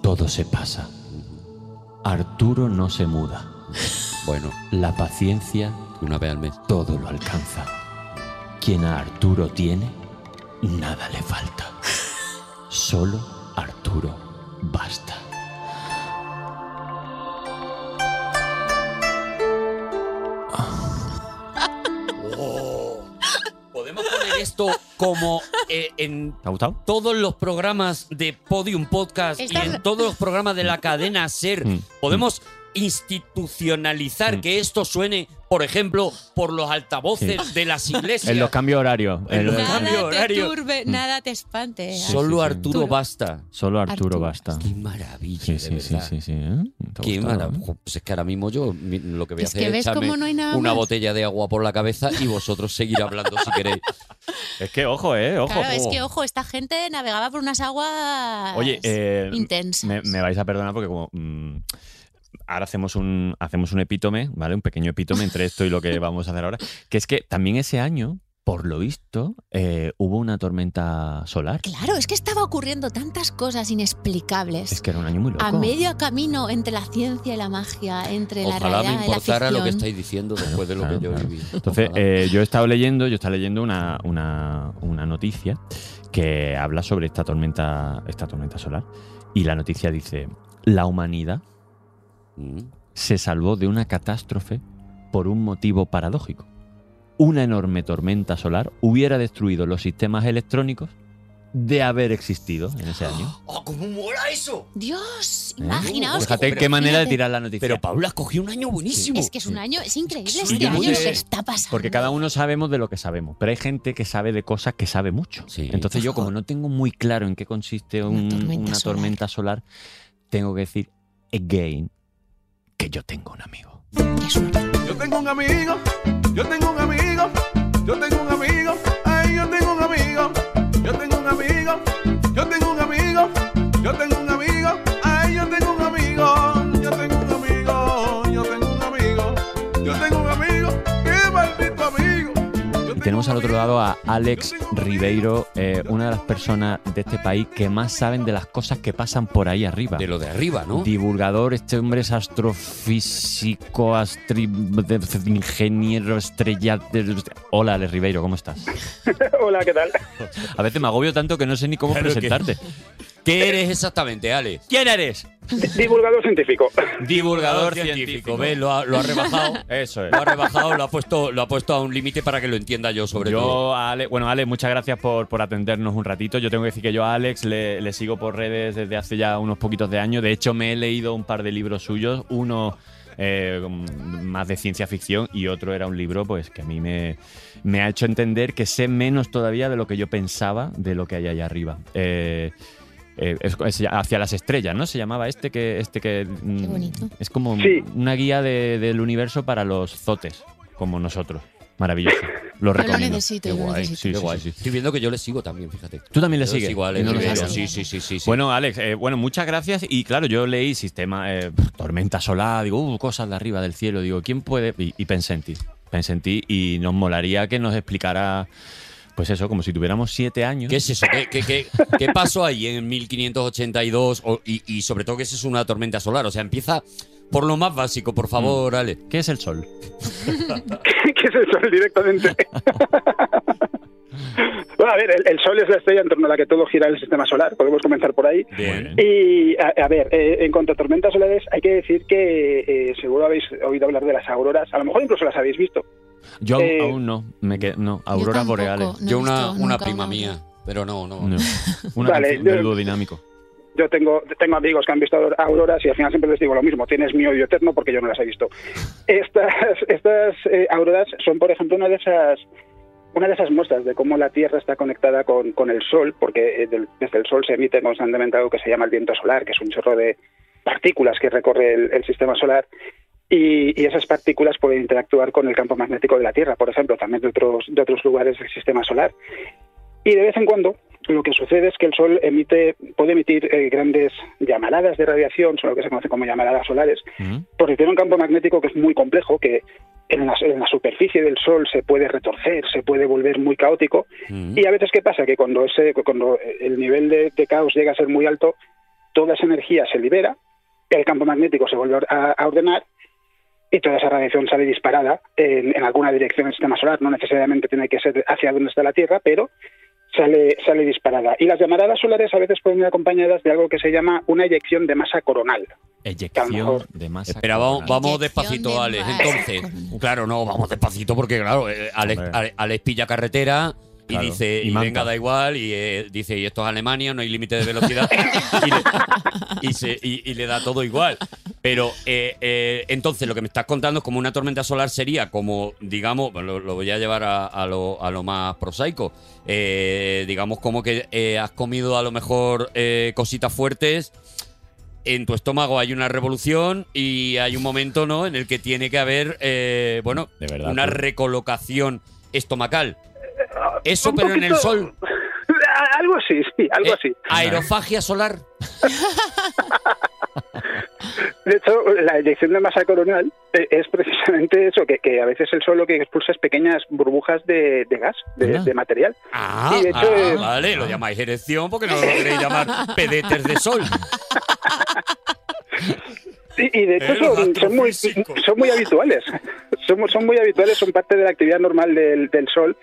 [SPEAKER 3] Todo se pasa. Arturo no se muda.
[SPEAKER 2] Bueno,
[SPEAKER 3] La paciencia
[SPEAKER 2] una vez al mes.
[SPEAKER 10] Todo lo alcanza. Quien a Arturo tiene, nada le falta. Solo Arturo basta.
[SPEAKER 2] Podemos poner esto como eh, en
[SPEAKER 3] ¿Te ha gustado?
[SPEAKER 2] todos los programas de Podium Podcast
[SPEAKER 4] Estás-
[SPEAKER 2] y en todos los programas de la cadena Ser.
[SPEAKER 3] Mm.
[SPEAKER 2] Podemos institucionalizar
[SPEAKER 3] Mm.
[SPEAKER 2] que esto suene, por ejemplo, por los altavoces de las iglesias.
[SPEAKER 3] En los cambios horarios. en los-
[SPEAKER 2] El cambio
[SPEAKER 4] Nada te
[SPEAKER 2] horario.
[SPEAKER 4] turbe, nada te espante.
[SPEAKER 2] Solo
[SPEAKER 3] Mm. Sí, sí, sí.
[SPEAKER 2] Arturo
[SPEAKER 4] Arturo.
[SPEAKER 2] basta.
[SPEAKER 3] Solo Arturo
[SPEAKER 4] Arturo.
[SPEAKER 3] basta.
[SPEAKER 2] Qué maravilla,
[SPEAKER 3] Sí,
[SPEAKER 2] de
[SPEAKER 3] sí, sí,
[SPEAKER 2] verdad.
[SPEAKER 3] sí, sí. ¿eh? ¿Te ha
[SPEAKER 2] Qué
[SPEAKER 3] gustado,
[SPEAKER 2] marav-
[SPEAKER 3] eh?
[SPEAKER 2] Jo, Pues es que ahora mismo yo mi- lo que voy a
[SPEAKER 4] Es
[SPEAKER 2] hacer
[SPEAKER 4] que
[SPEAKER 2] es
[SPEAKER 4] ves
[SPEAKER 2] echarme
[SPEAKER 4] cómo no hay nada
[SPEAKER 2] una
[SPEAKER 4] más.
[SPEAKER 2] botella de agua por la cabeza y vosotros seguir hablando si queréis.
[SPEAKER 3] Es que ojo, eh, ojo.
[SPEAKER 4] Claro, es
[SPEAKER 3] ojo.
[SPEAKER 4] que ojo, esta gente navegaba por unas aguas
[SPEAKER 3] Oye, eh,
[SPEAKER 4] intensas.
[SPEAKER 3] me, me vais a perdonar porque como mm, ahora hacemos un hacemos un epítome, ¿vale? Un pequeño epítome entre esto y lo que vamos a hacer ahora, que es que también ese año, por lo visto, eh, hubo una tormenta solar.
[SPEAKER 4] Claro, es que estaba ocurriendo tantas cosas inexplicables.
[SPEAKER 3] Es que era un año muy loco.
[SPEAKER 4] A medio camino entre la ciencia y la magia, entre la
[SPEAKER 2] Ojalá me
[SPEAKER 4] realidad y la
[SPEAKER 2] importara
[SPEAKER 4] ficción.
[SPEAKER 2] lo que estáis diciendo después de lo
[SPEAKER 3] claro,
[SPEAKER 2] que yo he
[SPEAKER 3] claro.
[SPEAKER 2] vivido.
[SPEAKER 3] Entonces,
[SPEAKER 2] Ojalá.
[SPEAKER 3] eh, yo he estado leyendo, yo estaba leyendo una, una, una noticia que habla sobre esta tormenta, esta tormenta solar. Y la noticia dice: La humanidad
[SPEAKER 2] Mm.
[SPEAKER 3] se salvó de una catástrofe por un motivo paradójico. Una enorme tormenta solar hubiera destruido los sistemas electrónicos de haber existdo en ese año.
[SPEAKER 2] ¡Oh, cómo mola eso!
[SPEAKER 4] Dios,
[SPEAKER 3] ¿Eh?
[SPEAKER 4] imaginaos. que-
[SPEAKER 3] Fíjate qué manera de
[SPEAKER 4] fíjate.
[SPEAKER 3] tirar la noticia.
[SPEAKER 2] Pero Paula has cogido un año buenísimo.
[SPEAKER 4] Es que es un año, es increíble
[SPEAKER 2] Sí,
[SPEAKER 4] este
[SPEAKER 2] yo
[SPEAKER 4] año
[SPEAKER 2] no
[SPEAKER 4] lo
[SPEAKER 2] sé.
[SPEAKER 4] que está pasando.
[SPEAKER 3] Porque cada uno sabemos de lo que sabemos, pero hay gente que sabe de cosas que sabe mucho.
[SPEAKER 2] Sí.
[SPEAKER 3] Entonces yo como no tengo muy claro en qué consiste
[SPEAKER 4] Una
[SPEAKER 3] un- una, tormenta,
[SPEAKER 4] tormenta solar.
[SPEAKER 3] solar, tengo que decir again que yo tengo un amigo.
[SPEAKER 4] Qué suerte.
[SPEAKER 8] Yo tengo un amigo, yo tengo un amigo, yo tengo un amigo, ay, yo tengo un amigo, yo tengo un amigo, yo tengo un amigo, yo tengo un amigo, ay, yo tengo un amigo, yo tengo un amigo, yo tengo un amigo, yo tengo un amigo, qué maldito amigo. Yo
[SPEAKER 3] Y
[SPEAKER 8] tengo
[SPEAKER 3] tenemos
[SPEAKER 8] un
[SPEAKER 3] al otro
[SPEAKER 8] amigo,
[SPEAKER 3] lado a Alex Ribeiro, eh, una de las personas de este país que más saben de las cosas que pasan por ahí arriba.
[SPEAKER 2] De lo de arriba, ¿no?
[SPEAKER 3] Divulgador, este hombre es astrofísico, astri- de- ingeniero, estrella. Hola, Alex Ribeiro, ¿cómo estás?
[SPEAKER 11] Hola, ¿qué tal?
[SPEAKER 3] A veces me agobio tanto que no sé ni cómo
[SPEAKER 2] Claro que-
[SPEAKER 3] presentarte.
[SPEAKER 2] ¿Qué eres exactamente, Ale?
[SPEAKER 3] ¿Quién eres?
[SPEAKER 11] Divulgador científico.
[SPEAKER 3] Divulgador científico.
[SPEAKER 2] ¿Ves? Lo ha, lo ha rebajado.
[SPEAKER 3] Eso es.
[SPEAKER 2] Lo ha rebajado, lo ha puesto, lo ha puesto a un límite para que lo entienda yo, sobre todo.
[SPEAKER 3] Yo, a Ale, bueno, Ale, muchas gracias por, por atendernos un ratito. Yo tengo que decir que yo a Alex le, le sigo por redes desde hace ya unos poquitos de años. De hecho, me he leído un par de libros suyos. Uno eh, más de ciencia ficción y otro era un libro pues que a mí me, me ha hecho entender que sé menos todavía de lo que yo pensaba de lo que hay allá arriba. Eh, eh, es- es hacia las estrellas, ¿no? Se llamaba este que este que mm,
[SPEAKER 4] Qué bonito.
[SPEAKER 3] es como
[SPEAKER 11] Sí.
[SPEAKER 3] una guía de- del universo para los zotes como nosotros. Maravilloso. Lo
[SPEAKER 4] Yo lo
[SPEAKER 3] recomiendo.
[SPEAKER 4] necesito,
[SPEAKER 2] Qué
[SPEAKER 4] yo lo
[SPEAKER 2] guay,
[SPEAKER 4] necesito.
[SPEAKER 3] sí,
[SPEAKER 2] qué
[SPEAKER 3] sí,
[SPEAKER 2] guay.
[SPEAKER 3] sí, sí.
[SPEAKER 2] Estoy viendo que yo le sigo también, fíjate.
[SPEAKER 3] ¿Tú también le
[SPEAKER 2] Yo
[SPEAKER 3] sigues?
[SPEAKER 2] sigo a Ale
[SPEAKER 3] Yo no lo
[SPEAKER 2] Rivero.
[SPEAKER 4] sabía.
[SPEAKER 2] Sí, sí, sí, sí, sí.
[SPEAKER 3] Bueno, Alex, eh, bueno, muchas gracias. Y claro, yo leí sistema, eh, tormenta solar, digo, uh, cosas de arriba del cielo. Digo, ¿quién puede? Y, y pensé en ti. Pensé en ti y nos molaría que nos explicara, pues eso, como si tuviéramos siete años.
[SPEAKER 2] ¿Qué es eso? ¿Qué, qué, qué- qué pasó ahí en 1582? O- y, y sobre todo que eso es una tormenta solar. O sea, empieza por lo más básico, por
[SPEAKER 3] Mm.
[SPEAKER 2] favor, Ale.
[SPEAKER 3] ¿Qué es el sol?
[SPEAKER 11] ¿Qué es el sol directamente? bueno, a ver, el, el sol es la estrella en torno a la que todo gira el sistema solar, podemos comenzar por ahí.
[SPEAKER 2] Bien.
[SPEAKER 11] Y a, a ver, eh, en cuanto a tormentas solares, hay que decir que eh, seguro habéis oído hablar de las auroras, a lo mejor incluso las habéis visto.
[SPEAKER 3] Yo aún-
[SPEAKER 11] Eh,
[SPEAKER 3] aún no, me qued- no, auroras
[SPEAKER 4] tampoco,
[SPEAKER 3] boreales.
[SPEAKER 4] no he
[SPEAKER 2] Yo una,
[SPEAKER 4] visto
[SPEAKER 2] una
[SPEAKER 4] nunca
[SPEAKER 2] prima
[SPEAKER 4] una
[SPEAKER 2] mía, pero no, no.
[SPEAKER 3] No. Una
[SPEAKER 11] Vale,
[SPEAKER 3] canción del
[SPEAKER 11] yo-
[SPEAKER 3] dúo dinámico.
[SPEAKER 11] Yo tengo, tengo amigos que han visto auror- auroras y al final siempre les digo lo mismo, tienes mi odio eterno porque yo no las he visto. Estas, estas eh, auroras son, por ejemplo, una de esas una de esas muestras de cómo la Tierra está conectada con, con el Sol, porque eh, del- desde el Sol se emite constantemente algo que se llama el viento solar, que es un chorro de partículas que recorre el, el sistema solar, y, y esas partículas pueden interactuar con el campo magnético de la Tierra, por ejemplo, también de otros, de otros lugares del sistema solar. Y de vez en cuando lo que sucede es que el Sol emite, puede emitir eh, grandes llamaradas de radiación, son lo que se conoce como llamaradas solares,
[SPEAKER 3] Ujú.
[SPEAKER 11] porque tiene un campo magnético que es muy complejo, que en la, en la superficie del Sol se puede retorcer, se puede volver muy caótico,
[SPEAKER 2] Mm.
[SPEAKER 11] y a veces, ¿qué pasa? Que cuando, ese, cuando el nivel de, de caos llega a ser muy alto, toda esa energía se libera, el campo magnético se vuelve a a ordenar y toda esa radiación sale disparada en, en alguna dirección del sistema solar, no necesariamente tiene que ser hacia donde está la Tierra, pero sale, sale disparada. Y las llamaradas solares a veces pueden ir acompañadas de algo que se llama una eyección de masa coronal.
[SPEAKER 3] Eyección de masa.
[SPEAKER 2] Espera, vamos,
[SPEAKER 3] coronal.
[SPEAKER 2] vamos despacito, Alex. Entonces, claro, no, vamos despacito porque, claro, eh, Alex,
[SPEAKER 3] Hombre.
[SPEAKER 2] Ale- Alex pilla carretera y
[SPEAKER 3] Claro.
[SPEAKER 2] dice,
[SPEAKER 3] Y
[SPEAKER 2] y
[SPEAKER 3] manta.
[SPEAKER 2] venga, da igual, y eh, dice, y esto es Alemania, no hay límite de velocidad, y, le, y se- y- y le da todo igual. Pero eh, eh, entonces lo que me estás contando es como una tormenta solar sería como, digamos, lo, lo voy a llevar a, a lo, a lo más prosaico, eh, digamos como que eh, has comido a lo mejor eh, cositas fuertes en tu estómago hay una revolución y hay un momento, ¿no? En el que tiene que haber, eh, bueno,
[SPEAKER 12] De verdad,
[SPEAKER 2] una
[SPEAKER 3] pues,
[SPEAKER 12] tú.
[SPEAKER 2] recolocación estomacal. Eso,
[SPEAKER 11] Eh, Un
[SPEAKER 2] pero en el
[SPEAKER 11] poquito-
[SPEAKER 2] sol.
[SPEAKER 11] A- Algo así, sí, algo
[SPEAKER 2] Eh,
[SPEAKER 11] así.
[SPEAKER 2] Aerofagia solar.
[SPEAKER 11] De hecho, la eyección de masa coronal eh, es precisamente eso, que, que a veces el sol lo que expulsa es pequeñas burbujas de, de gas, de,
[SPEAKER 3] Ah.
[SPEAKER 11] de material.
[SPEAKER 2] Ah,
[SPEAKER 11] Sí, de hecho,
[SPEAKER 2] ah,
[SPEAKER 11] eh,
[SPEAKER 2] vale, lo llamáis erección porque no lo queréis llamar pedetes de sol.
[SPEAKER 11] Y, y de hecho
[SPEAKER 2] El
[SPEAKER 11] son, son muy,
[SPEAKER 2] astrofísico.
[SPEAKER 11] son muy habituales. Son, son muy habituales, son parte de la actividad normal del, del sol,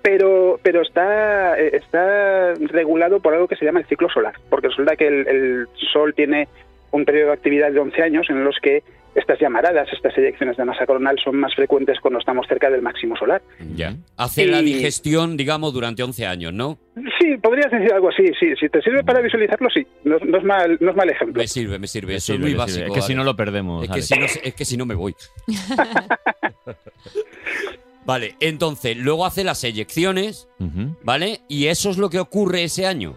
[SPEAKER 11] pero, pero está, eh, está regulado por algo que se llama el ciclo solar, porque resulta que el, el sol tiene un periodo de actividad de 11 años en los que estas llamaradas, estas eyecciones de masa coronal son más frecuentes cuando estamos cerca del máximo solar.
[SPEAKER 2] Ya. Hace la
[SPEAKER 11] Y-
[SPEAKER 2] digestión, digamos, durante 11 años, ¿no?
[SPEAKER 11] Sí, podrías decir algo así, sí, si te sirve para visualizarlo, sí, no, no es, mal, no es mal ejemplo.
[SPEAKER 2] Me sirve, me sirve.
[SPEAKER 3] Me
[SPEAKER 2] Eso
[SPEAKER 3] sirve,
[SPEAKER 2] es muy
[SPEAKER 3] me sirve.
[SPEAKER 2] básico.
[SPEAKER 3] Es que
[SPEAKER 2] vale.
[SPEAKER 3] si no lo perdemos.
[SPEAKER 2] Es que,
[SPEAKER 3] Alex.
[SPEAKER 2] si no, es que si no me voy. vale, entonces, luego hace las eyecciones,
[SPEAKER 3] Ujú.
[SPEAKER 2] ¿vale? Y eso es lo que ocurre ese año.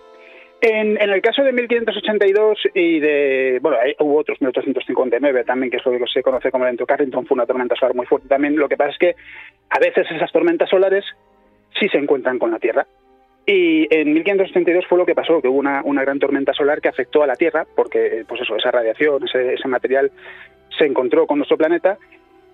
[SPEAKER 11] En, en el caso de 1582 y de. Bueno, hay- hubo otros 1859 también, que es lo que se conoce como el evento Carrington, fue una tormenta solar muy fuerte también. Lo que pasa es que a veces esas tormentas solares sí se encuentran con la Tierra. Y en 1582 fue lo que pasó, que hubo una, una gran tormenta solar que afectó a la Tierra, porque, pues eso, esa radiación, ese, ese material se encontró con nuestro planeta.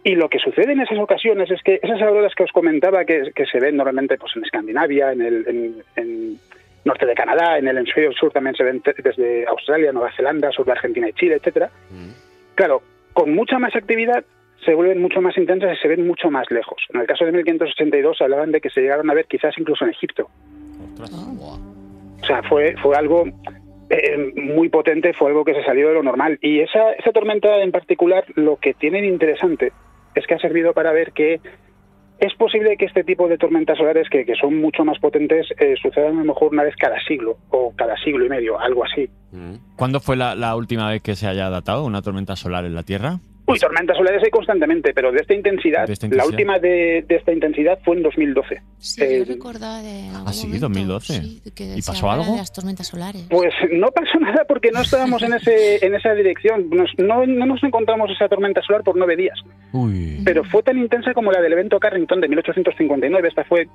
[SPEAKER 11] Y lo que sucede en esas ocasiones es que esas auroras que os comentaba, que, que se ven normalmente pues, en Escandinavia, en, el, en- en norte de Canadá, en el hemisferio sur también se ven te- desde Australia, Nueva Zelanda, sur de Argentina y Chile, etcétera. Claro, con mucha más actividad se vuelven mucho más intensas y se ven mucho más lejos. En el caso de 1582 hablaban de que se llegaron a ver quizás incluso en Egipto. O sea, fue, fue algo eh, muy potente, fue algo que se salió de lo normal. Y esa, esa tormenta en particular, lo que tiene de interesante es que ha servido para ver que es posible que este tipo de tormentas solares, que, que son mucho más potentes, eh, sucedan a lo mejor una vez cada siglo o cada siglo y medio, algo así.
[SPEAKER 3] ¿Cuándo fue la, la última vez que se haya datado una tormenta solar en la Tierra?
[SPEAKER 11] Uy, tormentas solares hay constantemente, pero de esta intensidad,
[SPEAKER 3] Pues- De esta
[SPEAKER 11] la
[SPEAKER 3] intensidad.
[SPEAKER 11] última de, de esta intensidad fue en 2012.
[SPEAKER 4] Sí, yo
[SPEAKER 11] Eh,
[SPEAKER 4] recordaba de. en algún
[SPEAKER 3] Ah, sí,
[SPEAKER 4] momento,
[SPEAKER 3] 2012.
[SPEAKER 4] sí, que
[SPEAKER 3] ¿Y
[SPEAKER 4] se
[SPEAKER 3] pasó
[SPEAKER 4] hablara
[SPEAKER 3] algo?
[SPEAKER 4] De las tormentas solares.
[SPEAKER 11] Pues no pasó nada porque no estábamos en, ese, en esa dirección. Nos- no, no nos encontramos esa tormenta solar por nueve días.
[SPEAKER 3] Uy.
[SPEAKER 11] pero fue tan intensa como la del evento Carrington de 1859. Esta fue,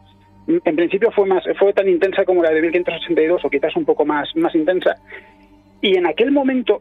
[SPEAKER 11] en principio, fue más, fue tan intensa como la de 1582 o quizás un poco más, más intensa. Y en aquel momento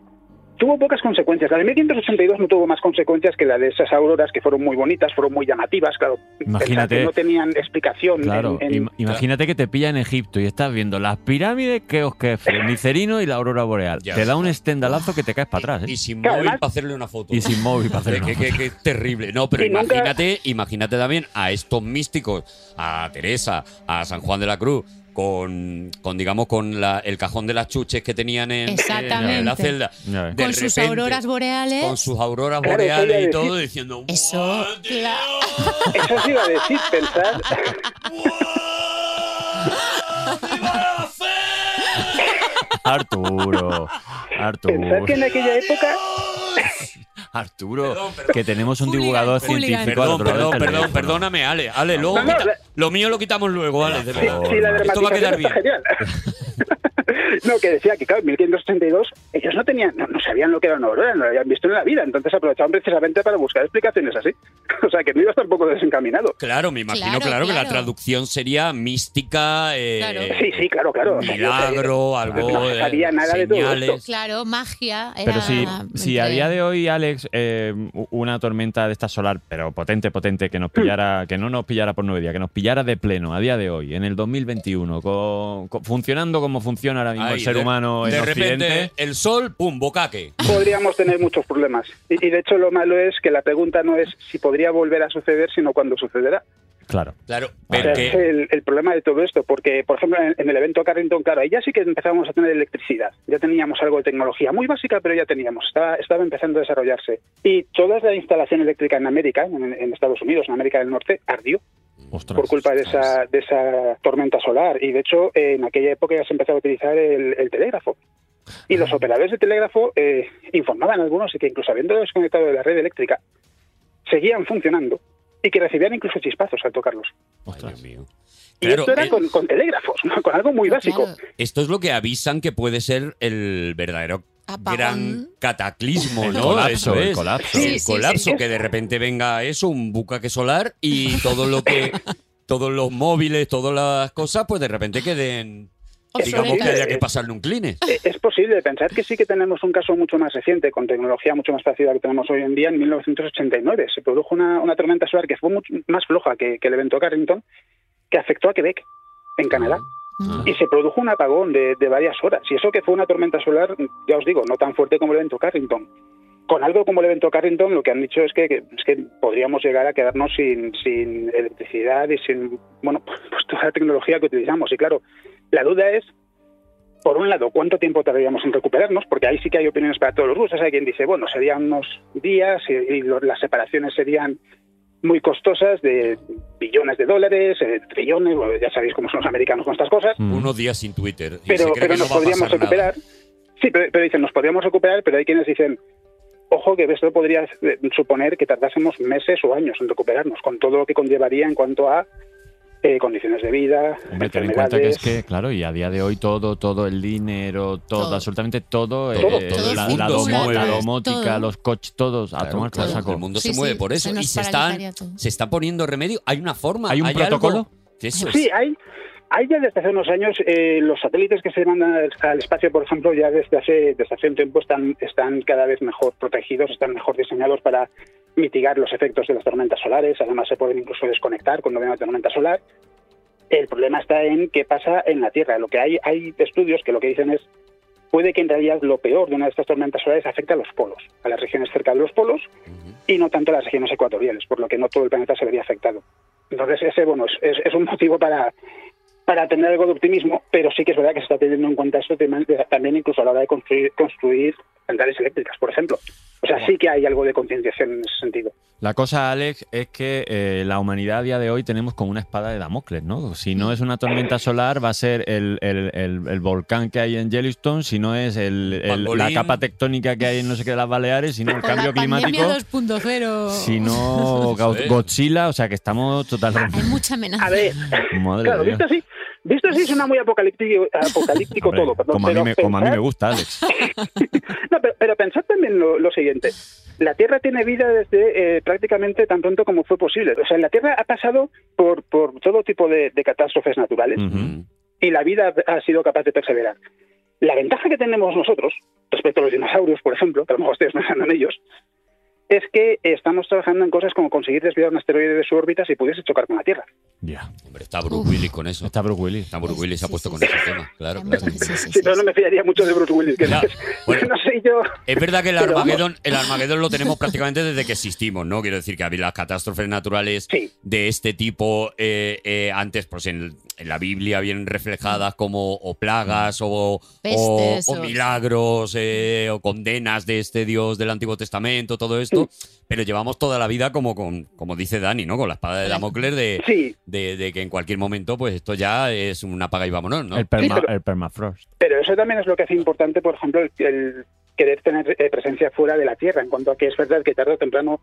[SPEAKER 11] tuvo pocas consecuencias. La de 1582 no tuvo más consecuencias que la de esas auroras que fueron muy bonitas, fueron muy llamativas, claro. pensar
[SPEAKER 3] Imagínate.
[SPEAKER 11] que no tenían explicación.
[SPEAKER 3] Claro,
[SPEAKER 11] en- en-
[SPEAKER 3] im- imagínate que te pilla en Egipto y estás viendo las pirámides, Keoskef, el Micerino y la aurora boreal.
[SPEAKER 2] Ya
[SPEAKER 3] te da
[SPEAKER 2] está.
[SPEAKER 3] un estendalazo que te caes para atrás. ¿eh?
[SPEAKER 2] Y sin
[SPEAKER 11] Que
[SPEAKER 2] móvil
[SPEAKER 11] además-
[SPEAKER 2] para hacerle una foto.
[SPEAKER 3] Y sin móvil para hacer
[SPEAKER 2] Que-
[SPEAKER 3] una
[SPEAKER 2] que- que- que es terrible. No, pero
[SPEAKER 11] Y nunca-
[SPEAKER 2] imagínate, imagínate también a estos místicos, a Teresa, a San Juan de la Cruz, con, con digamos, con la- el cajón de las chuches que tenían en, en
[SPEAKER 4] Exactamente.
[SPEAKER 2] la celda.
[SPEAKER 3] Ya ves.
[SPEAKER 2] De
[SPEAKER 4] con sus
[SPEAKER 2] repente,
[SPEAKER 4] auroras boreales.
[SPEAKER 2] Con sus auroras
[SPEAKER 11] Claro, eso iba a
[SPEAKER 2] boreales y
[SPEAKER 11] decir.
[SPEAKER 2] todo, diciendo.
[SPEAKER 4] Eso,
[SPEAKER 2] "Buah, tío".
[SPEAKER 4] claro.
[SPEAKER 11] Eso os iba a decir, pensar.
[SPEAKER 3] Arturo,
[SPEAKER 11] Pensar
[SPEAKER 3] Arturo,
[SPEAKER 11] que en aquella época
[SPEAKER 3] Arturo,
[SPEAKER 2] Perdón,
[SPEAKER 3] que tenemos un
[SPEAKER 4] Hooligan,
[SPEAKER 3] divulgador
[SPEAKER 4] hooligan.
[SPEAKER 3] científico al
[SPEAKER 2] Perdón,
[SPEAKER 3] otro
[SPEAKER 2] perdón,
[SPEAKER 3] lado del
[SPEAKER 2] perdón,
[SPEAKER 3] teléfono.
[SPEAKER 2] perdóname, Ale. Ale, luego
[SPEAKER 11] No, no,
[SPEAKER 2] quita-
[SPEAKER 11] la-
[SPEAKER 2] lo mío lo quitamos luego, Ale. de
[SPEAKER 3] Sí,
[SPEAKER 2] verdad.
[SPEAKER 11] Sí, la
[SPEAKER 3] Normal.
[SPEAKER 2] Esto va a quedar
[SPEAKER 11] dramatización
[SPEAKER 2] bien.
[SPEAKER 11] está genial. no, que decía que, claro, en 1582 ellos no tenían, no, no sabían lo que era una aurora, no lo habían visto en la vida, entonces aprovechaban precisamente para buscar explicaciones así. O sea, que no ibas tampoco desencaminado.
[SPEAKER 2] Claro, me imagino, claro,
[SPEAKER 4] Claro,
[SPEAKER 2] que la
[SPEAKER 4] claro.
[SPEAKER 2] traducción sería mística, eh,
[SPEAKER 4] Claro.
[SPEAKER 11] Sí, sí, claro, claro. O sea, yo sabía-
[SPEAKER 2] milagro, algo,
[SPEAKER 11] No
[SPEAKER 2] eh,
[SPEAKER 11] sabía nada de todo
[SPEAKER 2] señales.
[SPEAKER 11] esto.
[SPEAKER 4] Claro, magia. Era
[SPEAKER 3] Pero si, si a
[SPEAKER 4] entre-
[SPEAKER 3] día de hoy, Alex, eh, u- una tormenta de esta solar, pero potente, potente, que nos pillara, que no nos pillara por nueve días, que nos pillara de pleno a día de hoy, en el 2021, con- con- funcionando como funciona ahora mismo
[SPEAKER 2] Ahí,
[SPEAKER 3] el ser
[SPEAKER 2] de-
[SPEAKER 3] humano en
[SPEAKER 2] de
[SPEAKER 3] Occidente.
[SPEAKER 2] repente, el sol, pum, bocaque.
[SPEAKER 11] podríamos tener muchos problemas. Y, y de hecho lo malo es que la pregunta no es si podría volver a suceder, sino cuándo sucederá.
[SPEAKER 3] Claro.
[SPEAKER 2] Claro,
[SPEAKER 11] O sea, es el, el problema de todo esto, porque, por ejemplo, en, en el evento Carrington, claro, ahí ya sí que empezábamos a tener electricidad. Ya teníamos algo de tecnología muy básica, pero ya teníamos. Estaba, estaba empezando a desarrollarse. Y toda la instalación eléctrica en América, en, en Estados Unidos, en América del Norte, ardió por culpa de esa, de esa tormenta solar. Y de hecho, eh, en aquella época ya se empezaba a utilizar el, el telégrafo. Y los operadores de telégrafo eh, informaban a algunos de que incluso habiendo desconectado de la red eléctrica, seguían funcionando y que recibían incluso chispazos al tocarlos.
[SPEAKER 2] Dios mío.
[SPEAKER 11] Y
[SPEAKER 2] Claro,
[SPEAKER 11] esto era
[SPEAKER 2] eh,
[SPEAKER 11] con, con telégrafos, ¿no? con algo muy básico.
[SPEAKER 2] Esto es lo que avisan que puede ser el verdadero
[SPEAKER 11] Apagón.
[SPEAKER 2] gran cataclismo,
[SPEAKER 3] El
[SPEAKER 2] ¿no?
[SPEAKER 3] colapso,
[SPEAKER 2] Eso
[SPEAKER 3] el
[SPEAKER 2] es.
[SPEAKER 3] colapso.
[SPEAKER 2] El
[SPEAKER 3] Sí, sí,
[SPEAKER 2] colapso,
[SPEAKER 3] sí.
[SPEAKER 2] que de repente venga eso, un bucaque solar y todo lo que. todos los móviles, todas las cosas, pues de repente queden. Digamos que
[SPEAKER 11] Obsoletas.
[SPEAKER 2] haya que pasarle un clean.
[SPEAKER 11] Eh, Es posible pensar que sí que tenemos un caso mucho más reciente, con tecnología mucho más parecida a la que tenemos hoy en día. En 1989 se produjo una, una tormenta solar que fue mucho más floja que, que el evento Carrington, que afectó a Quebec, en Canadá.
[SPEAKER 3] Ah.
[SPEAKER 11] Y se produjo un apagón de, de varias horas. Y eso que fue una tormenta solar, ya os digo, no tan fuerte como el evento Carrington. Con algo como el evento Carrington, lo que han dicho es que, que- es que podríamos llegar a quedarnos sin, sin electricidad y sin bueno, pues toda la tecnología que utilizamos. Y claro, la duda es por un lado, ¿cuánto tiempo tardaríamos en recuperarnos? Porque ahí sí que hay opiniones para todos los gustos. Hay quien dice, bueno, serían unos días y, y lo- las separaciones serían muy costosas, de billones de dólares, eh, trillones, bueno, ya sabéis cómo son los americanos con estas cosas.
[SPEAKER 3] Mm.
[SPEAKER 2] Unos días sin Twitter. y se
[SPEAKER 11] Pero,
[SPEAKER 2] cree
[SPEAKER 11] pero
[SPEAKER 2] que no
[SPEAKER 11] nos
[SPEAKER 2] va a
[SPEAKER 11] podríamos
[SPEAKER 2] pasar nada.
[SPEAKER 11] recuperar. Sí, pero, pero dicen, nos podríamos recuperar, pero hay quienes dicen, ojo, que esto podría eh, suponer que tardásemos meses o años en recuperarnos, con todo lo que conllevaría en cuanto a eh, condiciones de vida,
[SPEAKER 3] Hombre, ten en
[SPEAKER 11] enfermedades.
[SPEAKER 3] cuenta que es que, claro, y a día de hoy todo, todo el dinero, todo,
[SPEAKER 11] Todo.
[SPEAKER 3] absolutamente todo,
[SPEAKER 2] Todo,
[SPEAKER 3] eh,
[SPEAKER 2] todo el
[SPEAKER 3] la,
[SPEAKER 2] mundo
[SPEAKER 3] la domo-
[SPEAKER 2] se mueve.
[SPEAKER 3] la domótica,
[SPEAKER 2] Todo.
[SPEAKER 3] los coches, todos, a tomar por
[SPEAKER 2] Claro,
[SPEAKER 3] saco.
[SPEAKER 2] El mundo
[SPEAKER 11] Sí,
[SPEAKER 2] se mueve
[SPEAKER 11] sí,
[SPEAKER 2] por
[SPEAKER 11] se
[SPEAKER 2] eso.
[SPEAKER 11] nos
[SPEAKER 2] y se están,
[SPEAKER 11] paralizaría todo.
[SPEAKER 2] se está poniendo remedio. Hay una forma.
[SPEAKER 3] ¿Hay un
[SPEAKER 2] algo?
[SPEAKER 3] protocolo?
[SPEAKER 2] Eso es.
[SPEAKER 11] Sí, hay, hay ya desde hace unos años eh, los satélites que se mandan al, al espacio, por ejemplo, ya desde hace, desde hace un tiempo están, están cada vez mejor protegidos, están mejor diseñados para mitigar los efectos de las tormentas solares, además se pueden incluso desconectar cuando viene una tormenta solar. El problema está en qué pasa en la Tierra. Lo que hay, hay estudios que lo que dicen es puede que en realidad lo peor de una de estas tormentas solares afecte a los polos, a las regiones cerca de los polos y no tanto a las regiones ecuatoriales, por lo que no todo el planeta se vería afectado. Entonces ese bueno es, es- es un motivo para para tener algo de optimismo, pero sí que es verdad que se está teniendo en cuenta esto tema- también incluso a la hora de construir, construir centrales eléctricas, por ejemplo. O sea, sí que hay algo de concienciación en ese sentido.
[SPEAKER 3] La cosa, Alex, es que eh, la humanidad a día de hoy tenemos como una espada de Damocles, ¿no? Si
[SPEAKER 4] Mm.
[SPEAKER 3] no es una tormenta solar, va a ser el, el- el- el volcán que hay en Yellowstone, si no es el- el- la
[SPEAKER 2] Pangolín.
[SPEAKER 3] capa tectónica que hay en no sé qué de las Baleares, si no el
[SPEAKER 4] Con
[SPEAKER 3] cambio
[SPEAKER 4] la pandemia
[SPEAKER 3] climático,
[SPEAKER 4] 2.0.
[SPEAKER 3] si no Go-
[SPEAKER 2] Eso es.
[SPEAKER 3] Godzilla, o sea que estamos totalmente...
[SPEAKER 4] Hay mucha amenaza.
[SPEAKER 11] A ver,
[SPEAKER 3] Madre
[SPEAKER 11] claro,
[SPEAKER 3] de Dios.
[SPEAKER 11] visto así, visto así suena muy apocalíptico, apocalíptico
[SPEAKER 3] Hombre,
[SPEAKER 11] todo, perdón,
[SPEAKER 3] como, a mí
[SPEAKER 11] pero
[SPEAKER 3] me, como a mí
[SPEAKER 11] pensad-
[SPEAKER 3] me gusta, Alex.
[SPEAKER 11] No, pero, pero pensad también lo, lo siguiente. La Tierra tiene vida desde eh, prácticamente tan pronto como fue posible. O sea, la Tierra ha pasado por, por todo tipo de, de catástrofes naturales
[SPEAKER 2] Mm.
[SPEAKER 11] y la vida ha sido capaz de perseverar. La ventaja que tenemos nosotros, respecto a los dinosaurios, por ejemplo, que a lo mejor ustedes pensando en ellos, es que estamos trabajando en cosas como conseguir desviar un asteroide de su órbita si pudiese chocar con la Tierra.
[SPEAKER 2] Hombre, está Bruce Willis con eso.
[SPEAKER 3] Está Bruce Willis.
[SPEAKER 2] Está Bruce Willis, se ha puesto con ese tema. Claro, pues, claro.
[SPEAKER 11] Si no, no me fiaría mucho de Bruce Willis, que no, no sé yo...
[SPEAKER 2] Es verdad que el
[SPEAKER 11] Pero-
[SPEAKER 2] Armagedón, el Armagedón lo tenemos prácticamente desde que existimos, ¿no? Quiero decir que había las catástrofes naturales de este tipo eh, eh, antes, pues en, en la Biblia bien reflejadas como o plagas o, o,
[SPEAKER 13] Pestes,
[SPEAKER 2] o
[SPEAKER 13] o-
[SPEAKER 2] milagros eh, o condenas de este Dios del Antiguo Testamento, todo esto. Pero llevamos toda la vida como con, como dice Dani, ¿no? Con la espada de Damocles de, de, de que en cualquier momento, pues esto ya es una paga y vámonos, ¿no?
[SPEAKER 3] El, perma- el permafrost.
[SPEAKER 11] Pero eso también es lo que hace importante, por ejemplo, el, el querer tener eh, presencia fuera de la Tierra, en cuanto a que es verdad que tarde o temprano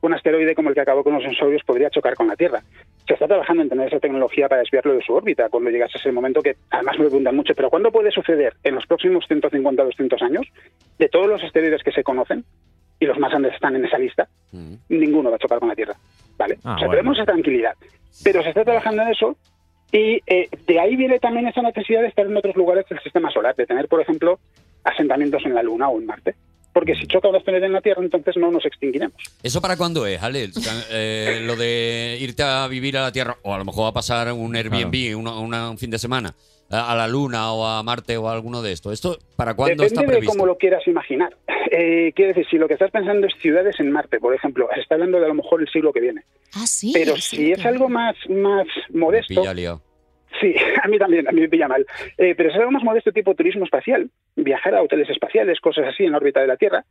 [SPEAKER 11] un asteroide como el que acabó con los dinosaurios podría chocar con la Tierra. Se está trabajando en tener esa tecnología para desviarlo de su órbita cuando llegase ese momento que además me preguntan mucho, pero ¿cuándo puede suceder? En los próximos 150 200 años, de todos los asteroides que se conocen, y los más grandes están en esa lista,
[SPEAKER 2] Mm.
[SPEAKER 11] ninguno va a chocar con la Tierra. ¿Vale?
[SPEAKER 3] Ah,
[SPEAKER 11] o sea,
[SPEAKER 3] bueno.
[SPEAKER 11] tenemos esa tranquilidad. Pero se está trabajando en eso y eh, de ahí viene también esa necesidad de estar en otros lugares del sistema solar, de tener, por ejemplo, asentamientos en la Luna o en Marte. Porque si choca un asteroide en la Tierra, entonces no nos extinguiremos.
[SPEAKER 2] ¿Eso para cuándo es, Ale? O sea, eh, lo de irte a vivir a la tierra, o a lo mejor va a pasar un Airbnb una- una- un fin de semana. a la Luna o a Marte o a alguno de estos? ¿Esto para cuándo está
[SPEAKER 11] Depende de
[SPEAKER 2] previsto?
[SPEAKER 11] cómo lo quieras imaginar. Eh, quiero decir, si lo que estás pensando es ciudades en Marte, por ejemplo, se está hablando de a lo mejor el siglo que viene.
[SPEAKER 4] Ah, sí.
[SPEAKER 11] Pero
[SPEAKER 4] sí,
[SPEAKER 11] si es
[SPEAKER 4] claro.
[SPEAKER 11] algo más, más modesto,
[SPEAKER 2] Pilla liado.
[SPEAKER 11] Sí, a mí también, a mí me pilla mal. Eh, pero si es algo más modesto tipo turismo espacial, viajar a hoteles espaciales, cosas así en la órbita de la Tierra,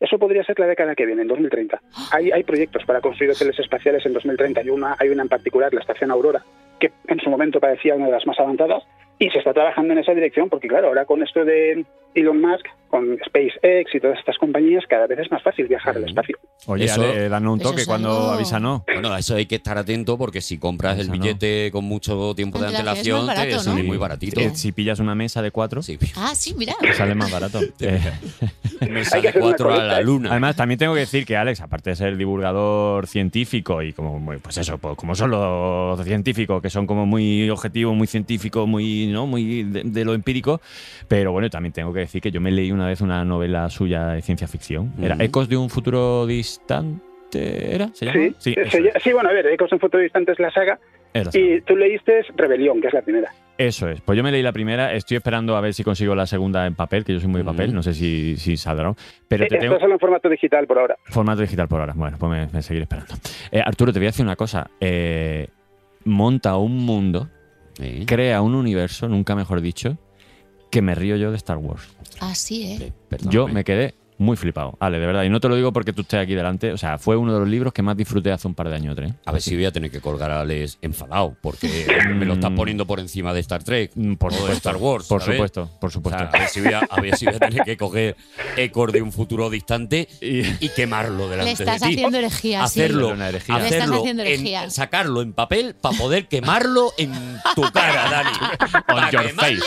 [SPEAKER 11] eso podría ser la década que viene, en 2030. Hay, hay proyectos para construir hoteles espaciales en 2030. Hay una, hay una en particular, la Estación Aurora, que en su momento parecía una de las más avanzadas, y se está trabajando en esa dirección, porque claro, ahora con esto de Elon Musk, con SpaceX y todas estas compañías, cada vez es más fácil viajar al espacio.
[SPEAKER 3] Oye,
[SPEAKER 2] Eso-
[SPEAKER 3] dale, danos un
[SPEAKER 4] eso
[SPEAKER 3] toque
[SPEAKER 4] es
[SPEAKER 3] cuando
[SPEAKER 4] algo-
[SPEAKER 3] avisa no.
[SPEAKER 2] Bueno, a eso hay que estar atento porque si compras el
[SPEAKER 3] Esa no.
[SPEAKER 2] billete con mucho tiempo de
[SPEAKER 4] Antelación es
[SPEAKER 2] antelación,
[SPEAKER 4] más
[SPEAKER 2] te
[SPEAKER 4] barato,
[SPEAKER 2] sale
[SPEAKER 4] ¿no?
[SPEAKER 2] muy baratito.
[SPEAKER 3] Eh, si pillas una mesa de cuatro,
[SPEAKER 2] Sí.
[SPEAKER 4] Ah, sí, mira.
[SPEAKER 3] te sale más barato. Eh,
[SPEAKER 2] Me
[SPEAKER 11] Hay que
[SPEAKER 2] sale
[SPEAKER 11] hacer una
[SPEAKER 2] cuatro a la
[SPEAKER 11] colecta, ¿eh?
[SPEAKER 2] luna.
[SPEAKER 3] Además, también tengo que decir que Alex, aparte de ser divulgador científico y como, muy- pues eso, pues como son los científicos, que son como muy objetivos, muy científicos, muy, ¿no? muy de, de lo empírico, pero bueno, también tengo que decir que yo me leí una vez una novela suya de ciencia ficción. Era
[SPEAKER 2] Ujú.
[SPEAKER 3] Ecos de un futuro distante, ¿era? ¿Se llama?
[SPEAKER 11] Sí,
[SPEAKER 3] Sí,
[SPEAKER 11] se
[SPEAKER 3] eso
[SPEAKER 11] lle-
[SPEAKER 3] es.
[SPEAKER 11] sí, bueno, a ver, Ecos en Foto Distante es la saga,
[SPEAKER 3] Era esa.
[SPEAKER 11] y tú leíste Rebelión, que es la primera.
[SPEAKER 3] Eso es. Pues yo me leí la primera, estoy esperando a ver si consigo la segunda en papel, que yo soy muy de
[SPEAKER 11] Mm.
[SPEAKER 3] papel, no sé si, si saldrá. Pero te
[SPEAKER 11] Eh,
[SPEAKER 3] tengo
[SPEAKER 11] Está solo en formato digital por ahora.
[SPEAKER 3] formato digital por ahora. Bueno, pues me, me seguiré esperando. Eh, Arturo, te voy a decir una cosa. Eh, monta un mundo,
[SPEAKER 2] Sí.
[SPEAKER 3] crea un universo, nunca mejor dicho, que me río yo de Star Wars.
[SPEAKER 4] Así, ¿eh?
[SPEAKER 2] Eh, perdóname.
[SPEAKER 3] Yo me quedé muy flipado. Ale, de verdad. Y no te lo digo porque tú estés aquí delante. O sea, fue uno de los libros que más disfruté hace un par de años o tres.
[SPEAKER 2] A ver si voy a tener que colgar a Alex enfadado, porque me lo está poniendo por encima de Star Trek
[SPEAKER 3] Mm, por
[SPEAKER 2] o de
[SPEAKER 3] supuesto,
[SPEAKER 2] Star Wars.
[SPEAKER 3] Por
[SPEAKER 2] ¿sabes?
[SPEAKER 3] supuesto, por
[SPEAKER 2] O sea,
[SPEAKER 3] supuesto.
[SPEAKER 2] a, ver si voy a, a ver si voy a tener que coger Ecor de un futuro distante y, quemarlo delante
[SPEAKER 4] Le estás
[SPEAKER 2] de ti.
[SPEAKER 4] haciendo herejía,
[SPEAKER 2] hacerlo,
[SPEAKER 3] Sí, una herejía.
[SPEAKER 4] Le estás
[SPEAKER 2] hacerlo
[SPEAKER 4] haciendo
[SPEAKER 2] en-
[SPEAKER 4] herejía.
[SPEAKER 2] sacarlo en papel para poder quemarlo en tu cara, Dani. Pa'
[SPEAKER 3] your
[SPEAKER 2] quemarlo.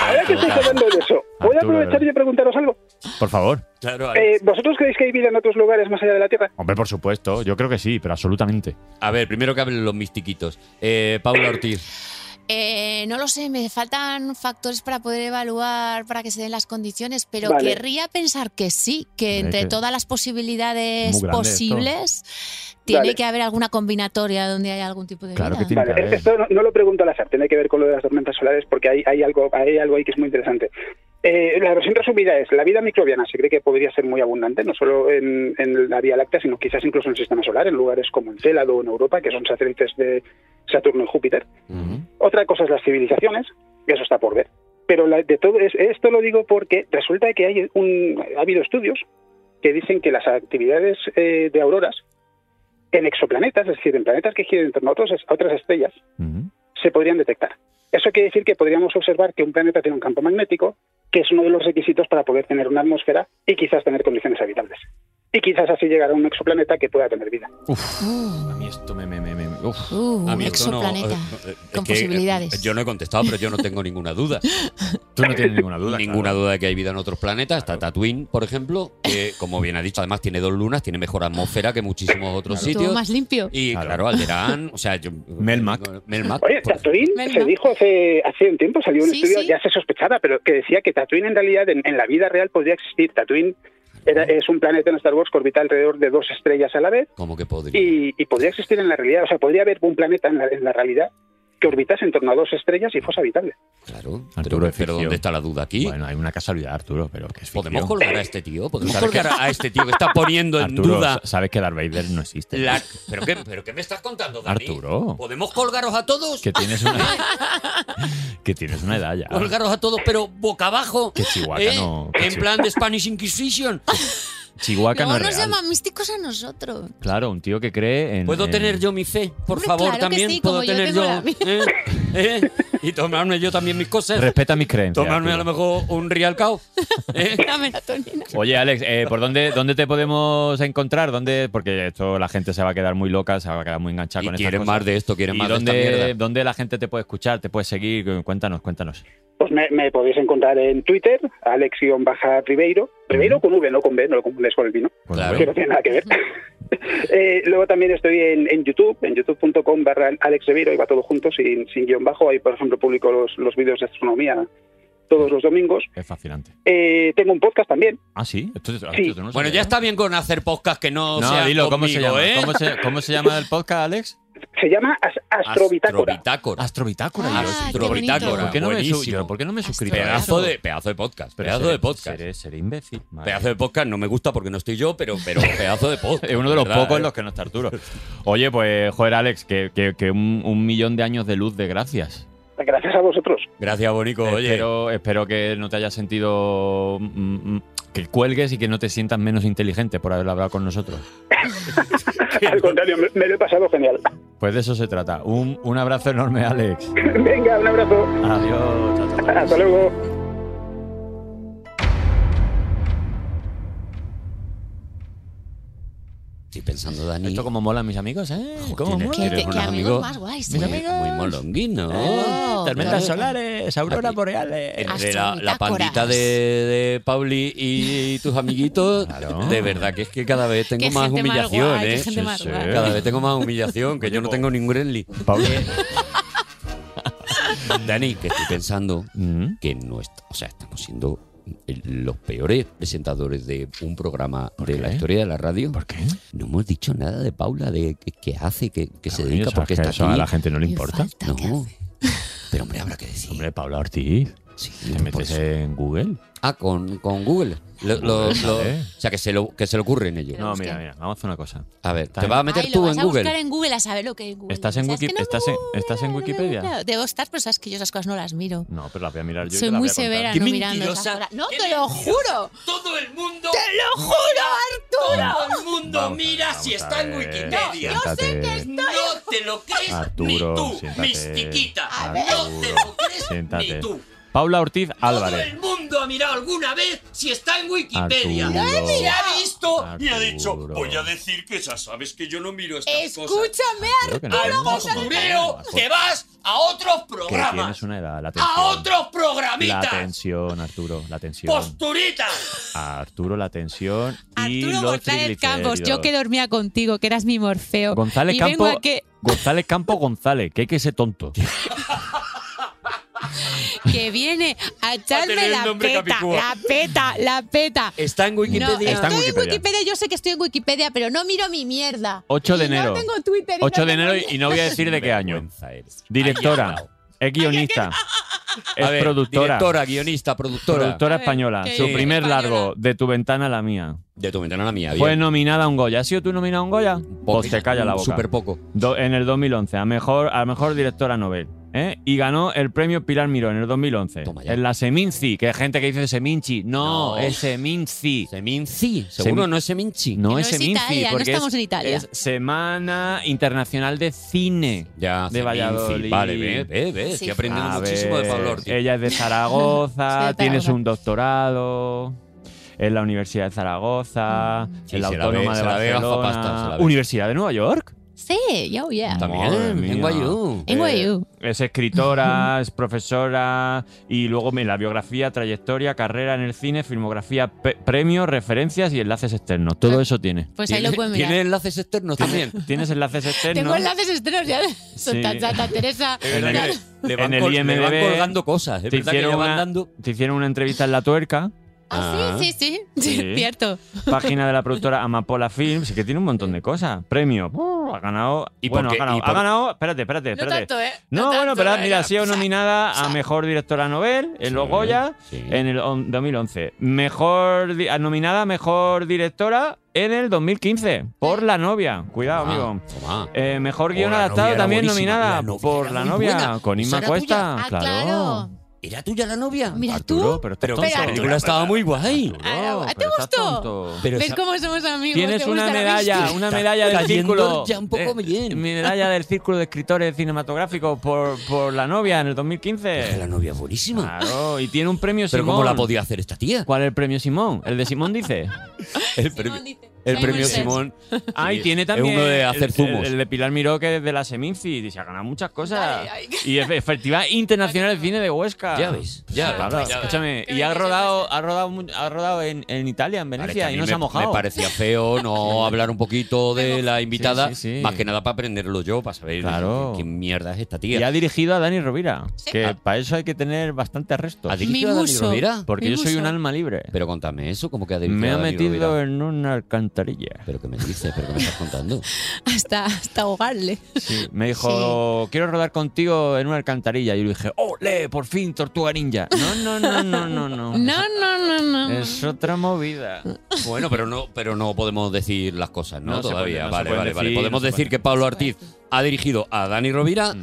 [SPEAKER 11] Ahora que estáis hablando de eso, ¿puedo
[SPEAKER 3] Ah, Arturo,
[SPEAKER 11] aprovechar
[SPEAKER 3] ¿verdad?
[SPEAKER 11] y preguntaros algo?
[SPEAKER 3] Por favor.
[SPEAKER 2] Claro,
[SPEAKER 11] Eh,
[SPEAKER 2] Alex.
[SPEAKER 11] ¿Vosotros creéis que hay vida en otros lugares más allá de la Tierra?
[SPEAKER 3] Hombre, por supuesto. Yo creo que sí, pero absolutamente.
[SPEAKER 2] A ver, primero que hablen los mistiquitos. Eh, Paula Ortiz.
[SPEAKER 4] Eh, no lo sé, me faltan factores para poder evaluar, para que se den las condiciones, pero
[SPEAKER 11] Vale.
[SPEAKER 4] querría pensar que sí, que
[SPEAKER 3] Hombre,
[SPEAKER 4] entre
[SPEAKER 3] que-
[SPEAKER 4] todas las posibilidades
[SPEAKER 3] Muy grande
[SPEAKER 4] posibles tiene
[SPEAKER 11] Vale.
[SPEAKER 4] que haber alguna combinatoria donde haya algún tipo de
[SPEAKER 3] Claro
[SPEAKER 4] vida.
[SPEAKER 3] que tiene
[SPEAKER 11] Vale,
[SPEAKER 3] que
[SPEAKER 11] eh,
[SPEAKER 3] haber.
[SPEAKER 11] esto no, no lo pregunto al azar, tiene que ver con lo de las tormentas solares porque hay, hay, algo, hay algo ahí que es muy interesante. Eh, la versión resumida es, la vida microbiana se cree que podría ser muy abundante, no solo en, en la Vía Láctea, sino quizás incluso en el Sistema Solar, en lugares como Encélado o en Europa, que son satélites de Saturno y Júpiter. Otra cosa es las civilizaciones, que eso está por ver. Pero la- de todo es- esto lo digo porque resulta que hay un, ha habido estudios que dicen que las actividades eh, de auroras en exoplanetas, es decir, en planetas que giran en torno a, otros- a otras estrellas,
[SPEAKER 3] Ujú.
[SPEAKER 11] se podrían detectar. Eso quiere decir que podríamos observar que un planeta tiene un campo magnético, que es uno de los requisitos para poder tener una atmósfera y quizás tener condiciones habitables. Y quizás así llegar a un exoplaneta que pueda tener vida.
[SPEAKER 4] Uh,
[SPEAKER 3] A mí esto me... me, me, me- uf.
[SPEAKER 4] uh,
[SPEAKER 2] A
[SPEAKER 4] un
[SPEAKER 2] mí esto no-
[SPEAKER 4] exoplaneta
[SPEAKER 2] eh, eh,
[SPEAKER 4] con
[SPEAKER 2] es que, eh,
[SPEAKER 4] posibilidades.
[SPEAKER 2] Yo no he contestado, pero yo no tengo ninguna duda.
[SPEAKER 3] Tú no tienes ninguna duda.
[SPEAKER 2] ninguna duda de que hay vida en otros planetas. Está Tatooine, por ejemplo, que, como bien ha dicho, además tiene dos lunas, tiene mejor atmósfera que muchísimos otros
[SPEAKER 4] Todo
[SPEAKER 2] sitios.
[SPEAKER 4] más limpio.
[SPEAKER 2] Y
[SPEAKER 3] Claro.
[SPEAKER 2] claro, Alderaan, o sea, yo,
[SPEAKER 3] Melmac.
[SPEAKER 2] Melmac, pues,
[SPEAKER 11] Oye,
[SPEAKER 2] por-
[SPEAKER 11] Tatooine
[SPEAKER 4] Venga.
[SPEAKER 11] se dijo hace, hace un tiempo, salió un
[SPEAKER 4] Sí,
[SPEAKER 11] estudio,
[SPEAKER 4] sí.
[SPEAKER 11] ya se sospechaba, pero que decía que Tatooine en realidad en, en la vida real podría existir. Tatooine era- es un planeta en Star Wars que orbita alrededor de dos estrellas a la vez
[SPEAKER 2] como que podría.
[SPEAKER 11] y, y podría existir en la realidad. O sea, podría haber un planeta en la, en la realidad que orbitase en torno a dos estrellas y fuese habitable.
[SPEAKER 2] Claro,
[SPEAKER 3] Arturo,
[SPEAKER 2] pero,
[SPEAKER 3] es
[SPEAKER 2] pero
[SPEAKER 3] ficción.
[SPEAKER 2] ¿dónde está la duda aquí?
[SPEAKER 3] Bueno, hay una casualidad, Arturo, pero que es
[SPEAKER 2] ¿Podemos
[SPEAKER 3] ficción.
[SPEAKER 2] colgar a este tío? ¿Podemos colgar a este tío que está poniendo en
[SPEAKER 3] Arturo,
[SPEAKER 2] duda
[SPEAKER 3] sa- sabes que Darth Vader no existe.
[SPEAKER 2] la... ¿Pero qué, ¿Pero qué me estás contando, Dani?
[SPEAKER 3] Arturo.
[SPEAKER 2] ¿Podemos colgaros a todos?
[SPEAKER 3] Que tienes una que tienes una edad ya.
[SPEAKER 2] Colgaros a todos, pero boca abajo.
[SPEAKER 3] Que Chihuahua
[SPEAKER 2] ¿eh?
[SPEAKER 3] no- que
[SPEAKER 2] En
[SPEAKER 3] Chihu-
[SPEAKER 2] plan de Spanish Inquisition.
[SPEAKER 3] Chihuahua no,
[SPEAKER 4] no,
[SPEAKER 3] es
[SPEAKER 4] nos
[SPEAKER 3] real.
[SPEAKER 4] llaman místicos a nosotros.
[SPEAKER 3] Claro, un tío que cree en
[SPEAKER 2] ¿Puedo
[SPEAKER 3] en-
[SPEAKER 2] tener yo mi fe? Por
[SPEAKER 4] Hombre,
[SPEAKER 2] favor,
[SPEAKER 4] claro que
[SPEAKER 2] también.
[SPEAKER 4] sí,
[SPEAKER 2] ¿Puedo
[SPEAKER 4] como yo
[SPEAKER 2] tener
[SPEAKER 4] tengo
[SPEAKER 2] yo?
[SPEAKER 4] la mía.
[SPEAKER 2] ¿Eh? ¿Eh? Y tomarme yo también mis cosas.
[SPEAKER 3] Respeta mis creencias.
[SPEAKER 2] tomarme a lo
[SPEAKER 3] Arturo.
[SPEAKER 2] mejor un Real Cow. ¿Eh?
[SPEAKER 4] La melatonina.
[SPEAKER 3] Oye, Alex, eh, ¿por dónde, dónde te podemos encontrar? ¿Dónde? Porque esto la gente se va a quedar muy loca, se va a quedar muy enganchada
[SPEAKER 2] Y
[SPEAKER 3] con
[SPEAKER 2] quieren
[SPEAKER 3] estas
[SPEAKER 2] más
[SPEAKER 3] cosas.
[SPEAKER 2] de esto, quieren
[SPEAKER 3] ¿Y
[SPEAKER 2] más
[SPEAKER 3] dónde,
[SPEAKER 2] de esta mierda.
[SPEAKER 3] dónde la gente te puede escuchar, te puede seguir? Cuéntanos, cuéntanos.
[SPEAKER 11] Pues me, me podéis encontrar en Twitter, alex-ribeiro, Ribeiro con V, no con B, no lo confundáis con el vino,
[SPEAKER 3] Pues
[SPEAKER 2] Claro.
[SPEAKER 11] que no tiene nada que ver. Eh, luego también estoy en, en YouTube, en youtube.com barra Alex Ribeiro, y va todo junto, sin, sin guión bajo. Ahí, por ejemplo, publico los, los vídeos de astronomía todos los domingos.
[SPEAKER 3] Es fascinante.
[SPEAKER 11] Eh, tengo un podcast también.
[SPEAKER 3] Ah, sí. Esto- esto
[SPEAKER 11] Sí.
[SPEAKER 3] tú no
[SPEAKER 2] Bueno,
[SPEAKER 3] lo sabías,
[SPEAKER 2] ya
[SPEAKER 3] ¿no?
[SPEAKER 2] está bien con hacer podcast que no,
[SPEAKER 3] No,
[SPEAKER 2] sea
[SPEAKER 3] dilo, ¿cómo se
[SPEAKER 2] conmigo,
[SPEAKER 3] llama?
[SPEAKER 2] ¿eh?
[SPEAKER 3] ¿Cómo, se, cómo se llama el podcast, Alex?
[SPEAKER 11] se llama as- astrobitácora.
[SPEAKER 2] Astrobitácora.
[SPEAKER 3] Astrobitácora.
[SPEAKER 2] Ah,
[SPEAKER 3] yo-
[SPEAKER 2] qué
[SPEAKER 3] Astrobitácora.
[SPEAKER 2] bonito.
[SPEAKER 3] ¿Por qué no me, su-
[SPEAKER 2] Buenísimo.
[SPEAKER 3] yo, ¿por qué no me he suscrito? a
[SPEAKER 2] Pedazo
[SPEAKER 3] eso?
[SPEAKER 2] de, pedazo de podcast.
[SPEAKER 3] Pero
[SPEAKER 2] pedazo
[SPEAKER 3] seré-
[SPEAKER 2] de podcast.
[SPEAKER 3] Seré, seré imbécil. madre.
[SPEAKER 2] Pedazo de podcast. No me gusta porque no estoy yo, pero, pero pedazo de podcast.
[SPEAKER 3] Es uno de los
[SPEAKER 2] ¿verdad?
[SPEAKER 3] pocos en los que no está Arturo. Oye, pues, joder, Alex, que, que- que un, un millón de años de luz de gracias.
[SPEAKER 11] Gracias a vosotros.
[SPEAKER 2] Gracias, Bonico.
[SPEAKER 3] Eh,
[SPEAKER 2] Oye,
[SPEAKER 3] Espero, espero que no te hayas sentido. mm, mm, que cuelgues y que no te sientas menos inteligente por haber hablado con nosotros.
[SPEAKER 11] Al contrario, me, me lo he pasado genial.
[SPEAKER 3] Pues de eso se trata. Un, un abrazo enorme, Alex.
[SPEAKER 11] Venga, un abrazo.
[SPEAKER 3] Adiós. Chao, chao, chao.
[SPEAKER 11] Hasta luego.
[SPEAKER 2] estoy pensando, Dani.
[SPEAKER 3] Esto como molan mis amigos, ¿eh? ¿Cómo
[SPEAKER 2] tienes-
[SPEAKER 3] mola?
[SPEAKER 4] Que,
[SPEAKER 2] ¿Quieres
[SPEAKER 4] que
[SPEAKER 2] unos
[SPEAKER 4] amigos
[SPEAKER 2] amigos?
[SPEAKER 4] más guays.
[SPEAKER 3] Mis
[SPEAKER 4] ¿eh?
[SPEAKER 3] amigos.
[SPEAKER 2] Muy molonguino.
[SPEAKER 4] Oh,
[SPEAKER 3] Tormentas
[SPEAKER 4] claro.
[SPEAKER 3] solares, auroras
[SPEAKER 2] Aquí.
[SPEAKER 3] boreales.
[SPEAKER 2] Entre la, la
[SPEAKER 4] Astrobitácoras.
[SPEAKER 2] pandita de, de Pauli y tus amiguitos,
[SPEAKER 3] Claro.
[SPEAKER 2] de verdad que es que cada vez tengo
[SPEAKER 4] Qué
[SPEAKER 2] más
[SPEAKER 4] gente más
[SPEAKER 2] humillación,
[SPEAKER 4] guay, qué
[SPEAKER 2] ¿eh?
[SPEAKER 4] gente más
[SPEAKER 3] sí.
[SPEAKER 4] guay.
[SPEAKER 2] Cada vez tengo más humillación, que yo no tengo ningún Gremlin.
[SPEAKER 3] Pauli.
[SPEAKER 2] Dani, que estoy pensando
[SPEAKER 3] Mm.
[SPEAKER 2] que no est- o sea, estamos siendo los peores presentadores de un programa de
[SPEAKER 3] qué?
[SPEAKER 2] la historia de la radio.
[SPEAKER 3] ¿Por qué?
[SPEAKER 2] No hemos dicho nada de Paula, de qué- qué hace, qué, qué se
[SPEAKER 3] Ah, Coño,
[SPEAKER 2] dedica,
[SPEAKER 3] ¿sabes
[SPEAKER 2] porque
[SPEAKER 3] que
[SPEAKER 2] está
[SPEAKER 3] eso
[SPEAKER 2] aquí.
[SPEAKER 3] a la gente no le
[SPEAKER 4] Y
[SPEAKER 3] importa.
[SPEAKER 4] falta que
[SPEAKER 2] No.
[SPEAKER 4] hace.
[SPEAKER 2] Pero hombre, habrá que decir.
[SPEAKER 3] Hombre, Paula Ortiz.
[SPEAKER 2] Sí,
[SPEAKER 3] Te
[SPEAKER 2] por
[SPEAKER 3] metes
[SPEAKER 2] eso.
[SPEAKER 3] en Google.
[SPEAKER 2] Ah, con, con Google. Lo- lo-
[SPEAKER 3] Google,
[SPEAKER 2] lo-
[SPEAKER 3] vale.
[SPEAKER 2] o sea, que se, lo, que se le ocurren ellos.
[SPEAKER 3] No, mira,
[SPEAKER 4] busquen.
[SPEAKER 3] mira, vamos a hacer una cosa.
[SPEAKER 2] A ver, te
[SPEAKER 3] Time.
[SPEAKER 2] vas a meter
[SPEAKER 4] Ay, lo
[SPEAKER 2] tú
[SPEAKER 4] vas
[SPEAKER 2] en
[SPEAKER 4] a buscar
[SPEAKER 2] Google.
[SPEAKER 4] en Google a saber lo que es Google.
[SPEAKER 3] ¿Estás en
[SPEAKER 4] ¿Sabes
[SPEAKER 3] Wiki-
[SPEAKER 4] que no me
[SPEAKER 3] estás en-
[SPEAKER 4] gusta,
[SPEAKER 3] estás en
[SPEAKER 4] no me
[SPEAKER 3] Wikipedia?
[SPEAKER 4] gusta? Debo estar, pero sabes que yo esas cosas no las miro.
[SPEAKER 3] No, pero las voy a mirar yo. y
[SPEAKER 4] Soy
[SPEAKER 3] te las
[SPEAKER 4] muy
[SPEAKER 3] voy a contar.
[SPEAKER 4] severa
[SPEAKER 2] ¡Qué
[SPEAKER 4] no mirando esas
[SPEAKER 2] mentirosa!
[SPEAKER 4] cosas. No,
[SPEAKER 2] ¡Qué
[SPEAKER 4] te lo juro.
[SPEAKER 2] Todo el mundo.
[SPEAKER 4] ¡Te lo juro, Arturo!
[SPEAKER 2] Todo el mundo
[SPEAKER 3] Vamos a ver,
[SPEAKER 2] mira si
[SPEAKER 3] vamos a
[SPEAKER 2] está en
[SPEAKER 3] ver.
[SPEAKER 2] Wikipedia.
[SPEAKER 3] Siéntate.
[SPEAKER 2] No te lo crees
[SPEAKER 3] Arturo,
[SPEAKER 2] ni tú,
[SPEAKER 3] siéntate.
[SPEAKER 2] mistiquita.
[SPEAKER 3] A ver.
[SPEAKER 2] No te lo crees
[SPEAKER 3] Siéntate.
[SPEAKER 2] ni tú.
[SPEAKER 3] Paula Ortiz
[SPEAKER 2] Todo el
[SPEAKER 3] Álvarez.
[SPEAKER 2] mundo ha mirado alguna vez si está en Wikipedia.
[SPEAKER 3] Arturo.
[SPEAKER 2] Se ha visto y ha
[SPEAKER 3] Arturo.
[SPEAKER 2] dicho, voy a decir que ya sabes que yo no miro estas cosas.
[SPEAKER 4] Escúchame,
[SPEAKER 3] Creo que no
[SPEAKER 2] Al
[SPEAKER 3] tenemos
[SPEAKER 2] postureo
[SPEAKER 3] nada.
[SPEAKER 2] te vas a otros
[SPEAKER 3] Que
[SPEAKER 2] programas.
[SPEAKER 3] tienes una edad. La tensión.
[SPEAKER 2] A otros
[SPEAKER 3] La
[SPEAKER 2] programitas.
[SPEAKER 3] tensión, Arturo. La tensión.
[SPEAKER 2] Posturitas.
[SPEAKER 3] A Arturo, la tensión. y
[SPEAKER 4] Arturo
[SPEAKER 3] los
[SPEAKER 4] González Campos, yo
[SPEAKER 3] triglicéridos.
[SPEAKER 4] que dormía contigo, que eras mi Morfeo.
[SPEAKER 3] González
[SPEAKER 4] y
[SPEAKER 3] Campo,
[SPEAKER 4] vengo a que,
[SPEAKER 3] González Campo González, que hay que ser tonto.
[SPEAKER 4] que viene a
[SPEAKER 2] tener
[SPEAKER 4] echarme
[SPEAKER 2] el
[SPEAKER 4] la
[SPEAKER 2] nombre
[SPEAKER 4] peta,
[SPEAKER 2] capicúa.
[SPEAKER 4] la peta, la peta.
[SPEAKER 2] Está en
[SPEAKER 4] No, estoy
[SPEAKER 3] Eh, Está en
[SPEAKER 4] en Wikipedia.
[SPEAKER 3] Wikipedia.
[SPEAKER 4] yo sé que estoy en Wikipedia, pero no miro mi mierda.
[SPEAKER 3] 8 de
[SPEAKER 4] Y
[SPEAKER 3] enero.
[SPEAKER 4] No tengo Twitter. y
[SPEAKER 3] 8
[SPEAKER 4] no
[SPEAKER 3] de
[SPEAKER 4] tengo
[SPEAKER 3] enero
[SPEAKER 4] ni-
[SPEAKER 3] y no voy a decir de qué año. Directora, es guionista, es
[SPEAKER 2] A ver,
[SPEAKER 3] productora,
[SPEAKER 2] Directora, guionista, productora.
[SPEAKER 3] productora
[SPEAKER 4] A ver,
[SPEAKER 3] española.
[SPEAKER 4] que-
[SPEAKER 3] Su
[SPEAKER 2] Sí.
[SPEAKER 3] primer
[SPEAKER 4] española.
[SPEAKER 3] largo, De tu ventana a la mía.
[SPEAKER 2] De tu ventana a la mía.
[SPEAKER 3] Fue nominada a un Goya. ¿Has sido tú nominada a un Goya? Pues te calla la boca.
[SPEAKER 2] Súper poco.
[SPEAKER 3] Do- en el 2011, a mejor, a mejor directora Nobel. ¿eh? Y ganó el premio Pilar Miró en el 2011.
[SPEAKER 2] Toma ya.
[SPEAKER 3] En la Seminci, que hay gente que dice Seminci. No,
[SPEAKER 2] No.
[SPEAKER 3] es Seminci.
[SPEAKER 2] Seminci. Seguro
[SPEAKER 3] Semin-
[SPEAKER 2] no es Seminci.
[SPEAKER 3] No
[SPEAKER 4] Que no
[SPEAKER 3] es
[SPEAKER 4] es
[SPEAKER 3] Seminci.
[SPEAKER 4] Italia, no
[SPEAKER 3] porque es-
[SPEAKER 4] estamos en Italia.
[SPEAKER 3] Es Semana Internacional de Cine.
[SPEAKER 2] Ya,
[SPEAKER 3] De
[SPEAKER 2] Seminci.
[SPEAKER 3] Valladolid.
[SPEAKER 2] Vale, ve, ve, ve. Estoy
[SPEAKER 4] Sí.
[SPEAKER 2] aprendiendo
[SPEAKER 3] A
[SPEAKER 2] muchísimo de
[SPEAKER 3] ver,
[SPEAKER 2] Pablo Ortiz.
[SPEAKER 3] Ella es de Zaragoza,
[SPEAKER 4] Soy de
[SPEAKER 3] tienes
[SPEAKER 4] Zaragoza.
[SPEAKER 3] un doctorado en la Universidad de Zaragoza,
[SPEAKER 4] Mm.
[SPEAKER 2] Sí,
[SPEAKER 3] en la
[SPEAKER 2] se la
[SPEAKER 3] Autónoma
[SPEAKER 2] ve-
[SPEAKER 3] de
[SPEAKER 2] se la ve
[SPEAKER 3] Barcelona,
[SPEAKER 2] gafapasta, se la ve.
[SPEAKER 3] Universidad de Nueva York.
[SPEAKER 4] Sí, yo, yeah.
[SPEAKER 3] Madre
[SPEAKER 2] También, uh.
[SPEAKER 3] mía.
[SPEAKER 2] en Guayú.
[SPEAKER 4] En NYU.
[SPEAKER 3] Es escritora, es profesora y luego me la biografía, trayectoria, carrera en el cine, filmografía, pe- premios, referencias y enlaces externos. Todo eso tiene.
[SPEAKER 4] Pues ahí lo pueden
[SPEAKER 2] Tiene
[SPEAKER 4] mirar.
[SPEAKER 2] enlaces externos también.
[SPEAKER 3] Tienes enlaces externos.
[SPEAKER 4] Tengo enlaces estrenos ya. Santa, Santa Teresa.
[SPEAKER 3] En el-
[SPEAKER 4] Claro.
[SPEAKER 2] Le
[SPEAKER 3] en
[SPEAKER 2] van,
[SPEAKER 3] el
[SPEAKER 2] col- le van
[SPEAKER 3] IMDb
[SPEAKER 2] colgando cosas. Es
[SPEAKER 3] te
[SPEAKER 2] verdad que
[SPEAKER 3] hicieron
[SPEAKER 2] le van
[SPEAKER 3] una-
[SPEAKER 2] dando.
[SPEAKER 3] Te hicieron una entrevista en La Tuerca.
[SPEAKER 4] Ah, sí, sí, sí.
[SPEAKER 3] Sí. Eh,
[SPEAKER 4] Cierto.
[SPEAKER 3] página de la productora Amapola Films, que tiene un montón de cosas. Premio. Uh, ha ganado.
[SPEAKER 2] ¿Y por
[SPEAKER 3] bueno, ha
[SPEAKER 2] qué?
[SPEAKER 3] ganado.
[SPEAKER 2] ¿Y por-
[SPEAKER 3] Ha ganado. Espérate, espérate,
[SPEAKER 4] No
[SPEAKER 3] espérate.
[SPEAKER 4] tanto, ¿eh?
[SPEAKER 3] No, bueno,
[SPEAKER 4] tanto,
[SPEAKER 3] pero
[SPEAKER 4] la
[SPEAKER 3] mira, ha
[SPEAKER 4] verdad.
[SPEAKER 3] sido nominada a
[SPEAKER 4] sa-
[SPEAKER 3] Mejor Directora Nobel en los
[SPEAKER 2] Sí,
[SPEAKER 3] Goya
[SPEAKER 2] sí.
[SPEAKER 3] en el on- 2011. Mejor di- ah, nominada a Mejor Directora en el 2015 por La Novia. Cuidado,
[SPEAKER 2] Toma,
[SPEAKER 3] amigo.
[SPEAKER 2] Ah, toma.
[SPEAKER 3] Eh, mejor
[SPEAKER 2] Oh,
[SPEAKER 3] guion
[SPEAKER 2] La Novia
[SPEAKER 3] adaptado
[SPEAKER 2] era
[SPEAKER 3] también
[SPEAKER 2] buenísima.
[SPEAKER 3] nominada
[SPEAKER 2] La Novia
[SPEAKER 3] por
[SPEAKER 2] era
[SPEAKER 3] La
[SPEAKER 2] muy
[SPEAKER 3] Novia
[SPEAKER 2] buena.
[SPEAKER 3] con
[SPEAKER 2] Esa
[SPEAKER 3] Inma
[SPEAKER 2] era
[SPEAKER 3] Cuesta.
[SPEAKER 4] Ah, claro.
[SPEAKER 2] ¿Era tuya la novia?
[SPEAKER 4] Mira
[SPEAKER 3] Arturo,
[SPEAKER 4] tú.
[SPEAKER 3] pero, estás
[SPEAKER 2] Pero que
[SPEAKER 3] tonto.
[SPEAKER 2] la película estaba muy guay.
[SPEAKER 3] Arturo,
[SPEAKER 4] Ah, ¿te
[SPEAKER 3] pero estás
[SPEAKER 4] gustó?
[SPEAKER 3] tonto.
[SPEAKER 2] Pero
[SPEAKER 4] ¿Ves
[SPEAKER 2] esa-
[SPEAKER 4] cómo somos amigos?
[SPEAKER 3] Tienes
[SPEAKER 4] ¿Te
[SPEAKER 3] una
[SPEAKER 4] gusta la
[SPEAKER 3] medalla,
[SPEAKER 4] bici?
[SPEAKER 3] una
[SPEAKER 2] Está
[SPEAKER 3] medalla del
[SPEAKER 2] cayendo
[SPEAKER 3] círculo.
[SPEAKER 2] ya un poco
[SPEAKER 3] de- eh,
[SPEAKER 2] bien.
[SPEAKER 3] Medalla del círculo de escritores cinematográficos por, por la novia en el
[SPEAKER 2] Era la
[SPEAKER 3] 2015.
[SPEAKER 2] novia buenísima.
[SPEAKER 3] Claro, y tiene un premio
[SPEAKER 2] Pero
[SPEAKER 3] Ah, Simón.
[SPEAKER 2] ¿cómo la podía hacer esta tía?
[SPEAKER 3] ¿Cuál es el premio Simón? El de Simón dice.
[SPEAKER 2] El
[SPEAKER 4] Simón
[SPEAKER 2] premio,
[SPEAKER 4] dice.
[SPEAKER 2] el
[SPEAKER 4] Simon
[SPEAKER 2] premio
[SPEAKER 4] Says.
[SPEAKER 2] Simón.
[SPEAKER 3] Ah, y
[SPEAKER 2] Sí,
[SPEAKER 3] tiene
[SPEAKER 2] es
[SPEAKER 3] también.
[SPEAKER 2] uno de
[SPEAKER 3] el-
[SPEAKER 2] hacer zumos.
[SPEAKER 3] El, el de Pilar Miró, que es de la Seminci. Y se ha ganado muchas cosas.
[SPEAKER 4] Dale, ay.
[SPEAKER 3] Y es es Festival Internacional de Cine de Huesca.
[SPEAKER 2] Ya ves, ya ves,
[SPEAKER 3] Claro,
[SPEAKER 2] ya ves.
[SPEAKER 3] escúchame.
[SPEAKER 4] Qué
[SPEAKER 3] Y
[SPEAKER 4] bien
[SPEAKER 3] ha
[SPEAKER 4] que se
[SPEAKER 3] rodado, ha rodado, mu- ha rodado en, en Italia, en
[SPEAKER 2] Vale,
[SPEAKER 3] Venecia,
[SPEAKER 2] que a
[SPEAKER 3] y
[SPEAKER 2] mí
[SPEAKER 3] no
[SPEAKER 2] me,
[SPEAKER 3] se ha mojado.
[SPEAKER 2] Me parecía feo no hablar un poquito de la invitada,
[SPEAKER 3] Sí, sí, sí.
[SPEAKER 2] más que nada para aprenderlo yo, para saber
[SPEAKER 3] Claro.
[SPEAKER 2] qué, qué mierda es esta
[SPEAKER 3] Y ha
[SPEAKER 2] tía.
[SPEAKER 3] dirigido a Dani Rovira.
[SPEAKER 4] Sí.
[SPEAKER 3] Que
[SPEAKER 2] Ah.
[SPEAKER 3] para eso hay que tener bastante arresto.
[SPEAKER 2] ¿Ha dirigido
[SPEAKER 4] Mi
[SPEAKER 2] a Dani
[SPEAKER 4] muso.
[SPEAKER 2] Rovira?
[SPEAKER 4] Mi
[SPEAKER 3] Porque yo soy
[SPEAKER 4] muso.
[SPEAKER 3] un alma libre.
[SPEAKER 2] Pero contame eso, como que ha dirigido
[SPEAKER 3] Me
[SPEAKER 2] a
[SPEAKER 3] ha
[SPEAKER 2] Dani
[SPEAKER 3] metido
[SPEAKER 2] Rovira?
[SPEAKER 3] en una alcantarilla.
[SPEAKER 2] ¿Pero qué me dices? ¿Pero qué me estás contando?
[SPEAKER 4] hasta, hasta ahogarle.
[SPEAKER 3] Me dijo, quiero rodar contigo en una alcantarilla. Y yo le dije, ¡ole! Por fin, Tortuga Ninja. No, no, no, no, no, no.
[SPEAKER 4] No, no, no, no.
[SPEAKER 3] Es otra movida.
[SPEAKER 2] Bueno, pero no, pero no podemos decir las cosas, ¿no?
[SPEAKER 3] No se
[SPEAKER 2] Todavía.
[SPEAKER 3] puede, Mm. no se
[SPEAKER 2] vale,
[SPEAKER 3] pueden
[SPEAKER 2] vale, vale.
[SPEAKER 3] decir,
[SPEAKER 2] Podemos
[SPEAKER 3] no se
[SPEAKER 2] decir
[SPEAKER 3] pueden.
[SPEAKER 2] que Pablo Ortiz ha dirigido a Dani Rovira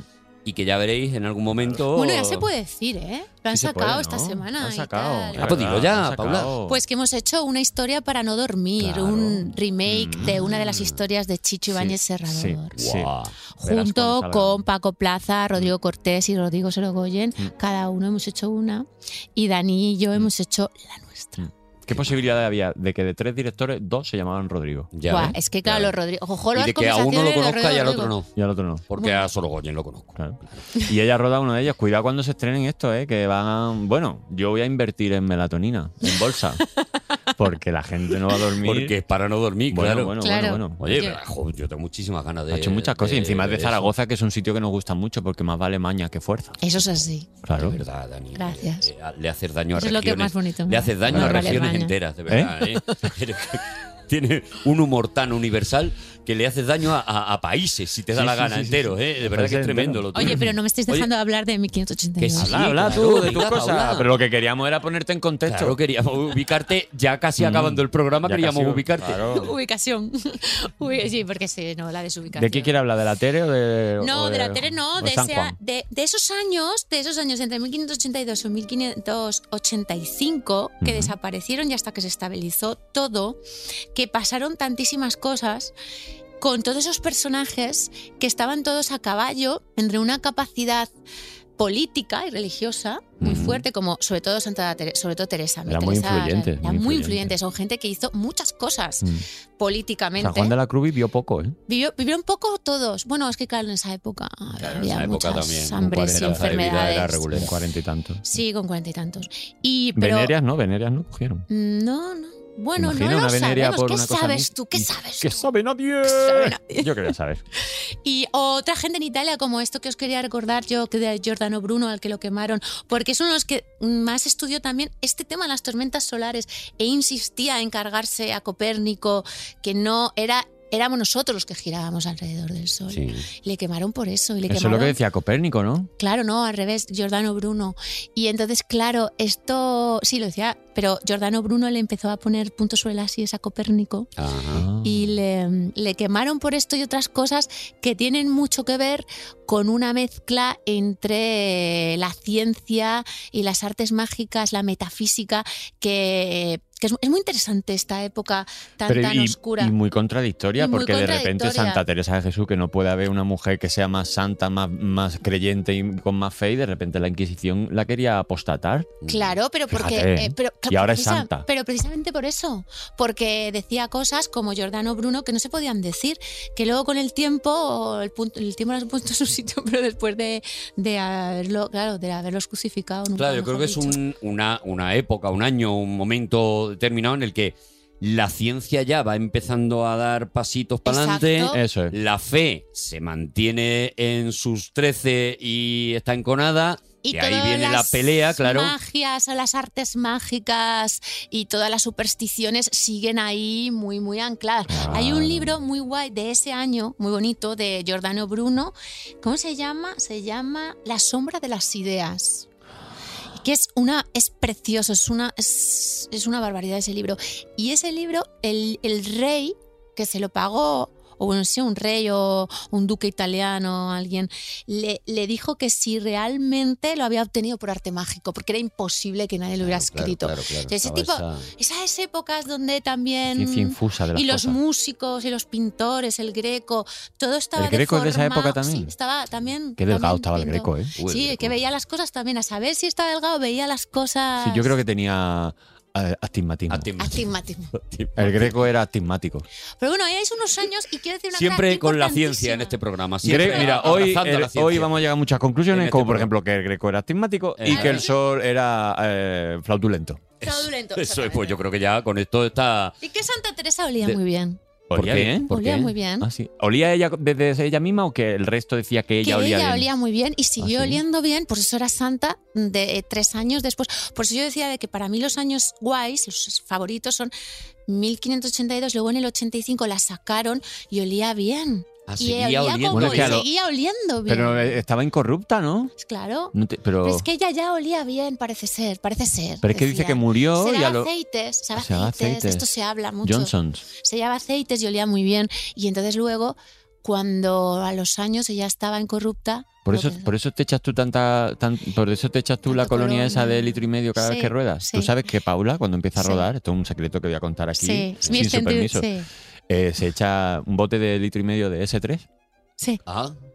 [SPEAKER 2] y que ya veréis en algún momento.
[SPEAKER 4] Bueno, ya se puede decir, ¿eh? Lo han
[SPEAKER 2] Sí se
[SPEAKER 4] sacado
[SPEAKER 2] puede,
[SPEAKER 4] esta
[SPEAKER 2] ¿no?
[SPEAKER 4] semana. y tal.
[SPEAKER 2] Ah, pues dilo ya,
[SPEAKER 3] han
[SPEAKER 2] Paula.
[SPEAKER 4] Pues que hemos hecho una historia para no dormir, un remake de una de las historias de Chicho Ibáñez Serrador.
[SPEAKER 3] Mm. Sí, sí. Verás cuando
[SPEAKER 4] Junto
[SPEAKER 3] salga.
[SPEAKER 4] con Paco Plaza,
[SPEAKER 2] Mm.
[SPEAKER 4] Rodrigo Cortés y Rodrigo Sorogoyen, cada uno hemos hecho una y Dani y
[SPEAKER 2] Mm.
[SPEAKER 4] yo hemos hecho la nuestra.
[SPEAKER 3] ¿Qué posibilidad había de que de tres directores, dos se llamaban Rodrigo?
[SPEAKER 4] Buah, es que claro, los Rodrigo. Ojo,
[SPEAKER 2] Y
[SPEAKER 4] las
[SPEAKER 2] de que a uno
[SPEAKER 4] conversaciones de
[SPEAKER 2] lo conozca y al
[SPEAKER 4] Rodrigo.
[SPEAKER 2] otro no.
[SPEAKER 3] Y al otro no.
[SPEAKER 2] Porque a Sorogoyen lo conozco.
[SPEAKER 3] Claro. Y ella roda uno de ellos. Cuidado cuando se estrenen esto, ¿eh? que van. Bueno, yo voy a invertir en melatonina, en bolsa. Porque la gente no va a dormir.
[SPEAKER 2] Porque es para no dormir,
[SPEAKER 3] Bueno,
[SPEAKER 2] claro.
[SPEAKER 3] bueno,
[SPEAKER 4] Claro.
[SPEAKER 3] bueno, bueno.
[SPEAKER 2] Oye,
[SPEAKER 4] Yo-
[SPEAKER 2] pero, jo, yo tengo muchísimas ganas de.
[SPEAKER 3] ha hecho muchas cosas. Y encima es de
[SPEAKER 2] eso.
[SPEAKER 3] Zaragoza, que es un sitio que nos gusta mucho, porque más vale maña que fuerza.
[SPEAKER 4] Eso es así.
[SPEAKER 3] Claro.
[SPEAKER 2] De verdad, Dani.
[SPEAKER 4] Gracias.
[SPEAKER 2] eh, eh, le haces daño a
[SPEAKER 4] Eso es lo
[SPEAKER 2] regiones.
[SPEAKER 4] que más bonito me
[SPEAKER 2] Le haces
[SPEAKER 4] da.
[SPEAKER 2] daño
[SPEAKER 4] No
[SPEAKER 2] a
[SPEAKER 4] vale
[SPEAKER 2] regiones
[SPEAKER 4] maña.
[SPEAKER 2] enteras, de verdad. ¿eh? Tiene un humor tan universal que le haces daño a, a- a países, si te da
[SPEAKER 3] Sí,
[SPEAKER 2] la
[SPEAKER 3] sí,
[SPEAKER 2] gana,
[SPEAKER 3] sí, sí,
[SPEAKER 2] entero.
[SPEAKER 3] sí.
[SPEAKER 2] ¿eh? De verdad que es
[SPEAKER 3] Países
[SPEAKER 2] tremendo
[SPEAKER 3] enteros.
[SPEAKER 2] lo tuyo.
[SPEAKER 4] Oye, pero no me estáis
[SPEAKER 2] Oye,
[SPEAKER 4] dejando hablar de
[SPEAKER 2] que
[SPEAKER 4] 1582.
[SPEAKER 2] sí,
[SPEAKER 3] Habla, habla
[SPEAKER 2] claro,
[SPEAKER 3] tú de
[SPEAKER 2] venga,
[SPEAKER 3] tus cosas.
[SPEAKER 2] Paula.
[SPEAKER 3] Pero lo que queríamos era ponerte en contexto.
[SPEAKER 2] Claro, queríamos ubicarte, ya casi
[SPEAKER 3] Mm,
[SPEAKER 2] acabando el programa,
[SPEAKER 3] ya
[SPEAKER 2] queríamos
[SPEAKER 3] casi,
[SPEAKER 2] ubicarte.
[SPEAKER 3] claro.
[SPEAKER 4] Ubicación. Uy, sí, porque sí, no, la desubicación.
[SPEAKER 3] ¿De qué quiere hablar? ¿De la Tere o de.? o
[SPEAKER 4] No, de la Tere no,
[SPEAKER 3] o
[SPEAKER 4] de,
[SPEAKER 3] San
[SPEAKER 4] ese-
[SPEAKER 3] Juan?
[SPEAKER 4] de- de esos años, de esos años entre 1582 y 1585, que desaparecieron y hasta que se estabilizó todo, que pasaron tantísimas cosas con todos esos personajes que estaban todos a caballo entre una capacidad política y religiosa muy fuerte, como sobre todo Santa Tere- sobre todo Teresa.
[SPEAKER 3] Era muy
[SPEAKER 4] Teresa
[SPEAKER 3] influyente,
[SPEAKER 4] Era
[SPEAKER 3] muy
[SPEAKER 4] muy
[SPEAKER 3] influyente.
[SPEAKER 4] influyente. Son gente que hizo muchas cosas
[SPEAKER 3] Mm.
[SPEAKER 4] políticamente.
[SPEAKER 3] San Juan de la Cruz vivió poco, ¿eh?
[SPEAKER 4] Vivió, vivieron poco todos. Bueno, es que claro, en esa época había
[SPEAKER 2] esa época
[SPEAKER 4] muchas
[SPEAKER 2] también, un
[SPEAKER 4] hambres y
[SPEAKER 2] cuarenta de vida era
[SPEAKER 4] enfermedades.
[SPEAKER 2] regular.
[SPEAKER 3] Un cuarenta y tantos.
[SPEAKER 4] sí, con cuarenta y tantos. Y pero
[SPEAKER 3] Venerias no, venerias no cogieron.
[SPEAKER 4] no, no. Bueno,
[SPEAKER 3] Imagina
[SPEAKER 4] no
[SPEAKER 3] una
[SPEAKER 4] lo
[SPEAKER 3] veneria
[SPEAKER 4] sabemos.
[SPEAKER 3] por
[SPEAKER 4] ¿Qué
[SPEAKER 3] una cosa
[SPEAKER 4] sabes
[SPEAKER 3] mí-
[SPEAKER 4] tú? ¿Qué
[SPEAKER 3] y-
[SPEAKER 4] sabes
[SPEAKER 3] ¡Que
[SPEAKER 4] tú?
[SPEAKER 3] sabe nadie!
[SPEAKER 4] sabe
[SPEAKER 3] Ah, Yo quería saber.
[SPEAKER 4] Y otra gente en Italia, como esto que os quería recordar yo, que de Giordano Bruno, al que lo quemaron, porque es uno de los que más estudió también este tema de las tormentas solares e insistía en cargarse a Copérnico, que no era éramos nosotros los que girábamos alrededor del sol.
[SPEAKER 2] Sí.
[SPEAKER 4] Le quemaron por eso y le
[SPEAKER 3] Eso es
[SPEAKER 4] quemaron
[SPEAKER 3] lo que decía Copérnico, ¿no?
[SPEAKER 4] Claro, no, al revés, Giordano Bruno. Y entonces, claro, esto sí lo decía, pero Giordano Bruno le empezó a poner puntos sobre las íes a Copérnico
[SPEAKER 2] Ajá.
[SPEAKER 3] Ah.
[SPEAKER 4] y
[SPEAKER 3] Mm.
[SPEAKER 4] le, le quemaron por esto y otras cosas que tienen mucho que ver con una mezcla entre la ciencia y las artes mágicas, la metafísica, que, que es, es muy interesante esta época tan,
[SPEAKER 3] Pero
[SPEAKER 4] tan
[SPEAKER 3] y,
[SPEAKER 4] oscura.
[SPEAKER 3] y muy contradictoria,
[SPEAKER 4] Y muy
[SPEAKER 3] porque de repente
[SPEAKER 4] contradictoria.
[SPEAKER 3] Santa Teresa de Jesús, que no puede haber una mujer que sea más santa, más, más creyente y con más fe, y de repente la Inquisición la quería apostatar.
[SPEAKER 4] Claro, pero porque.
[SPEAKER 3] Fíjate,
[SPEAKER 4] eh, pero,
[SPEAKER 3] y ahora es
[SPEAKER 4] precisa-
[SPEAKER 3] santa.
[SPEAKER 4] Pero precisamente por eso. Porque decía cosas como Giordano Bruno que no se podían decir. Que luego con el tiempo, o el, punto, el tiempo las ha puesto en su sitio, pero después de, de haberlo, claro, de haberlos crucificado. nunca
[SPEAKER 2] Claro, yo
[SPEAKER 4] mejor
[SPEAKER 2] creo que es
[SPEAKER 4] dicho.
[SPEAKER 2] un- una, una época, un año, un momento determinado en el que la ciencia ya va empezando a dar pasitos para adelante.
[SPEAKER 4] Exacto.
[SPEAKER 3] Eso es.
[SPEAKER 2] La fe se mantiene en sus 13 y está enconada.
[SPEAKER 4] Y
[SPEAKER 2] Y ahí
[SPEAKER 4] todas
[SPEAKER 2] viene la
[SPEAKER 4] las
[SPEAKER 2] pelea, claro.
[SPEAKER 4] magias, las artes mágicas y todas las supersticiones siguen ahí muy, muy ancladas. Hay
[SPEAKER 3] Ah.
[SPEAKER 4] un libro muy guay de ese año, muy bonito, de Giordano Bruno. ¿Cómo se llama? Se llama La sombra de las ideas. Que es una, es precioso, es una, es, es una barbaridad ese libro. Y ese libro, el, el rey que se lo pagó, o bueno, sí, un rey o un duque italiano, alguien, le, le dijo que si realmente lo había obtenido por arte mágico, porque era imposible que nadie lo hubiera escrito. Ese tipo, esas épocas donde también...
[SPEAKER 3] Ciencia infusa de las
[SPEAKER 4] Y los
[SPEAKER 3] cosas.
[SPEAKER 4] músicos y los pintores, el greco, todo estaba
[SPEAKER 3] ¿El Greco es de esa
[SPEAKER 4] deformado.
[SPEAKER 3] época también?
[SPEAKER 4] Sí, estaba también.
[SPEAKER 3] Qué
[SPEAKER 4] también
[SPEAKER 3] delgado estaba el
[SPEAKER 4] pintó.
[SPEAKER 3] Greco, ¿eh?
[SPEAKER 2] Uy, el
[SPEAKER 4] sí,
[SPEAKER 2] Greco.
[SPEAKER 4] que veía las cosas también. A saber si está delgado, veía las cosas.
[SPEAKER 3] Sí, yo creo que tenía eh, astigmatismo.
[SPEAKER 4] Astigmatismo.
[SPEAKER 3] el Greco era astigmático.
[SPEAKER 4] Pero bueno, ahí hay unos años y quiero decir una cosa
[SPEAKER 2] Siempre con la
[SPEAKER 4] importantísima.
[SPEAKER 2] ciencia en este programa. Siempre
[SPEAKER 3] Gre- mira, hoy,
[SPEAKER 2] abrazando
[SPEAKER 3] el-
[SPEAKER 2] la ciencia.
[SPEAKER 3] hoy vamos a llegar a muchas conclusiones,
[SPEAKER 2] En este
[SPEAKER 3] como por
[SPEAKER 2] programa.
[SPEAKER 3] ejemplo que el Greco era astigmático y
[SPEAKER 2] Eh.
[SPEAKER 3] que el sol era eh, flautulento.
[SPEAKER 4] Fraudulento,
[SPEAKER 2] Eso es,
[SPEAKER 4] exactamente.
[SPEAKER 2] pues yo creo que ya con esto está.
[SPEAKER 4] Y que Santa Teresa olía
[SPEAKER 2] De-
[SPEAKER 4] muy bien.
[SPEAKER 3] ¿Por qué?
[SPEAKER 4] bien.
[SPEAKER 3] ¿Por
[SPEAKER 4] Olía
[SPEAKER 3] qué?
[SPEAKER 4] muy bien.
[SPEAKER 3] Ah, sí. ¿Olía ella desde ella misma o que el resto decía que ella
[SPEAKER 4] que
[SPEAKER 3] olía
[SPEAKER 4] ella
[SPEAKER 3] bien? ¿Ah,
[SPEAKER 4] olía muy bien y siguió
[SPEAKER 3] ¿sí?
[SPEAKER 4] oliendo bien, por eso era santa de eh, tres años después. Por eso yo decía de que para mí los años guays, los favoritos son 1582, luego en el 85 la sacaron y olía bien.
[SPEAKER 3] Ah,
[SPEAKER 4] y
[SPEAKER 3] seguía
[SPEAKER 4] olía
[SPEAKER 3] oliendo
[SPEAKER 4] como-
[SPEAKER 3] bien. Bueno, es que a lo-
[SPEAKER 4] seguía oliendo bien.
[SPEAKER 3] Pero eh, estaba incorrupta, ¿no?
[SPEAKER 4] claro.
[SPEAKER 3] No te- pero,
[SPEAKER 4] Pero es que ella ya olía bien, parece ser, parece ser.
[SPEAKER 3] Pero es que dice que murió
[SPEAKER 4] Se
[SPEAKER 3] y a
[SPEAKER 4] llama
[SPEAKER 3] lo-
[SPEAKER 4] aceites, se llama
[SPEAKER 3] Se llama
[SPEAKER 4] aceites, de esto
[SPEAKER 3] aceites.
[SPEAKER 4] se habla mucho.
[SPEAKER 3] Johnson's.
[SPEAKER 4] Se llama aceites y olía muy bien. Y entonces luego, cuando a los años ella estaba pues, incorrupta,
[SPEAKER 3] Por eso, por eso te echas tú tanta, tan- por eso te echas tú la colonia
[SPEAKER 4] colonia.
[SPEAKER 3] esa de litro y medio cada
[SPEAKER 4] Sí,
[SPEAKER 3] vez que ruedas.
[SPEAKER 4] sí.
[SPEAKER 3] Tú sabes que Paula, cuando empieza a
[SPEAKER 4] Sí.
[SPEAKER 3] rodar, esto es un secreto que voy a contar aquí,
[SPEAKER 4] Sí, es mi
[SPEAKER 3] sin su
[SPEAKER 4] extendido,
[SPEAKER 3] permiso,
[SPEAKER 4] sí.
[SPEAKER 3] eh, se echa un bote de litro y medio de S3
[SPEAKER 4] sí.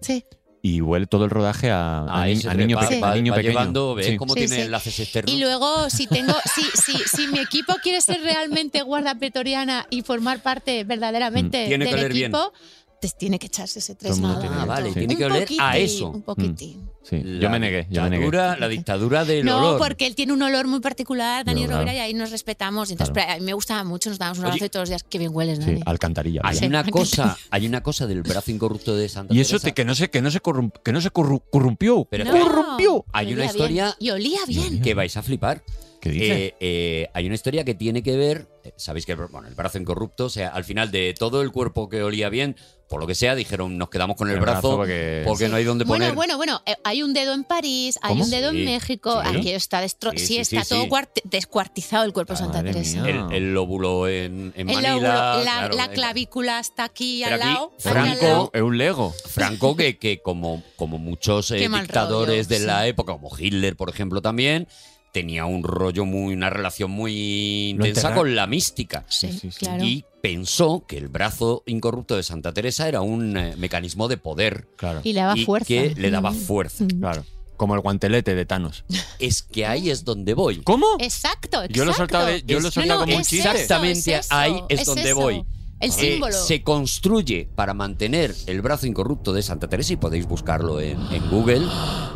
[SPEAKER 4] Sí.
[SPEAKER 3] y huele todo el rodaje a, a
[SPEAKER 2] Ah,
[SPEAKER 3] ni-
[SPEAKER 2] ese
[SPEAKER 3] Ah, a niño,
[SPEAKER 2] va-
[SPEAKER 3] peque-
[SPEAKER 2] va-
[SPEAKER 3] a niño
[SPEAKER 2] va
[SPEAKER 3] pequeño.
[SPEAKER 2] llevando, ¿ves
[SPEAKER 3] Sí.
[SPEAKER 2] cómo
[SPEAKER 4] Sí,
[SPEAKER 2] tiene
[SPEAKER 4] sí.
[SPEAKER 2] enlaces externos?
[SPEAKER 4] Y luego, si tengo, si, si, si mi equipo quiere ser realmente guarda pretoriana y formar parte verdaderamente
[SPEAKER 2] Mm, tiene que
[SPEAKER 4] del
[SPEAKER 2] oler bien.
[SPEAKER 4] equipo, pues tiene que echarse ese
[SPEAKER 2] Todo
[SPEAKER 4] tres
[SPEAKER 2] el mundo
[SPEAKER 4] nada.
[SPEAKER 2] tiene que- Ah, vale,
[SPEAKER 4] Un
[SPEAKER 2] tiene que oler a
[SPEAKER 4] poquitín,
[SPEAKER 2] eso. Mm.
[SPEAKER 4] Un poquitín.
[SPEAKER 3] Sí, Yo me negué, yo me negué.
[SPEAKER 2] Dictadura- la dictadura del
[SPEAKER 4] no,
[SPEAKER 2] olor.
[SPEAKER 4] porque él tiene un olor muy particular, Dani
[SPEAKER 3] Yo, claro.
[SPEAKER 4] Rovira, y ahí nos respetamos. Entonces,
[SPEAKER 2] Claro.
[SPEAKER 4] pero a mí me gustaba mucho, nos dábamos un
[SPEAKER 2] Oye.
[SPEAKER 4] abrazo y todos los días, qué bien hueles,
[SPEAKER 3] Sí,
[SPEAKER 4] Dani.
[SPEAKER 3] alcantarilla.
[SPEAKER 2] Hay
[SPEAKER 3] vaya.
[SPEAKER 2] una cosa, hay una cosa del brazo incorrupto de Santa
[SPEAKER 3] Y eso
[SPEAKER 2] Teresa.
[SPEAKER 3] te- que no se, que no se, corrump- que no se corru- corrompió.
[SPEAKER 2] Pero-
[SPEAKER 3] ¡Corrompió!
[SPEAKER 2] ¡Oh, Hay
[SPEAKER 4] Olía
[SPEAKER 2] una
[SPEAKER 4] bien.
[SPEAKER 2] historia
[SPEAKER 4] Y olía bien.
[SPEAKER 2] que vais a flipar.
[SPEAKER 3] ¿Qué dices?
[SPEAKER 2] Eh, eh, hay una historia que tiene que ver, eh, sabéis que bueno, el brazo incorrupto, o sea, al final de todo el cuerpo que olía bien, por lo que sea, dijeron nos quedamos con el,
[SPEAKER 3] El
[SPEAKER 2] brazo,
[SPEAKER 3] brazo
[SPEAKER 2] porque,
[SPEAKER 3] porque-
[SPEAKER 2] no hay dónde
[SPEAKER 4] Bueno,
[SPEAKER 2] poner.
[SPEAKER 4] bueno, bueno, eh, hay un dedo en París, hay
[SPEAKER 3] ¿Cómo?
[SPEAKER 4] un dedo
[SPEAKER 2] Sí,
[SPEAKER 4] en México,
[SPEAKER 2] sí.
[SPEAKER 4] aquí está destro
[SPEAKER 2] Sí,
[SPEAKER 4] sí,
[SPEAKER 2] sí, sí,
[SPEAKER 4] está todo
[SPEAKER 2] sí.
[SPEAKER 4] cuart- descuartizado el cuerpo de Santa
[SPEAKER 3] Madre
[SPEAKER 4] Teresa.
[SPEAKER 3] mía.
[SPEAKER 2] El, el lóbulo en, en
[SPEAKER 4] El
[SPEAKER 2] Manila.
[SPEAKER 4] lóbulo, la,
[SPEAKER 2] claro,
[SPEAKER 4] la
[SPEAKER 2] en-
[SPEAKER 4] clavícula está aquí
[SPEAKER 2] Pero
[SPEAKER 4] al
[SPEAKER 2] aquí,
[SPEAKER 4] lado. aquí al
[SPEAKER 2] Franco-
[SPEAKER 4] lado.
[SPEAKER 3] Es un Lego.
[SPEAKER 2] Franco, que, que como, como muchos eh,
[SPEAKER 4] Qué mal
[SPEAKER 2] dictadores
[SPEAKER 4] rollo,
[SPEAKER 2] de la época, como Hitler, por ejemplo, también, tenía un rollo muy, una relación muy
[SPEAKER 3] Lo
[SPEAKER 2] intensa
[SPEAKER 3] enterra-
[SPEAKER 2] con la mística.
[SPEAKER 4] Sí,
[SPEAKER 3] Sí, sí, sí.
[SPEAKER 4] claro.
[SPEAKER 2] Y pensó que el brazo incorrupto de Santa Teresa era un eh, mecanismo de poder
[SPEAKER 3] Claro.
[SPEAKER 4] Y le daba
[SPEAKER 2] y
[SPEAKER 4] fuerza.
[SPEAKER 2] que le daba
[SPEAKER 4] Mm.
[SPEAKER 2] fuerza.
[SPEAKER 4] Mm.
[SPEAKER 3] Claro. Como el guantelete de Thanos.
[SPEAKER 2] Es que ahí es donde voy.
[SPEAKER 3] ¿Cómo?
[SPEAKER 4] Eh, Exacto, exacto.
[SPEAKER 3] Yo lo he soltado de- yo lo he
[SPEAKER 4] Es-
[SPEAKER 3] soltado como un
[SPEAKER 4] es
[SPEAKER 3] chiste.
[SPEAKER 4] eso,
[SPEAKER 2] Exactamente
[SPEAKER 4] eso,
[SPEAKER 2] ahí es donde
[SPEAKER 4] eso.
[SPEAKER 2] voy.
[SPEAKER 4] El
[SPEAKER 2] Eh,
[SPEAKER 4] símbolo.
[SPEAKER 2] se construye para mantener el brazo incorrupto de Santa Teresa, y podéis buscarlo en, en Google,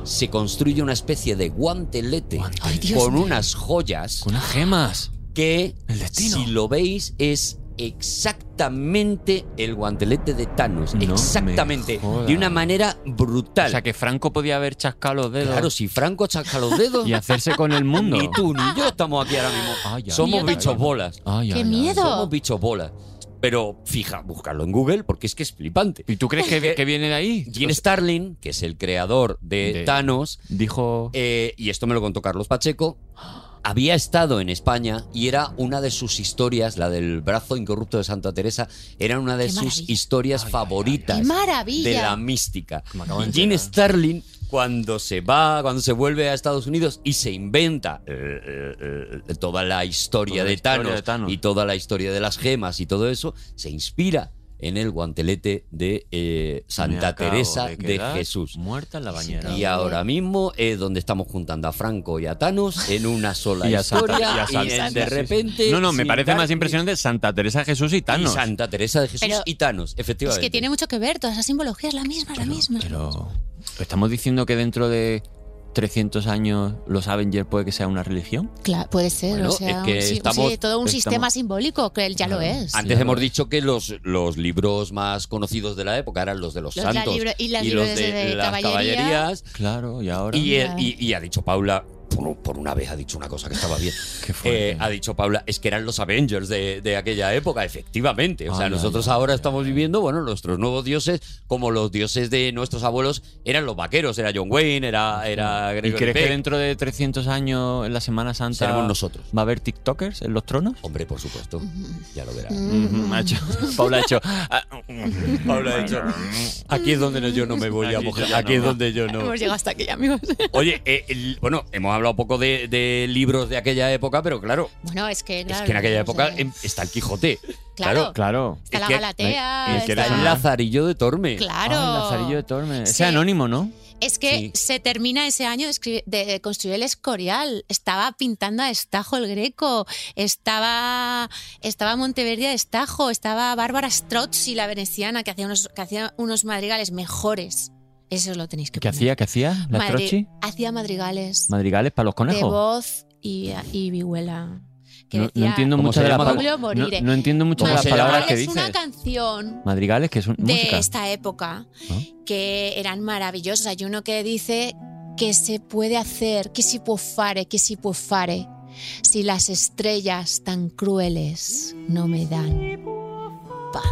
[SPEAKER 2] se construye una especie de guantelete
[SPEAKER 4] Ay, Dios
[SPEAKER 2] con
[SPEAKER 4] mío.
[SPEAKER 2] unas joyas
[SPEAKER 3] Con unas gemas.
[SPEAKER 2] que,
[SPEAKER 3] El destino.
[SPEAKER 2] si lo veis, es exactamente el guantelete de Thanos.
[SPEAKER 3] No me
[SPEAKER 2] exactamente.
[SPEAKER 3] jodas.
[SPEAKER 2] De una manera brutal.
[SPEAKER 3] O sea que Franco podía haber chascado los dedos
[SPEAKER 2] claro, si Franco chaca los dedos,
[SPEAKER 3] y hacerse con el mundo.
[SPEAKER 2] ni tú ni yo estamos aquí ahora mismo.
[SPEAKER 3] Ay, ay,
[SPEAKER 2] Somos
[SPEAKER 4] Ni yo
[SPEAKER 2] bichos
[SPEAKER 3] tampoco.
[SPEAKER 2] bolas.
[SPEAKER 3] Ay,
[SPEAKER 4] ¡Qué
[SPEAKER 3] ay, ay.
[SPEAKER 4] miedo!
[SPEAKER 2] Somos bichos bolas. Pero fija, buscarlo en Google porque es que es flipante.
[SPEAKER 3] ¿Y tú crees que, que viene de ahí?
[SPEAKER 2] Jim Starlin, que es el creador de,
[SPEAKER 3] De-
[SPEAKER 2] Thanos,
[SPEAKER 3] Dijo.
[SPEAKER 2] eh, y esto me lo contó Carlos Pacheco, había estado en España y era una de sus historias, la del brazo incorrupto de Santa Teresa, era una de
[SPEAKER 4] Qué
[SPEAKER 2] sus
[SPEAKER 4] maravilla.
[SPEAKER 2] historias favoritas
[SPEAKER 4] ¡Qué maravilla!
[SPEAKER 2] de la mística.
[SPEAKER 3] Me acabo de
[SPEAKER 2] Y Jim
[SPEAKER 3] enterar.
[SPEAKER 2] Starlin, cuando se va, cuando se vuelve a Estados Unidos y se inventa eh, eh, eh, toda la historia,
[SPEAKER 3] Toda la
[SPEAKER 2] de,
[SPEAKER 3] historia
[SPEAKER 2] Thanos
[SPEAKER 3] de Thanos.
[SPEAKER 2] y toda la historia de las gemas y todo eso, se inspira en el guantelete de eh,
[SPEAKER 3] Me
[SPEAKER 2] Santa
[SPEAKER 3] acabo
[SPEAKER 2] Teresa de
[SPEAKER 3] quedar
[SPEAKER 2] Jesús.
[SPEAKER 3] Muerta en la bañera.
[SPEAKER 2] Y ahora mismo es donde estamos juntando a Franco y a Thanos en una sola
[SPEAKER 3] Y a Santa-
[SPEAKER 2] historia.
[SPEAKER 3] y a
[SPEAKER 2] y
[SPEAKER 3] Santa-
[SPEAKER 2] en-
[SPEAKER 3] sí,
[SPEAKER 2] de
[SPEAKER 3] sí, sí.
[SPEAKER 2] repente.
[SPEAKER 3] No, no, me
[SPEAKER 2] sin
[SPEAKER 3] parece
[SPEAKER 2] dar-
[SPEAKER 3] más impresionante Santa Teresa Jesús y
[SPEAKER 2] Y
[SPEAKER 3] Thanos.
[SPEAKER 2] Santa Teresa de Jesús
[SPEAKER 4] Pero-
[SPEAKER 2] y Thanos,
[SPEAKER 4] Es
[SPEAKER 2] efectivamente.
[SPEAKER 4] que tiene mucho que ver, toda esa simbología es la misma, la misma.
[SPEAKER 3] Pero estamos diciendo que dentro de 300 años los Avengers puede que sea una religión.
[SPEAKER 4] Claro, puede ser,
[SPEAKER 2] Bueno,
[SPEAKER 4] o sea,
[SPEAKER 2] es que
[SPEAKER 4] un- sí,
[SPEAKER 2] estamos-
[SPEAKER 4] sí, todo un
[SPEAKER 3] estamos-
[SPEAKER 4] sistema simbólico, que él ya lo
[SPEAKER 3] Claro.
[SPEAKER 4] es.
[SPEAKER 2] Antes hemos dicho que los, los libros más conocidos de la época eran los de los,
[SPEAKER 4] Los- la
[SPEAKER 2] santos
[SPEAKER 4] libra- y las
[SPEAKER 2] los
[SPEAKER 4] libros de- de
[SPEAKER 2] las
[SPEAKER 4] caballería.
[SPEAKER 2] caballerías.
[SPEAKER 3] Claro, y ahora.
[SPEAKER 2] Y, el-
[SPEAKER 4] Ahora.
[SPEAKER 2] y- y ha dicho Paula, por, por una vez ha dicho una cosa que estaba bien.
[SPEAKER 3] Qué fuerte.
[SPEAKER 2] Eh, ha dicho Paula, es que eran los Avengers de, de aquella época, efectivamente. O sea,
[SPEAKER 3] Ay, ay,
[SPEAKER 2] nosotros
[SPEAKER 3] ay,
[SPEAKER 2] ahora
[SPEAKER 3] ay,
[SPEAKER 2] estamos viviendo, bueno, nuestros nuevos dioses, como los dioses de nuestros abuelos eran los vaqueros, era John Wayne, era, era
[SPEAKER 3] ¿Y
[SPEAKER 2] Gregory
[SPEAKER 3] crees que
[SPEAKER 2] Peck.
[SPEAKER 3] dentro de 300 años, en la Semana Santa,
[SPEAKER 2] Seremos nosotros.
[SPEAKER 3] va a haber TikTokers en los tronos?
[SPEAKER 2] Hombre, por supuesto, ya lo verás.
[SPEAKER 4] Mm.
[SPEAKER 3] Ujú, ha hecho- Paula ha hecho. ah,
[SPEAKER 2] Paula ha dicho, aquí es donde no- yo no me voy a
[SPEAKER 3] Aquí yo
[SPEAKER 2] mojar,
[SPEAKER 3] no.
[SPEAKER 2] aquí es donde yo no.
[SPEAKER 4] Hemos llegado hasta aquí, amigos.
[SPEAKER 2] Oye, eh, el- bueno, hemos hablado poco de, de libros de aquella época, pero claro,
[SPEAKER 4] Bueno, es que, claro,
[SPEAKER 2] es que en aquella
[SPEAKER 4] no
[SPEAKER 2] época
[SPEAKER 4] sé.
[SPEAKER 2] em, está el Quijote.
[SPEAKER 4] Claro.
[SPEAKER 3] claro.
[SPEAKER 4] Está
[SPEAKER 2] es
[SPEAKER 4] la
[SPEAKER 2] que-
[SPEAKER 4] Galatea.
[SPEAKER 3] es que
[SPEAKER 4] está-
[SPEAKER 2] Está el Lazarillo de Tormes.
[SPEAKER 4] Claro.
[SPEAKER 3] Ah, el Lazarillo de Tormes.
[SPEAKER 4] Sí.
[SPEAKER 3] Ese anónimo, ¿no?
[SPEAKER 4] Es que
[SPEAKER 2] Sí.
[SPEAKER 4] se termina ese año de, escri- de construir el Escorial. Estaba pintando a Estajo el Greco, estaba, estaba Monteverdi a Estajo, estaba Bárbara Strozzi, la veneciana, que hacía unos, que hacía unos madrigales mejores. Eso lo tenéis que
[SPEAKER 3] ¿Qué
[SPEAKER 4] poner.
[SPEAKER 3] hacía? ¿Qué hacía? ¿La
[SPEAKER 4] Madri-
[SPEAKER 3] Trochi?
[SPEAKER 4] Hacía madrigales
[SPEAKER 3] Madrigales para los
[SPEAKER 4] de
[SPEAKER 3] conejos.
[SPEAKER 4] voz y, y vihuela. que
[SPEAKER 3] No- no
[SPEAKER 4] decía,
[SPEAKER 3] entiendo mucho de la
[SPEAKER 4] "Pueblo
[SPEAKER 3] palabra-
[SPEAKER 4] morire".
[SPEAKER 3] no- no entiendo mucho de las
[SPEAKER 4] Madrigal
[SPEAKER 3] palabras que
[SPEAKER 4] es una
[SPEAKER 3] dices.
[SPEAKER 4] canción
[SPEAKER 3] Madrigales, que es un-
[SPEAKER 4] de
[SPEAKER 3] música.
[SPEAKER 4] esta época
[SPEAKER 3] Ah.
[SPEAKER 4] que eran maravillosas. Hay uno que dice que se puede hacer, que si può fare, que si può fare, si las estrellas tan crueles no me dan paz.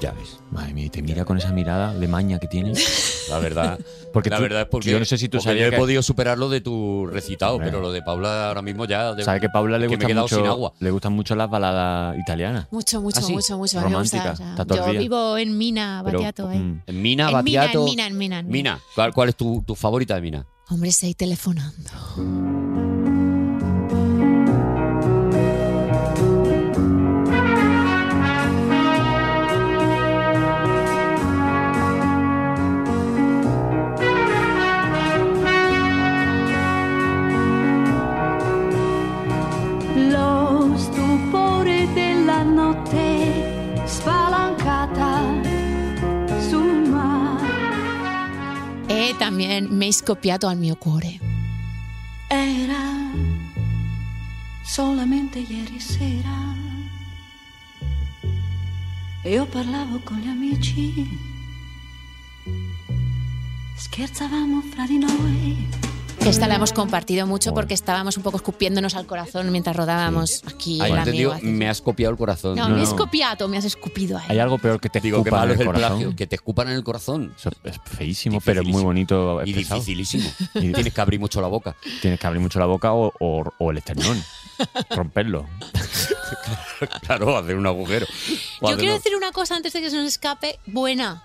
[SPEAKER 2] ya ves.
[SPEAKER 3] Madre mía, y te mira con esa mirada de maña que tiene.
[SPEAKER 2] La verdad.
[SPEAKER 3] Porque
[SPEAKER 2] la
[SPEAKER 3] tú-
[SPEAKER 2] verdad es porque
[SPEAKER 3] yo no sé si tú
[SPEAKER 2] porque
[SPEAKER 3] sabías
[SPEAKER 2] yo he
[SPEAKER 3] que-
[SPEAKER 2] podido superar lo de tu recitado,
[SPEAKER 3] Hombre.
[SPEAKER 2] pero lo de Paula ahora mismo ya. de-
[SPEAKER 3] Sabe que a Paula le
[SPEAKER 2] que me he
[SPEAKER 3] gustan
[SPEAKER 2] quedado
[SPEAKER 3] mucho,
[SPEAKER 2] sin agua.
[SPEAKER 3] le gustan mucho las baladas italianas.
[SPEAKER 4] Mucho, mucho,
[SPEAKER 3] Ah, sí.
[SPEAKER 4] mucho, mucho. A mí me gusta,
[SPEAKER 3] Romántica.
[SPEAKER 4] o sea,
[SPEAKER 3] Está todo el
[SPEAKER 4] yo
[SPEAKER 3] día.
[SPEAKER 4] vivo en Mina,
[SPEAKER 3] Pero,
[SPEAKER 4] Batiato. ahí.
[SPEAKER 3] mm,
[SPEAKER 2] En Mina,
[SPEAKER 4] en Mina,
[SPEAKER 2] Batiato.
[SPEAKER 4] en Mina, en Mina, en Mina.
[SPEAKER 2] Mina, ¿cuál, cuál es tu, tu favorita de Mina?
[SPEAKER 4] Hombre, se ahí telefonando.
[SPEAKER 13] Lo stupore della notte spalancata sul mare
[SPEAKER 4] Eh, también me he copiado al mio cuore.
[SPEAKER 13] era solamente ieri sera. Io parlavo con gli amici, scherzavamo fra di noi.
[SPEAKER 4] Esta la hemos compartido mucho porque estábamos un poco escupiéndonos al corazón mientras rodábamos aquí
[SPEAKER 2] Ahí
[SPEAKER 4] el
[SPEAKER 2] entendido,
[SPEAKER 4] amigo. hace-
[SPEAKER 2] me has copiado el corazón.
[SPEAKER 4] No, me he copiado, me has escupido ahí.
[SPEAKER 3] Hay algo peor que te
[SPEAKER 2] Digo, qué
[SPEAKER 3] escupan
[SPEAKER 2] malo
[SPEAKER 3] en
[SPEAKER 2] es
[SPEAKER 3] el
[SPEAKER 2] el
[SPEAKER 3] corazón.
[SPEAKER 2] plagio, que te escupan en el corazón.
[SPEAKER 3] Eso es feísimo, pero es muy bonito
[SPEAKER 2] Y
[SPEAKER 3] expresado.
[SPEAKER 2] dificilísimo.
[SPEAKER 3] Y-
[SPEAKER 2] Tienes que abrir mucho la boca.
[SPEAKER 3] Tienes que abrir mucho la boca o, o- o el esternón. Romperlo.
[SPEAKER 2] Claro, hacer un agujero.
[SPEAKER 4] Yo
[SPEAKER 2] O hacer
[SPEAKER 4] quiero
[SPEAKER 2] un-
[SPEAKER 4] decir una cosa antes de que se nos escape buena,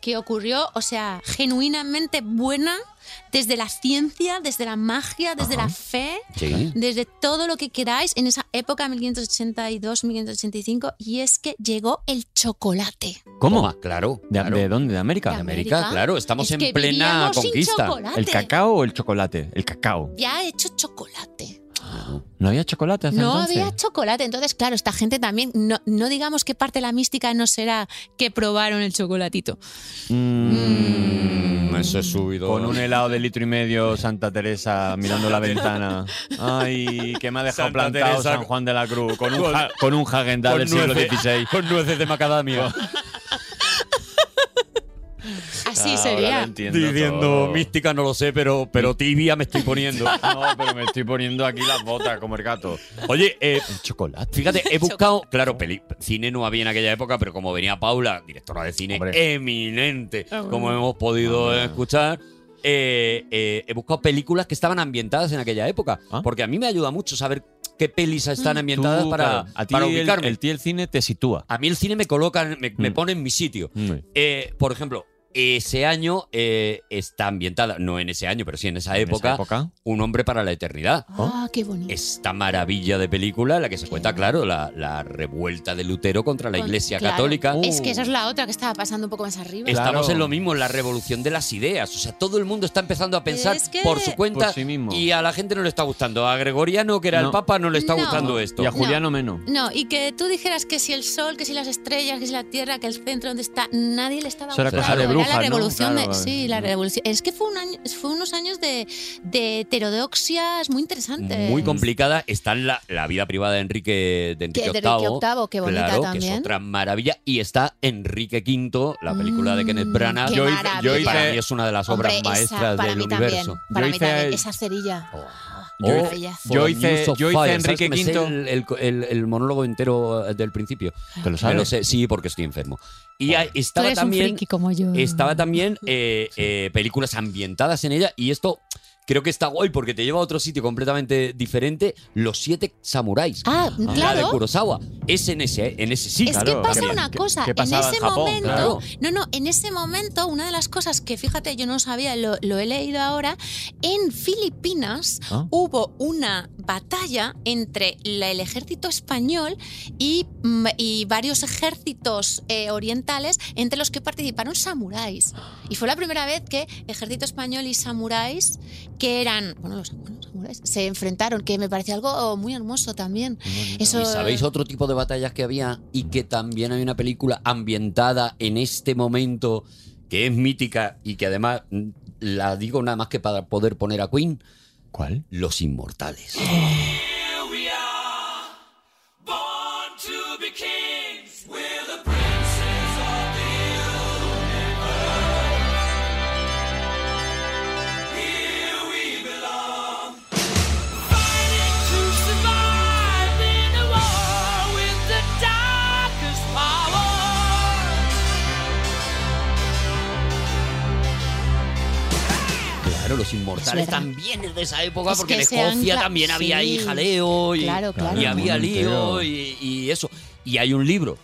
[SPEAKER 4] que ocurrió, o sea, genuinamente buena, desde la ciencia, desde la magia, desde la fe,
[SPEAKER 2] Sí.
[SPEAKER 4] desde todo lo que queráis en esa época 1582-1585, y es que llegó el chocolate.
[SPEAKER 3] ¿Cómo?
[SPEAKER 2] Toma, claro.
[SPEAKER 3] ¿De, de dónde? ¿De América?
[SPEAKER 4] De América, América, claro, estamos es en que plena vivíamos sin conquista. chocolate.
[SPEAKER 3] ¿El cacao o el chocolate? El cacao.
[SPEAKER 4] Ya he hecho chocolate.
[SPEAKER 3] ¿No había chocolate hasta
[SPEAKER 4] No
[SPEAKER 3] entonces?
[SPEAKER 4] había chocolate, entonces claro, esta gente también, no, no digamos que parte de la mística no será que probaron el chocolatito.
[SPEAKER 2] Mm, Eso es subido.
[SPEAKER 3] Con un helado de litro y medio, Santa Teresa mirando la ventana. Ay, que me ha dejado
[SPEAKER 2] Santa
[SPEAKER 3] plantado
[SPEAKER 2] Teresa.
[SPEAKER 3] San Juan de la Cruz. Con un,
[SPEAKER 2] Con-
[SPEAKER 3] ja- con un Häagen-Dazs
[SPEAKER 2] con
[SPEAKER 3] del siglo Oh,
[SPEAKER 2] nueces.
[SPEAKER 3] XVI.
[SPEAKER 2] Con nueces de macadamia.
[SPEAKER 4] Así
[SPEAKER 3] Ahora lo
[SPEAKER 4] sería.
[SPEAKER 3] entiendo
[SPEAKER 2] Diciendo,
[SPEAKER 3] todo. Ah,
[SPEAKER 2] mística no lo sé, pero, pero tibia me estoy poniendo.
[SPEAKER 3] No, pero me estoy poniendo aquí las botas como el gato.
[SPEAKER 2] Oye, eh,
[SPEAKER 3] El chocolate.
[SPEAKER 2] Fíjate, he buscado, claro, peli- cine no había en aquella época, pero como venía Paula, directora de cine
[SPEAKER 3] Hombre.
[SPEAKER 2] eminente, como hemos podido escuchar, eh, eh, he buscado películas que estaban ambientadas en aquella época, porque a mí me ayuda mucho saber qué pelis están ambientadas
[SPEAKER 3] Ah. Tú,
[SPEAKER 2] para,
[SPEAKER 3] claro, a ti
[SPEAKER 2] para
[SPEAKER 3] el-
[SPEAKER 2] ubicarme.
[SPEAKER 3] El, Mm. ti el cine te sitúa.
[SPEAKER 2] a mí el cine me coloca, en- me, me pone en mi sitio. Eh, por ejemplo, ese año eh, está ambientada, no en ese año, pero sí en esa época,
[SPEAKER 3] época.
[SPEAKER 2] Un hombre para la eternidad
[SPEAKER 4] Ah, qué bonito.
[SPEAKER 2] esta maravilla de película en la que se cuenta, claro, la, la revuelta de Lutero contra la
[SPEAKER 4] Con-
[SPEAKER 2] Iglesia
[SPEAKER 4] claro. Uh,
[SPEAKER 2] Católica. Uh.
[SPEAKER 4] Es que esa es la otra que estaba pasando un poco más arriba.
[SPEAKER 2] Estamos
[SPEAKER 3] Claro.
[SPEAKER 2] en lo mismo, en la revolución de las ideas. O sea, todo el mundo está empezando a pensar
[SPEAKER 4] Es que-
[SPEAKER 2] por su cuenta
[SPEAKER 3] Por Pues sí mismo.
[SPEAKER 2] y a la gente no le está gustando. A Gregoriano, que era
[SPEAKER 3] No.
[SPEAKER 2] el Papa, no le está
[SPEAKER 4] No.
[SPEAKER 2] gustando esto.
[SPEAKER 3] Y a Juliano menos.
[SPEAKER 4] No, y que tú dijeras que si el sol, que si las estrellas, que si la tierra, que el centro donde está, nadie le estaba
[SPEAKER 3] Eso era
[SPEAKER 4] gustando.
[SPEAKER 3] cosa de brujas,
[SPEAKER 4] la
[SPEAKER 3] ¿no?
[SPEAKER 4] revolución de-
[SPEAKER 3] Claro.
[SPEAKER 4] sí, la revolución. Es que fue un año, fue unos años de, de heterodoxias muy interesantes.
[SPEAKER 2] Muy complicada. Está en la, la vida privada de Enrique, de Enrique
[SPEAKER 4] Que de
[SPEAKER 2] VIII.
[SPEAKER 4] Enrique VIII, qué bonita
[SPEAKER 2] claro, que
[SPEAKER 4] también.
[SPEAKER 2] es otra maravilla. Y está Enrique V, la película de Kenneth
[SPEAKER 4] Mm,
[SPEAKER 2] Branagh.
[SPEAKER 4] qué
[SPEAKER 2] Yo hice- yo
[SPEAKER 4] maravilla.
[SPEAKER 2] hice- para mí es una de las obras
[SPEAKER 4] Hombre, esa
[SPEAKER 2] maestras
[SPEAKER 4] para
[SPEAKER 2] del
[SPEAKER 4] mí
[SPEAKER 2] universo.
[SPEAKER 4] También, para
[SPEAKER 3] Yo
[SPEAKER 4] mí
[SPEAKER 3] hice-
[SPEAKER 4] también, esa cerilla.
[SPEAKER 3] Yo hice-
[SPEAKER 4] Maravilla.
[SPEAKER 2] For
[SPEAKER 3] Yo
[SPEAKER 2] the
[SPEAKER 3] hice-
[SPEAKER 2] Use of
[SPEAKER 3] yo hice
[SPEAKER 2] Fire. ¿Sabes
[SPEAKER 3] Enrique
[SPEAKER 2] que me sé
[SPEAKER 3] V?
[SPEAKER 2] El, el- el- el monólogo entero eh, del principio.
[SPEAKER 3] ¿Te lo
[SPEAKER 2] Me
[SPEAKER 3] sabes?
[SPEAKER 2] lo sé, sí, porque estoy enfermo. Y ahí
[SPEAKER 4] Tú
[SPEAKER 2] estaba
[SPEAKER 4] eres un
[SPEAKER 2] también,
[SPEAKER 4] friki Mm. como yo.
[SPEAKER 2] estaba también eh, eh, películas ambientadas en ella y esto creo que está guay porque te lleva a otro sitio completamente diferente. Los siete samuráis.
[SPEAKER 4] Ah,
[SPEAKER 2] La de
[SPEAKER 4] claro.
[SPEAKER 2] Kurosawa. Es en ese, en ese sitio.
[SPEAKER 4] Es
[SPEAKER 3] claro,
[SPEAKER 4] que pasa
[SPEAKER 3] que-
[SPEAKER 4] una
[SPEAKER 3] que-
[SPEAKER 4] cosa,
[SPEAKER 3] que
[SPEAKER 4] en
[SPEAKER 3] pasaba en
[SPEAKER 4] ese
[SPEAKER 3] Japón,
[SPEAKER 4] momento,
[SPEAKER 2] claro.
[SPEAKER 4] no, no, en ese momento una de las cosas que fíjate, yo no lo sabía, lo, lo he leído ahora, en Filipinas
[SPEAKER 3] Ah.
[SPEAKER 4] hubo una batalla entre la- el ejército español y, mm, y varios ejércitos eh, orientales entre los que participaron samuráis. Y fue la primera vez que ejército español y samuráis, que eran, bueno, los, bueno, los samuráis, se enfrentaron, que me pareció algo oh, muy hermoso también. Eso,
[SPEAKER 2] ¿Y sabéis otro tipo de batallas que había y que también hay una película ambientada en este momento que es mítica y que además mm, la digo nada más que para poder poner a Queen?
[SPEAKER 3] ¿Cuál?
[SPEAKER 2] Los Inmortales. los inmortales
[SPEAKER 4] Es verdad.
[SPEAKER 2] también es de esa época,
[SPEAKER 4] Es
[SPEAKER 2] porque en
[SPEAKER 4] que se
[SPEAKER 2] Escocia
[SPEAKER 4] ancla-
[SPEAKER 2] también había
[SPEAKER 4] sí.
[SPEAKER 2] ahí jaleo y,
[SPEAKER 4] Claro, claro.
[SPEAKER 2] y había
[SPEAKER 4] Claro,
[SPEAKER 2] lío
[SPEAKER 4] entero.
[SPEAKER 2] y, y eso. Y hay un libro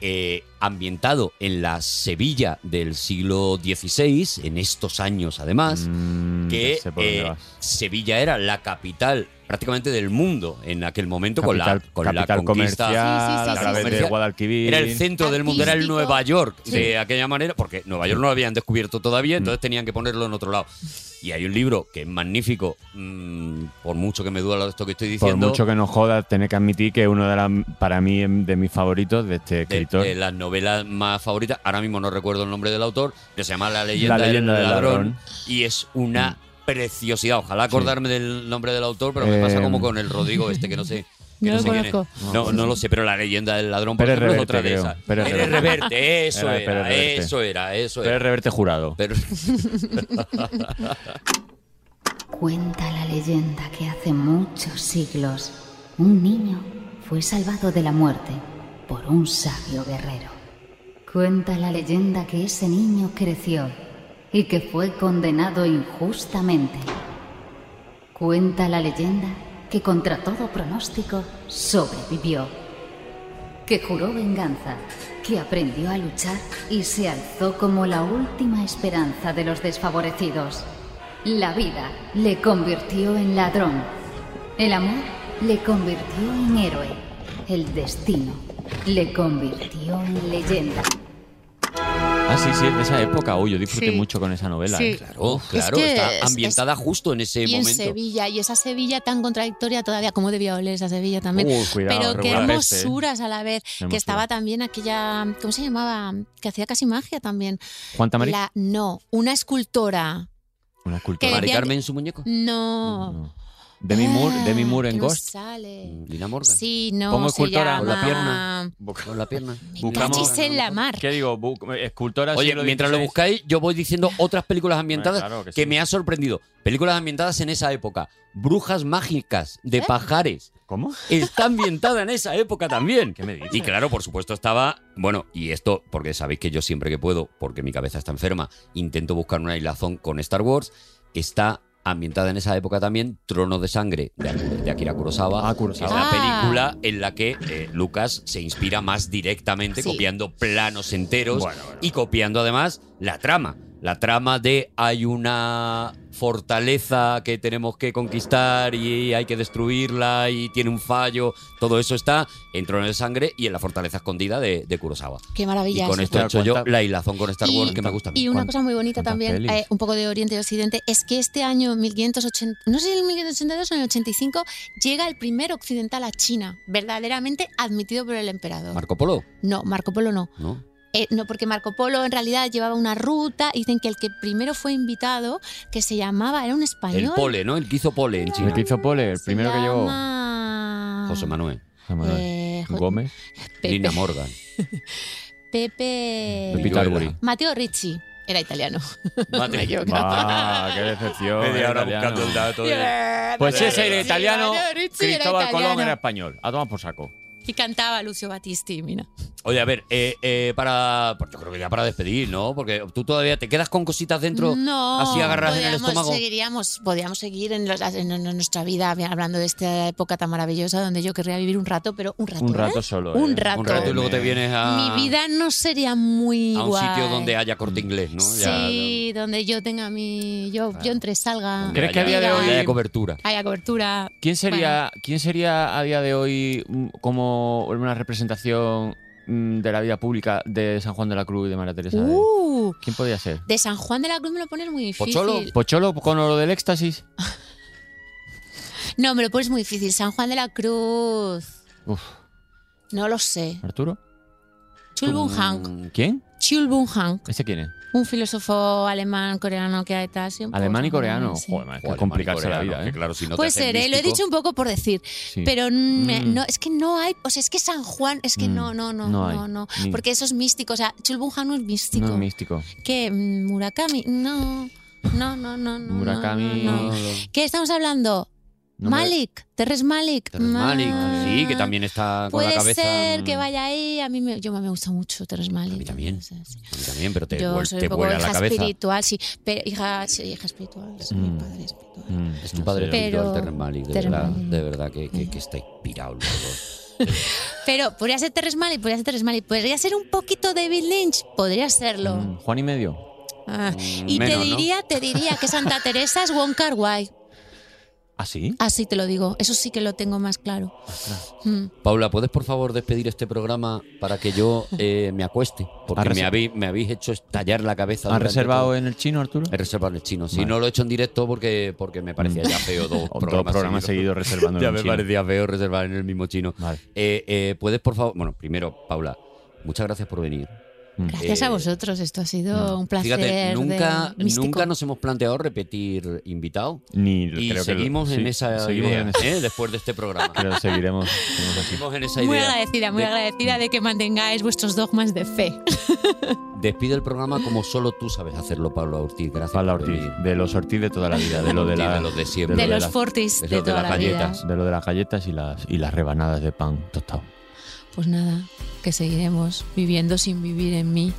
[SPEAKER 2] eh, ambientado en la Sevilla del siglo XVI, en estos años además, que
[SPEAKER 3] Mm,
[SPEAKER 2] eh,
[SPEAKER 3] ya sé por dónde vas.
[SPEAKER 2] Sevilla era la capital prácticamente del mundo en aquel momento con la,
[SPEAKER 3] Capital-
[SPEAKER 2] con
[SPEAKER 3] capital
[SPEAKER 2] la conquista
[SPEAKER 3] comercial, Sí, sí, sí, a sí, través sí. de Guadalquivir.
[SPEAKER 2] Era el centro del mundo, era el
[SPEAKER 3] Artístico.
[SPEAKER 2] Nueva York
[SPEAKER 3] Sí. Mm.
[SPEAKER 2] de aquella manera, porque Nueva York no lo habían descubierto todavía, entonces tenían que ponerlo en otro lado. Y hay un libro que es magnífico, mm, por mucho que me duda lo de esto que estoy
[SPEAKER 3] Por
[SPEAKER 2] diciendo,
[SPEAKER 3] mucho que nos joda, tener que admitir que es uno de las, para mí, em, de mis favoritos de este
[SPEAKER 2] de,
[SPEAKER 3] escritor.
[SPEAKER 2] de las novelas más favoritas, ahora mismo no recuerdo el nombre del autor, que se llama La leyenda,
[SPEAKER 3] La leyenda
[SPEAKER 2] del,
[SPEAKER 3] del
[SPEAKER 2] ladrón,
[SPEAKER 3] ladrón. Mm.
[SPEAKER 2] y es una preciosidad. Ojalá acordarme del nombre del autor, pero me
[SPEAKER 3] Eh,
[SPEAKER 2] pasa como con el Rodrigo este, que no sé. que
[SPEAKER 4] No
[SPEAKER 2] no,
[SPEAKER 4] lo
[SPEAKER 2] sé quién es.
[SPEAKER 4] conozco.
[SPEAKER 2] No, no lo sé, pero la leyenda del ladrón por
[SPEAKER 3] Pérez
[SPEAKER 2] ejemplo, es
[SPEAKER 3] Reverte,
[SPEAKER 2] otra de
[SPEAKER 3] creo.
[SPEAKER 2] esas.
[SPEAKER 3] Pérez
[SPEAKER 2] Pérez
[SPEAKER 3] Reverte.
[SPEAKER 2] Reverte, eso
[SPEAKER 3] Era
[SPEAKER 2] era,
[SPEAKER 3] de Pérez Reverte.
[SPEAKER 2] eso era, eso era.
[SPEAKER 3] Pérez Reverte jurado.
[SPEAKER 2] Pero-
[SPEAKER 14] Cuenta la leyenda que hace muchos siglos un niño fue salvado de la muerte por un sabio guerrero. Cuenta la leyenda que ese niño creció y que fue condenado injustamente. Cuenta la leyenda que contra todo pronóstico sobrevivió, que juró venganza, que aprendió a luchar y se alzó como la última esperanza de los desfavorecidos. La vida le convirtió en ladrón. El amor le convirtió en héroe. El destino le convirtió en leyenda.
[SPEAKER 3] Ah, sí, sí, es de esa época. Uy, yo disfruté
[SPEAKER 4] Sí.
[SPEAKER 3] mucho con esa novela.
[SPEAKER 4] Sí.
[SPEAKER 3] ¿eh?
[SPEAKER 2] Claro,
[SPEAKER 4] Es
[SPEAKER 2] claro,
[SPEAKER 4] que es-
[SPEAKER 2] está ambientada justo en ese
[SPEAKER 4] y en
[SPEAKER 2] momento.
[SPEAKER 4] Sevilla, y esa Sevilla tan contradictoria todavía, cómo debía oler esa Sevilla también.
[SPEAKER 2] Uy, cuidado,
[SPEAKER 4] Pero qué
[SPEAKER 2] regular este, ¿eh?
[SPEAKER 4] hermosuras a la vez, que
[SPEAKER 3] hermosura.
[SPEAKER 4] estaba también aquella, ¿cómo se llamaba? Que hacía casi magia también.
[SPEAKER 3] Juan Tamariz.
[SPEAKER 4] La- no, una escultora.
[SPEAKER 3] Una
[SPEAKER 4] que
[SPEAKER 3] escultura.
[SPEAKER 4] decía- No.
[SPEAKER 3] Demi Moore, Demi
[SPEAKER 4] Ah,
[SPEAKER 3] Moore en
[SPEAKER 4] que no
[SPEAKER 3] Ghost.
[SPEAKER 4] sale.
[SPEAKER 2] Lina Morgan.
[SPEAKER 4] Sí, no.
[SPEAKER 3] Pongo
[SPEAKER 4] se
[SPEAKER 3] escultora con la
[SPEAKER 4] llama-
[SPEAKER 3] pierna.
[SPEAKER 2] Con la pierna.
[SPEAKER 4] Cachis en la mar.
[SPEAKER 3] ¿Qué digo? Bu- Escultora.
[SPEAKER 2] Oye,
[SPEAKER 3] siglo
[SPEAKER 2] mientras lo
[SPEAKER 3] XVI.
[SPEAKER 2] buscáis, yo voy diciendo otras películas ambientadas
[SPEAKER 3] Hombre, claro que
[SPEAKER 2] que,
[SPEAKER 3] sí.
[SPEAKER 2] me ha sorprendido. Películas ambientadas en esa época. Brujas mágicas de
[SPEAKER 3] ¿Eh?
[SPEAKER 2] pajares.
[SPEAKER 3] ¿Cómo?
[SPEAKER 2] Está ambientada en esa época también. Y claro, por supuesto estaba, bueno, y esto porque sabéis que yo siempre que puedo, porque mi cabeza está enferma, intento buscar una hilazón con Star Wars, está ambientada en esa época también Trono de Sangre de, de Akira Kurosawa, que es la
[SPEAKER 3] Ah.
[SPEAKER 2] película en la que eh, Lucas se inspira más directamente
[SPEAKER 3] Sí.
[SPEAKER 2] copiando planos enteros y copiando además la trama. La trama de hay una fortaleza que tenemos que conquistar y hay que destruirla y tiene un fallo. Todo eso está en Trono de Sangre y en la fortaleza escondida de, de Kurosawa.
[SPEAKER 4] Qué maravilla
[SPEAKER 2] Y con
[SPEAKER 4] eso.
[SPEAKER 2] esto he hecho
[SPEAKER 3] Claro,
[SPEAKER 2] yo
[SPEAKER 3] cuánta-
[SPEAKER 2] la hilazón con Star Wars que me gusta. a mí.
[SPEAKER 4] Y una cosa muy bonita
[SPEAKER 2] cuántas
[SPEAKER 4] también,
[SPEAKER 2] pelis.
[SPEAKER 4] eh, un poco de Oriente y Occidente, es que este año 1580, no sé si en 1582 o en el 85, llega el primer occidental a China, verdaderamente admitido por el emperador.
[SPEAKER 2] Marco Polo,
[SPEAKER 4] no, Marco Polo no.
[SPEAKER 2] ¿no?
[SPEAKER 4] Eh, no, porque Marco Polo en realidad llevaba una ruta. y Dicen que el que primero fue invitado, que se llamaba, era un español.
[SPEAKER 2] El pole, ¿no? El que hizo pole en China.
[SPEAKER 3] El que hizo pole, el primero que llegó.
[SPEAKER 4] llama-
[SPEAKER 2] José Manuel.
[SPEAKER 4] Eh, jo-
[SPEAKER 3] Gómez.
[SPEAKER 4] Pepe. Eh,
[SPEAKER 2] Lina Morgan.
[SPEAKER 4] Pepe.
[SPEAKER 3] Pepita Arbury.
[SPEAKER 4] Mateo Ricci. Era italiano.
[SPEAKER 2] Madre
[SPEAKER 4] Me he equivocado.
[SPEAKER 3] Ah, qué decepción.
[SPEAKER 2] Media hora
[SPEAKER 3] italiano.
[SPEAKER 2] buscando el dato de-
[SPEAKER 3] Pues
[SPEAKER 2] Mateo
[SPEAKER 3] ese era
[SPEAKER 2] Ricci.
[SPEAKER 3] italiano,
[SPEAKER 4] Mateo Ricci era
[SPEAKER 3] Cristóbal Colón
[SPEAKER 4] italiano.
[SPEAKER 3] era español. A tomar por saco.
[SPEAKER 4] Y cantaba Lucio Battisti, mira.
[SPEAKER 2] Oye, a ver, eh, eh, para. pues yo creo que ya para despedir, ¿no? Porque tú todavía te quedas con cositas dentro.
[SPEAKER 4] No,
[SPEAKER 2] Así agarras en el
[SPEAKER 4] podríamos-
[SPEAKER 2] estómago.
[SPEAKER 4] Seguiríamos, podríamos seguir en, los- en- en nuestra vida hablando de esta época tan maravillosa donde yo querría vivir un rato, pero un rato.
[SPEAKER 3] Un
[SPEAKER 4] ¿eh?
[SPEAKER 3] rato solo.
[SPEAKER 4] Un
[SPEAKER 3] ¿eh?
[SPEAKER 4] rato.
[SPEAKER 2] Un rato y luego te vienes a.
[SPEAKER 4] Mi vida no sería muy
[SPEAKER 2] Ah. A un
[SPEAKER 4] guay.
[SPEAKER 2] sitio donde haya corte inglés, ¿no? Ya-
[SPEAKER 4] Sí, donde yo tenga mi. Yo, yo entre salga.
[SPEAKER 3] ¿Crees que a día de
[SPEAKER 4] diga,
[SPEAKER 3] hoy
[SPEAKER 2] haya cobertura?
[SPEAKER 4] Haya cobertura.
[SPEAKER 3] ¿Quién sería, ¿Quién sería a día de hoy mm, como una representación mm, de la vida pública de San Juan de la Cruz y de María Teresa? de-
[SPEAKER 4] Uh,
[SPEAKER 3] ¿Quién podría ser?
[SPEAKER 4] de San Juan de la Cruz me lo pones muy difícil.
[SPEAKER 3] ¿Pocholo? ¿Pocholo con lo del éxtasis?
[SPEAKER 4] No, me lo pones muy difícil. San Juan de la Cruz.
[SPEAKER 3] Uf,
[SPEAKER 4] No lo sé.
[SPEAKER 3] ¿Arturo?
[SPEAKER 4] Chulbun Hank.
[SPEAKER 3] ¿Quién?
[SPEAKER 4] Chulbun Hank.
[SPEAKER 3] ¿Ese quién es?
[SPEAKER 4] Un filósofo alemán, coreano que hay tal. siempre-
[SPEAKER 3] Alemán y coreano.
[SPEAKER 4] Sí.
[SPEAKER 3] Joder, madre, qué
[SPEAKER 2] Joder,
[SPEAKER 3] complicarse la
[SPEAKER 2] coreano,
[SPEAKER 3] vida, ¿eh?
[SPEAKER 2] que claro, si no te
[SPEAKER 4] Puede
[SPEAKER 2] haces
[SPEAKER 4] ser, ¿eh? lo he
[SPEAKER 2] místico-
[SPEAKER 4] dicho un poco por decir,
[SPEAKER 3] Sí.
[SPEAKER 4] pero mm, eh,
[SPEAKER 3] Mm.
[SPEAKER 4] no, es que no hay, o sea, es que San Juan, es que
[SPEAKER 3] Mm.
[SPEAKER 4] no, no, no,
[SPEAKER 3] No
[SPEAKER 4] no,
[SPEAKER 3] hay.
[SPEAKER 4] no,
[SPEAKER 3] Ni-
[SPEAKER 4] porque eso es místico, o sea, Chulbunhan no es místico,
[SPEAKER 3] No es místico.
[SPEAKER 4] que mm, Murakami, no, no, no, no, no, no, no,
[SPEAKER 3] Murakami.
[SPEAKER 4] no, no. ¿Qué estamos hablando?
[SPEAKER 2] No me-
[SPEAKER 4] Malik, Terres Malik.
[SPEAKER 2] Terrence Malick,
[SPEAKER 4] Ah,
[SPEAKER 2] sí, que también está con
[SPEAKER 4] Puede
[SPEAKER 2] la cabeza.
[SPEAKER 4] ser que
[SPEAKER 2] mm,
[SPEAKER 4] vaya ahí. A mí me, yo me gusta mucho Terres Malik. A mí también.
[SPEAKER 2] a mí también, pero te,
[SPEAKER 4] yo
[SPEAKER 2] vuel-
[SPEAKER 4] soy
[SPEAKER 2] te
[SPEAKER 4] un poco
[SPEAKER 2] vuela
[SPEAKER 4] hija
[SPEAKER 2] la cabeza. Mm.
[SPEAKER 4] espiritual, sí. Pero, hija, sí, hija espiritual. sí, mi padre es-
[SPEAKER 3] Mm,
[SPEAKER 2] Es tu padre
[SPEAKER 4] Pero- Mm.
[SPEAKER 2] espiritual, Terrence Malick, de
[SPEAKER 4] Terrence
[SPEAKER 2] verdad,
[SPEAKER 4] Malick.
[SPEAKER 2] de verdad que, que- que está inspirado los dos.
[SPEAKER 4] Pero podría ser Terres Malik, podría ser Terres Malik. Podría ser un poquito David Lynch, podría serlo.
[SPEAKER 3] Juan y medio.
[SPEAKER 4] Ah, Y
[SPEAKER 3] Mm. menos,
[SPEAKER 4] te
[SPEAKER 3] ¿no?
[SPEAKER 4] diría, te diría que Santa Teresa es Wong Kar Wai.
[SPEAKER 3] ¿Ah, sí?
[SPEAKER 4] Así te lo digo. Eso sí que lo tengo más claro. Mm.
[SPEAKER 2] Paula, ¿puedes por favor despedir este programa para que yo eh, me acueste? Porque
[SPEAKER 3] ¿Has
[SPEAKER 2] me
[SPEAKER 3] reser-
[SPEAKER 2] habéis, me habéis hecho estallar la cabeza.
[SPEAKER 3] ¿Has
[SPEAKER 2] durante todo-
[SPEAKER 3] reservado en el chino, Arturo?
[SPEAKER 2] He reservado en el chino. Si
[SPEAKER 3] Vale.
[SPEAKER 2] no lo he hecho en directo porque, porque me parecía ya feo dos
[SPEAKER 3] Dos
[SPEAKER 2] programas,
[SPEAKER 3] programas seguidos reservando en
[SPEAKER 2] ya
[SPEAKER 3] un
[SPEAKER 2] me
[SPEAKER 3] chino.
[SPEAKER 2] parecía feo reservar en el mismo chino. Eh, eh, ¿Puedes, por favor? Bueno, primero, Paula, muchas gracias por venir.
[SPEAKER 4] Gracias
[SPEAKER 2] Eh,
[SPEAKER 4] a vosotros. Esto ha sido un placer.
[SPEAKER 2] Fíjate, nunca,
[SPEAKER 4] de- místico.
[SPEAKER 2] nunca nos hemos planteado repetir invitado.
[SPEAKER 3] Ni
[SPEAKER 2] y
[SPEAKER 3] creo que lo-
[SPEAKER 2] seguimos en
[SPEAKER 3] sí,
[SPEAKER 2] esa
[SPEAKER 3] seguimos
[SPEAKER 2] idea,
[SPEAKER 3] en eso.
[SPEAKER 2] ¿eh? después de este programa.
[SPEAKER 3] Pero seguiremos. seguiremos así.
[SPEAKER 2] Seguimos en esa
[SPEAKER 4] Muy
[SPEAKER 2] idea.
[SPEAKER 4] agradecida, muy
[SPEAKER 2] De-
[SPEAKER 4] agradecida de que mantengáis vuestros dogmas de fe.
[SPEAKER 2] Despide el programa como solo tú sabes hacerlo, Paula Ortiz. Gracias.
[SPEAKER 3] Paula Ortiz, de los Ortiz de toda la vida, de lo de,
[SPEAKER 2] Ortiz,
[SPEAKER 3] la-
[SPEAKER 2] de los de siempre.
[SPEAKER 3] lo
[SPEAKER 4] De los
[SPEAKER 3] las-
[SPEAKER 4] Fortis de
[SPEAKER 3] lo
[SPEAKER 4] toda
[SPEAKER 3] las
[SPEAKER 4] la vida.
[SPEAKER 3] galletas, De lo de las galletas y las, y las rebanadas de pan tostado.
[SPEAKER 4] Pues nada, que seguiremos viviendo sin vivir en mí.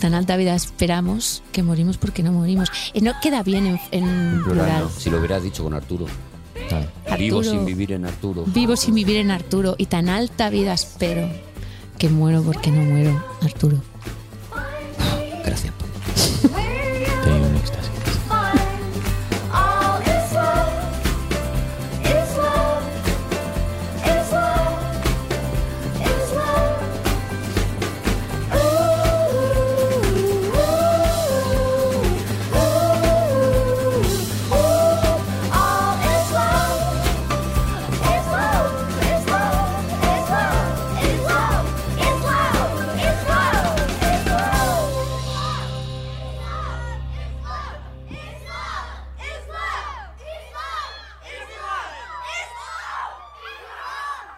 [SPEAKER 4] Tan alta vida esperamos que morimos porque no morimos. Eh, no queda bien en, en plural.
[SPEAKER 2] Si lo hubieras dicho con Arturo. Vivo
[SPEAKER 4] Arturo.
[SPEAKER 2] sin vivir en Arturo.
[SPEAKER 4] Vivo sin vivir en Arturo y tan alta vida espero que muero porque no muero, Arturo.
[SPEAKER 3] Te doy un éxtasis.
[SPEAKER 13] All is love, is love, is love, is love. Ooh, ooh, ooh, ooh. All is love, is love, is love, is love, is love, is love, is love, is love.